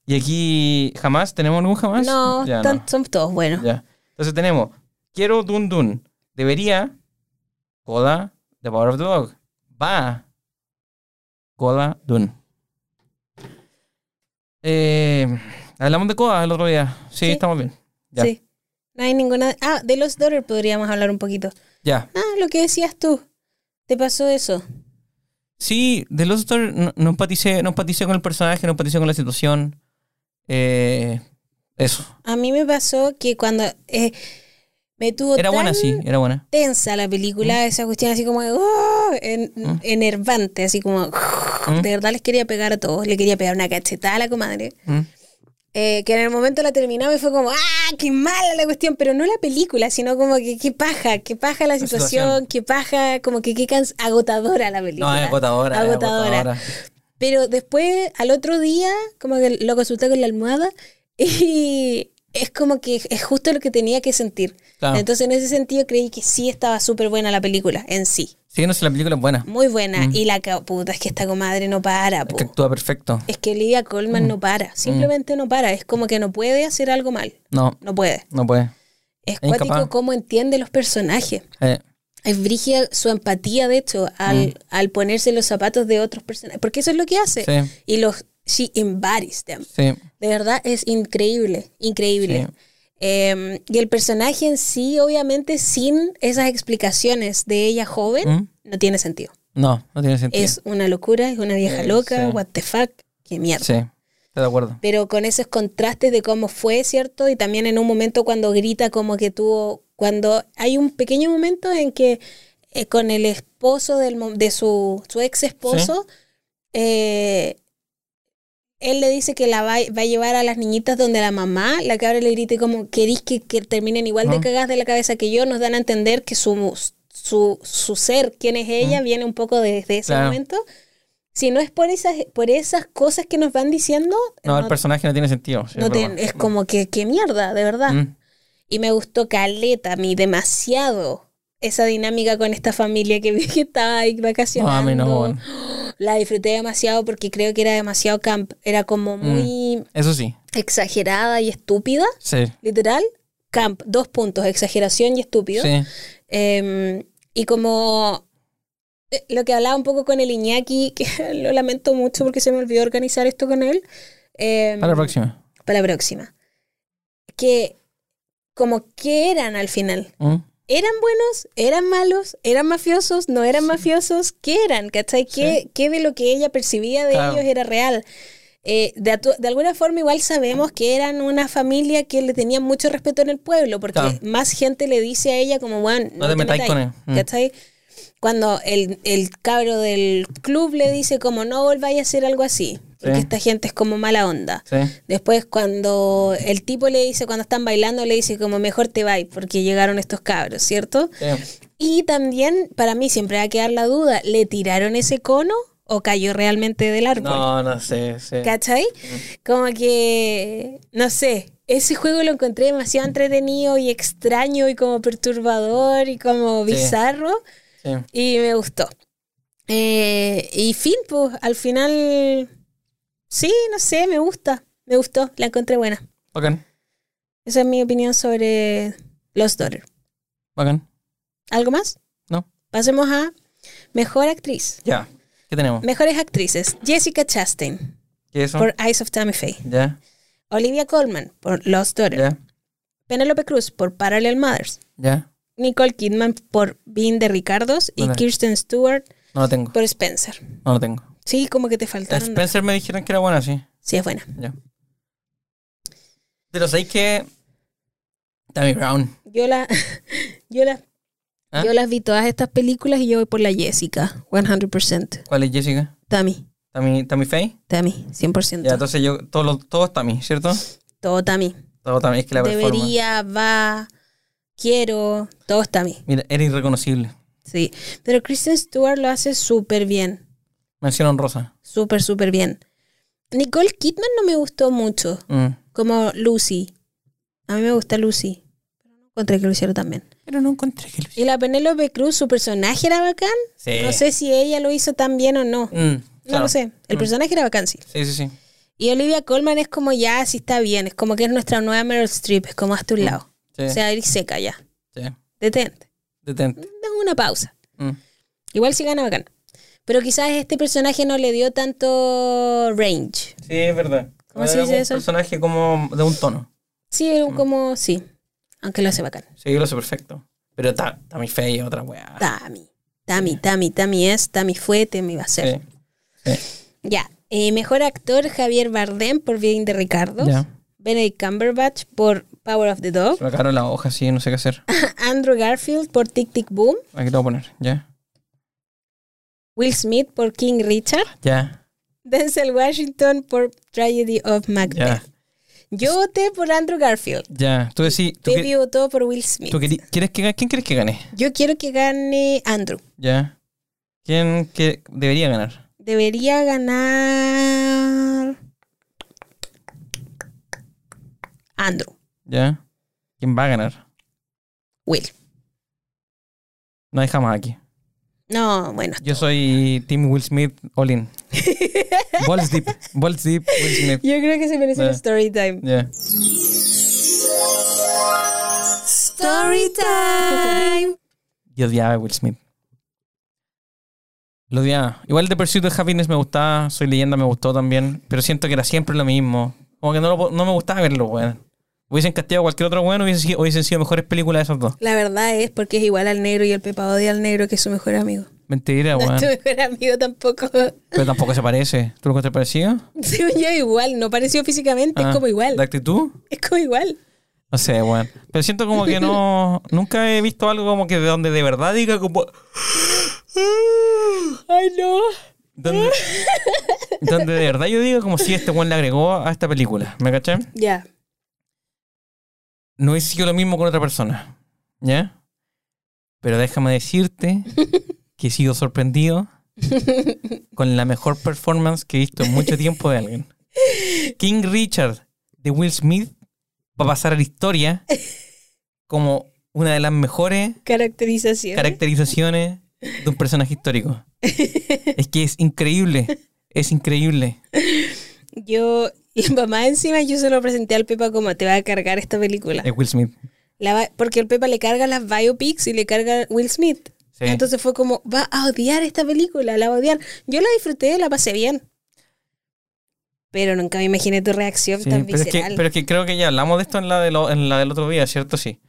C: ¿Y aquí jamás? ¿Tenemos algún jamás?
D: No,
C: Ya,
D: tan- son todos buenos.
C: Ya. Entonces tenemos, quiero Dun Dun. Debería, Coda, The Power of the Dog. Va, Coda, Dun. Eh, hablamos de Coda el otro día. Sí,
D: Sí.
C: estamos bien. Ya.
D: Sí. No hay ninguna. Ah, de los Daughter podríamos hablar un poquito.
C: Ya.
D: Ah, lo que decías tú. ¿Te pasó eso?
C: Sí, The Lost Star no, no empaticé, no empaticé con el personaje, no empaticé con la situación. Eh, eso.
D: A mí me pasó que cuando eh, me tuvo
C: Era
D: tan
C: buena, sí, era buena.
D: tensa la
C: ¿Mm?
D: película, esa cuestión así como ¡oh! en- enervante, así como ¡oh!
C: Mm.
D: de verdad les quería pegar a todos, le quería pegar una cachetada a la comadre.
C: Mm.
D: Eh, que en el momento la terminaba y fue como, ¡ah, qué mala la cuestión! Pero no la película, sino como que qué paja, qué paja la situación,
C: situación.
D: qué paja, como que qué cans- agotadora la película.
C: No, es agotadora. es
D: Agotadora. Pero después, al otro día, como que lo consulté con la almohada [LAUGHS] y es como que es justo lo que tenía que sentir.
C: Claro.
D: Entonces, en ese sentido, creí que sí estaba súper buena la película en sí.
C: Sí, no sé, la película es buena.
D: Muy buena. Y la ca- puta, es que esta comadre no para,
C: Mm. Es
D: po.
C: que Mm. actúa perfecto.
D: Es que Olivia Colman no para. Simplemente no para. Es como que no puede hacer algo mal.
C: No,
D: No puede.
C: no puede.
D: Es
C: Es incapaz.
D: cuático cómo entiende los personajes.
C: Eh,
D: Es brígida su empatía, de hecho, al,
C: Mm.
D: al ponerse los zapatos de otros personajes. Porque eso es lo que hace.
C: Sí.
D: Y los. She embodies them.
C: sí.
D: De verdad es increíble, increíble.
C: Sí.
D: Eh, y el personaje en sí, obviamente, sin esas explicaciones de ella joven,
C: ¿Mm?
D: no tiene sentido.
C: No, no tiene sentido.
D: Es una locura, es una vieja
C: Sí,
D: loca,
C: Eh, sí.
D: what the fuck, qué mierda.
C: Sí, estoy de acuerdo.
D: Pero con esos contrastes de cómo fue, ¿cierto? Y también en un momento cuando grita como que tuvo, cuando hay un pequeño momento en que eh, con el esposo del, mo- de su, su ex esposo, eh, él le dice que la va, va a llevar a las niñitas donde la mamá, la cabra le grita como, ¿queréis que, que terminen igual de
C: Ah.
D: cagadas de la cabeza que yo? Nos dan a entender que su, su, su ser, quién es ella, viene un poco desde ese
C: Ah. Claro.
D: momento. Si no es por esas, por esas cosas que nos van diciendo,
C: No, el
D: no-
C: personaje no tiene sentido. sí,
D: no
C: es
D: te-
C: verdad.
D: es como que, qué mierda, de verdad.
C: Mm.
D: Y me gustó Caleta, a mí demasiado esa dinámica con esta familia que [LAUGHS] vi que estaba ahí
C: No, a
D: vacacionando.
C: mí no, bueno.
D: La disfruté demasiado porque creo que era demasiado camp. Era como
C: Mm.
D: muy
C: Eso sí,
D: exagerada y estúpida,
C: sí.
D: literal. Camp, dos puntos, exageración y estúpido.
C: Sí.
D: Eh, y como eh, lo que hablaba un poco con el Iñaki, [LAUGHS] que lo lamento mucho porque se me olvidó organizar esto con él. eh,
C: Para la próxima.
D: para la próxima. Que como que eran al final.
C: Mm.
D: ¿Eran buenos? ¿Eran malos? ¿Eran mafiosos? ¿No eran mafiosos? ¿Qué eran? ¿Cachai? ¿Qué, qué de lo que ella percibía de
C: Claro.
D: ellos era real? Eh, de, atu- de alguna forma igual sabemos que eran una familia que le tenía mucho respeto en el pueblo, porque
C: Claro.
D: más gente le dice a ella como, bueno,
C: No te metáis con él. Mm.
D: ¿Cachai? Cuando el, el cabro del club le dice como, no volváis a hacer algo así, porque esta gente es como mala onda.
C: Sí.
D: Después cuando el tipo le dice, cuando están bailando, le dice como mejor te vais porque llegaron estos cabros, ¿cierto? [LAUGHS]
C: Sí.
D: Y también, para mí siempre va a quedar la duda, ¿le tiraron ese cono o cayó realmente del árbol?
C: No, Mm. no sé. Sí.
D: ¿Cachai? Como que, no sé, ese juego lo encontré demasiado entretenido y extraño y como perturbador y como
C: Sí.
D: bizarro
C: Sí.
D: y me gustó. Eh, y fin, pues, al final, sí, no sé, me gusta, me gustó, la encontré buena.
C: Bacán,
D: Esa es mi opinión sobre Los Daughter.
C: bacán.
D: ¿Algo más?
C: No.
D: Pasemos a Mejor Actriz.
C: Ya. ¿Qué tenemos?
D: Mejores actrices. Jessica Chastain
C: ¿Qué es eso?
D: por Eyes of Tammy Faye.
C: Ya,
D: Olivia Colman por Los Daughter.
C: ya,
D: Penélope Cruz por Parallel Mothers.
C: ya.
D: Nicole Kidman por Bean de Ricardos. Y
C: Buena.
D: Kirsten Stewart
C: No lo tengo.
D: por Spencer.
C: No lo tengo.
D: Sí, como que te faltaron.
C: Spencer me dijeron que era buena, sí.
D: Sí, es buena.
C: Ya. Pero sabéis que. Tammy Brown.
D: Yo la, [LAUGHS] yo las
C: ¿Ah?
D: yo las vi todas estas películas y yo voy por la Jessica, 100%.
C: ¿Cuál es Jessica?
D: Tammy,
C: Tammy, Tammy Faye.
D: Tammy, 100%.
C: Ya, entonces yo. Todos los, todos Tammy, ¿cierto?
D: todo Tammy.
C: Todos Tammy. Es que la performance.
D: Debería, va, quiero, todo es Tammy.
C: Mira, era irreconocible.
D: Sí, pero Kristen Stewart lo hace súper bien,
C: Mención rosa.
D: súper, súper bien. Nicole Kidman no me gustó mucho,
C: Mm.
D: como Lucy. A mí me gusta Lucy. Contra que lo hicieron también.
C: Pero no encontré que lo
D: Y la Penélope Cruz, su personaje era bacán.
C: Sí.
D: No sé si ella lo hizo tan bien o no.
C: Mm,
D: No
C: Eh. claro.
D: lo sé. El personaje era bacán, sí.
C: Sí, sí, sí.
D: Y Olivia Colman es como ya, sí está bien. Es como que es nuestra nueva Meryl Streep. Es como
C: Mm.
D: hasta un lado.
C: Sí.
D: O sea, ir seca ya.
C: sí.
D: Detente.
C: Detente.
D: Dame una pausa.
C: Mm.
D: Igual si gana, bacán. Pero quizás este personaje no le dio tanto range.
C: Sí, es verdad.
D: ¿Cómo se
C: Era
D: dice
C: un
D: eso?
C: personaje como de un tono.
D: Sí, era
C: Mm.
D: un como, sí. Aunque lo hace bacán.
C: Sí, lo sé perfecto. Pero ta, Tammy Faye es otra weá.
D: Tami. Tami, Tami, Tami es, Tami fue, Tami va a
C: Sí.
D: ser. Ya. Eh, mejor actor, Javier Bardem por Bien de Ricardo.
C: Ya.
D: Benedict Cumberbatch por Power of the Dog.
C: Se me acabaron las hojas, sí, no sé qué hacer.
D: [LAUGHS] Andrew Garfield por Tic Tic Boom.
C: Aquí te voy a poner, ya.
D: Will Smith por King
C: [LAUGHS]
D: Richard.
C: Ya,
D: Denzel Washington por Tragedy of
C: ya,
D: Macbeth. Yo voté por Andrew Garfield.
C: ya. Tú decís, tú,
D: Baby
C: que-
D: votó por Will Smith.
C: tú querí- ¿quieres que gane? ¿Quién quieres que gane?
D: Yo quiero que gane Andrew.
C: Ya. ¿Quién que debería ganar?
D: Debería ganar. Andrew.
C: Ya. ¿Quién va a ganar?
D: Will.
C: No dejamos aquí.
D: No, bueno.
C: Yo soy Team Will Smith All In. Balls Deep, Balls Deep, Will
D: [LAUGHS]
C: Smith.
D: Yo creo que se merece
C: Eh.
D: un story time.
C: Ya.
D: Story time.
C: Yo odiaba a Will Smith. Lo odiaba. Igual The Pursuit of Happiness me gustaba, Soy Leyenda me gustó también, pero siento que era siempre lo mismo. Como que no, lo po- no me gustaba verlo, weón. Hubiesen castigado a cualquier otro weón, hubiesen, sido- hubiesen sido mejores películas de esos dos.
D: La verdad es porque es igual al negro y el Pepa odia al negro que es su mejor amigo.
C: Mentira,
D: No
C: weón.
D: es tu mejor amigo tampoco. [LAUGHS]
C: Pero tampoco se parece. ¿Tú lo encuentras parecido?
D: Según yo, igual. No pareció físicamente,
C: Ah,
D: es como igual.
C: ¿La actitud?
D: Es como igual.
C: No sé, weón. Pero siento como que
D: [LAUGHS]
C: no. Nunca he visto algo como que de donde de verdad diga como.
D: Ay, no.
C: Donde, donde de verdad yo digo como si este weón le agregó a esta película. ¿Me caché?
D: Ya.
C: No he sido lo mismo con otra persona. ¿Ya? Pero déjame decirte que he sido sorprendido con la mejor performance que he visto en mucho tiempo de alguien. King Richard de Will Smith va a pasar a la historia como una de las mejores
D: Caracterización.
C: caracterizaciones de un personaje histórico. Es que es increíble, es increíble.
D: yo, [LAUGHS] y mamá encima, yo se lo presenté al Pepa como te va a cargar esta película.
C: Es Will Smith.
D: La va- porque el Pepa le carga las biopics y le carga Will Smith.
C: Sí.
D: Entonces fue como, va a odiar esta película, la va a odiar. Yo la disfruté, la pasé bien. Pero nunca me imaginé tu reacción
C: Sí,
D: tan
C: pero, es
D: visceral.
C: que, pero es que creo que ya hablamos de esto en la, de lo- en la del otro día, ¿cierto? Sí.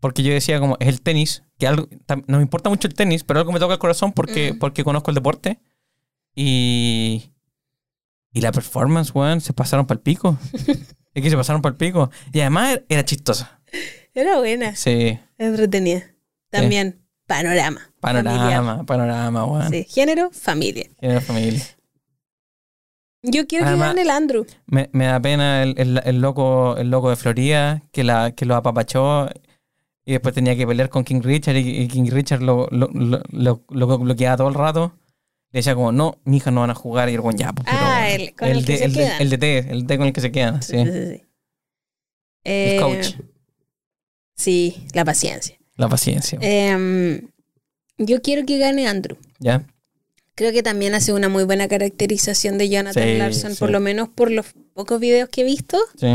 C: Porque yo decía como, es el tenis, que algo, tam- no me importa mucho el tenis, pero algo me toca el corazón porque,
D: Mm.
C: porque conozco el deporte. Y, y la performance, weón, se pasaron para el pico.
D: [LAUGHS]
C: es que se pasaron para el pico. Y además era- era chistosa.
D: Era buena,
C: Sí.
D: entretenida. También, panorama. familiar.
C: Panorama, panorama, weón.
D: Sí, género, familia.
C: Era familia.
D: Yo quiero
C: Además-
D: que gane el Andrew.
C: Me, me da pena el, el- el loco, el loco de Florida que, la, que lo apapachó y después tenía que pelear con King Richard y, y King Richard lo, lo, lo, lo, lo bloqueaba todo el rato. Le decía como, no, mi hija no van a jugar y el buen ya. pues, pero
D: Ah,
C: bueno".
D: el- con el que
C: de-
D: se
C: de-
D: quedan.
C: el de T, el T con el que se quedan, sí.
D: Sí, sí, sí. Eh,
C: El coach,
D: Sí, la paciencia.
C: la paciencia,
D: Em, yo quiero que gane Andrew.
C: ¿ya?
D: Creo que también hace una muy buena caracterización de Jonathan
C: Sí,
D: Larson,
C: sí.
D: por lo menos por los pocos videos que he visto.
C: Sí.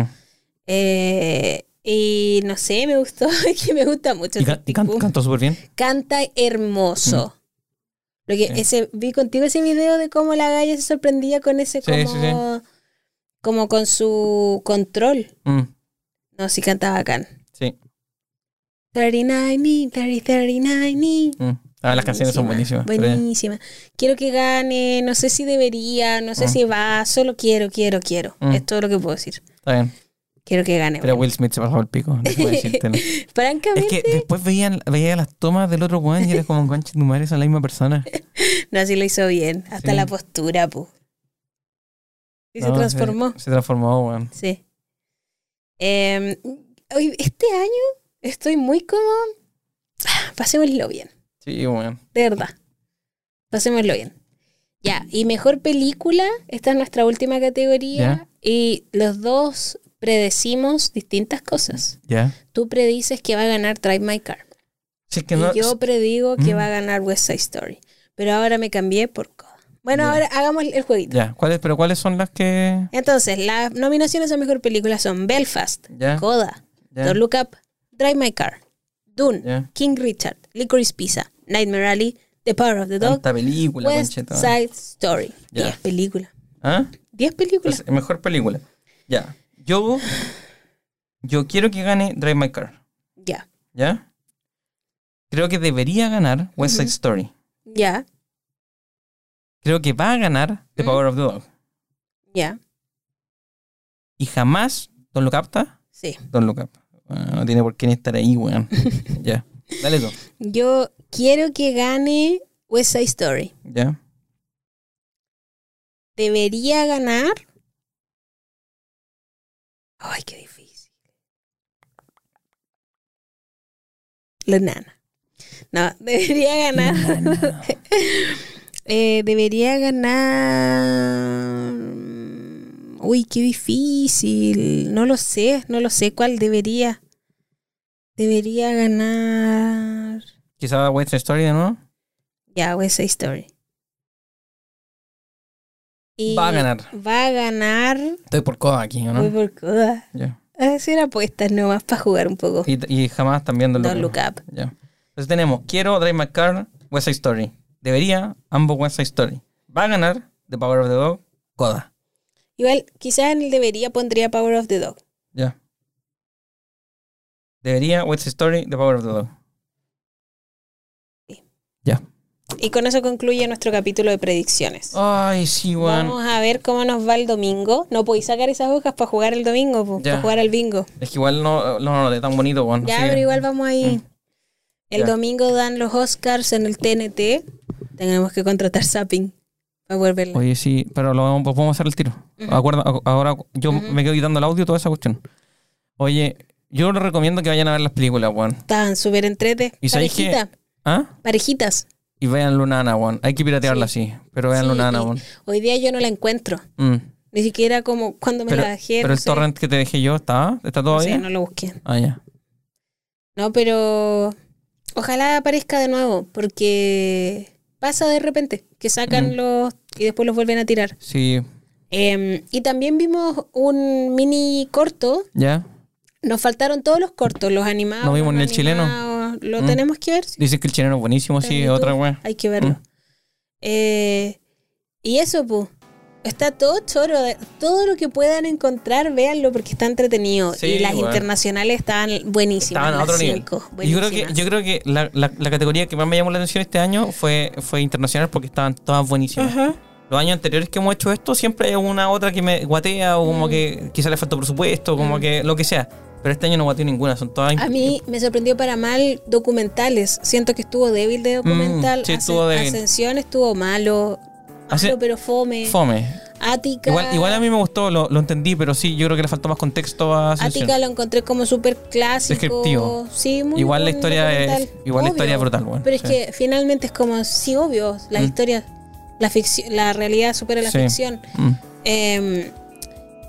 D: Eh, y no sé, me gustó, [LAUGHS] es que me gusta mucho.
C: Y, can- y can-
D: Tic-Tic-Boom.
C: cantó súper bien.
D: Canta hermoso. Lo que
C: Sí.
D: ese, vi contigo ese video de cómo la galla se sorprendía con ese
C: Sí,
D: como,
C: sí, sí.
D: como con su control.
C: Mm,
D: No, sí cantaba bacán.
C: sí.
D: 39 me, 30, 39 me.
C: mm. Ah, las canciones son buenísimas. pero-
D: Buenísima. Quiero que gane, no sé si debería, no sé
C: Mm.
D: si va, solo quiero, quiero, quiero.
C: Mm.
D: Es todo lo que puedo decir.
C: Está bien.
D: Quiero que gane.
C: Pero
D: bueno.
C: Will Smith se pasó el pico, déjame decírtelo. Es
D: Francamente,
C: que después veían, veía las tomas del otro weón y era como, concha tu madre, son la misma persona.
D: no, sí lo hizo bien. Hasta
C: este Sí.
D: la postura, pu. [LAUGHS] Y se
C: No,
D: transformó.
C: Se, transformó, weón.
D: Sí. Em, hoy- este año estoy muy como... [SIGHS] ah, Pasémoslo bien,
C: Sí, weón.
D: de verdad. Pasémoslo bien. Ya, y mejor película, esta es nuestra última categoría. Y los dos predecimos distintas cosas.
C: Ya.
D: Tú predices que va a ganar Drive My Car.
C: Si es que no.
D: y yo predigo que
C: Mm.
D: va a ganar West Side Story. Pero ahora me cambié por Coda. Bueno,
C: Ya.
D: ahora hagamos el jueguito.
C: Ya. ¿Cuáles, pero cuáles son las que.
D: Entonces, las nominaciones a mejor película son Belfast,
C: Ya.
D: Coda,
C: Ya.
D: Don't Look Up, Drive My Car, Dune,
C: Ya.
D: King Richard, Licorice Pizza, Nightmare Alley, The Power of the Dog, pues,
C: Tanta película,
D: West
C: concheta.
D: Side Story.
C: Ya.
D: 10 películas.
C: ¿Ah?
D: 10 películas.
C: Entonces, mejor película. Ya. Yo. Yo quiero que gane Drive My Car.
D: ya.
C: ¿Ya? Creo que debería ganar West Side
D: Ujú.
C: Story.
D: Ya.
C: Creo que va a ganar The
D: Ujú.
C: Power of the Dog.
D: Ya.
C: Y jamás Don Lo Capta.
D: Sí.
C: Don Look Up. Ah, no tiene por qué ni estar
D: [LAUGHS]
C: ahí, weón. ya. Dale tú.
D: Yo quiero que gane West Side Story.
C: Ya.
D: debería ganar. Ay, qué difícil. La nana. No, [LAUGHS] debería ganar. Eh, debería ganar. mm, Uy, qué difícil. No lo sé, no lo sé cuál debería. Debería ganar.
C: Quizá West Side Story de nuevo.
D: Ya, West Side Story. Y
C: Va a ganar.
D: Va a ganar.
C: Estoy por coda aquí, ¿o
D: Voy
C: ¿no?
D: por Ah, coda.
C: Ya.
D: A hacer apuestas nomás para jugar un poco.
C: Y, y jamás también Don
D: No
C: Look Up.
D: look up.
C: Ya. Entonces tenemos, quiero Drive My Car, West Side Story. Debería, ambos West Side Story. Va a ganar The Power of the Dog, Coda.
D: Igual, quizás en el debería pondría Power of the Dog.
C: Ya. Debería, West Side Story, The Power of the Dog.
D: Y con eso concluye nuestro capítulo de predicciones.
C: Ay, sí, weón.
D: Vamos a ver cómo nos va el domingo. No podéis sacar esas hojas para jugar el domingo,
C: Ya.
D: para jugar al bingo.
C: Es que igual no, no, no, de tan bonito, weón.
D: Ya,
C: Así que-
D: pero igual vamos ahí.
C: Mm.
D: El
C: Ya.
D: domingo dan los Oscars en el TNT. Tenemos que contratar zapping. para poder verla.
C: Oye, sí, pero lo, vamos- podemos hacer el tiro. Acuerda- a- ahora yo me quedo quitando el audio, toda esa cuestión. Oye, yo les recomiendo que vayan a ver las películas, weón.
D: Estaban súper entrete.
C: ¿Y sabéis que-
D: Parejita,
C: ¿Ah?
D: parejitas.
C: Y vean Lunana, weón. Hay que piratearla, sí, pero vean
D: Sí,
C: Lunana,
D: y
C: weón.
D: Hoy día yo no la encuentro.
C: Mm.
D: Ni siquiera como cuando me
C: Pero,
D: la bajé.
C: pero
D: no
C: el
D: sé.
C: torrent que te dejé yo, ¿está? ¿Está
D: O
C: todavía?
D: sea, no lo busqué.
C: Ah, ya.
D: No, pero ojalá aparezca de nuevo, porque pasa de repente que sacan
C: Mm.
D: los y después los vuelven a tirar.
C: Sí,
D: Eh, y también vimos un mini corto.
C: ya.
D: Nos faltaron todos los cortos, los animados.
C: No vimos
D: los
C: ni el chileno.
D: animados. Lo
C: Mm.
D: tenemos que ver. sí,
C: Dicen que el chileno es buenísimo,
D: está en
C: sí,
D: YouTube,
C: otra weón.
D: Hay que verlo.
C: Mm.
D: Eh, y eso, pu. Está todo choro. de- Todo lo que puedan encontrar, véanlo porque está entretenido.
C: Sí,
D: y las
C: bueno.
D: internacionales estaban buenísimas.
C: Estaban a
D: las
C: otro nivel.
D: cinco,
C: Yo creo que,
D: buenísimas.
C: yo creo que la, la- la categoría que más me llamó la atención este año fue, fue internacional porque estaban todas buenísimas.
D: Ajá.
C: Los años anteriores que hemos hecho esto, siempre hay una otra que me guatea o
D: Mm.
C: como que quizá le faltó presupuesto, como que lo que sea. Pero este año no guateó ninguna, son todas.
D: A mí me sorprendió para mal documentales. Siento que estuvo débil de documental.
C: Mm, sí,
D: Ascen-
C: estuvo débil.
D: Ascensión estuvo malo.
C: Así-
D: Malo, pero fome.
C: Fome.
D: Ática.
C: Igual, igual a mí me gustó, lo, lo entendí, pero sí, yo creo que le faltó más contexto a Ascensión.
D: Ática lo encontré como súper clásico.
C: Descriptivo.
D: Sí, muy
C: Igual la
D: buen
C: historia es-
D: documental.
C: igual la historia es brutal, bueno,
D: Pero
C: sí. Mm.
D: es que finalmente es como, sí, obvio, la historia, la, ficci- la realidad supera la
C: Sí.
D: ficción.
C: Mm.
D: Eh,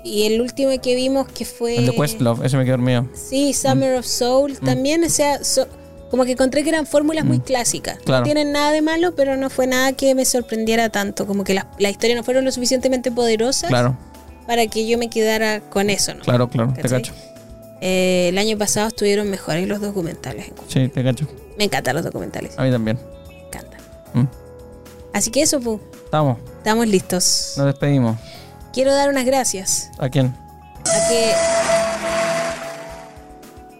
D: y el último que vimos que fue...
C: El de Questlove, Mm. ese me quedó dormido.
D: Sí, Summer of Soul también, o sea, so- como que encontré que eran fórmulas muy clásicas.
C: Mm. Claro.
D: No tienen nada de malo, pero no fue nada que me sorprendiera tanto, como que las las historias no fueron lo suficientemente poderosas
C: Claro,
D: para que yo me quedara con eso, ¿no?
C: claro, claro, te
D: ¿Cachai?
C: cacho.
D: Eh, el año pasado estuvieron mejores los documentales. encuentro.
C: Sí, te cacho.
D: Me encantan los documentales,
C: A mí también.
D: me encantan.
C: Mm.
D: Así que eso, pu,
C: Estamos,
D: estamos listos.
C: nos despedimos.
D: Quiero dar unas gracias
C: ¿A quién?
D: a que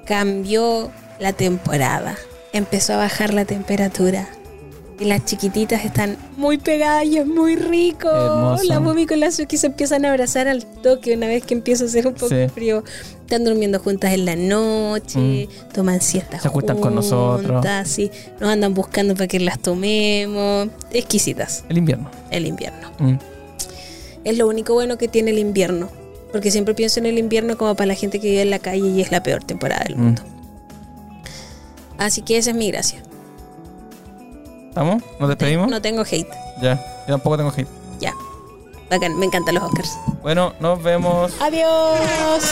D: cambió la temporada. Empezó a bajar la temperatura. Y las chiquititas están muy pegadas y es muy rico.
C: Hermoso.
D: La Mumi con la Suki se empiezan a abrazar al toque una vez que empieza a hacer un poco
C: Sí.
D: de frío. Están durmiendo juntas en la noche, toman siestas
C: Mm. Se acuestan con nosotros.
D: juntas, sí. Nos andan buscando para que las tomemos. Exquisitas,
C: El invierno.
D: el invierno.
C: Mm.
D: Es lo único bueno que tiene el invierno. Porque siempre pienso en el invierno como para la gente que vive en la calle y es la peor temporada
C: Mm.
D: del mundo. Así que esa es mi gracia.
C: ¿Estamos? ¿Nos despedimos?
D: No tengo hate.
C: Ya, yo tampoco tengo hate.
D: Ya. Bacán, me encantan los Oscars.
C: Bueno, nos vemos.
D: Adiós.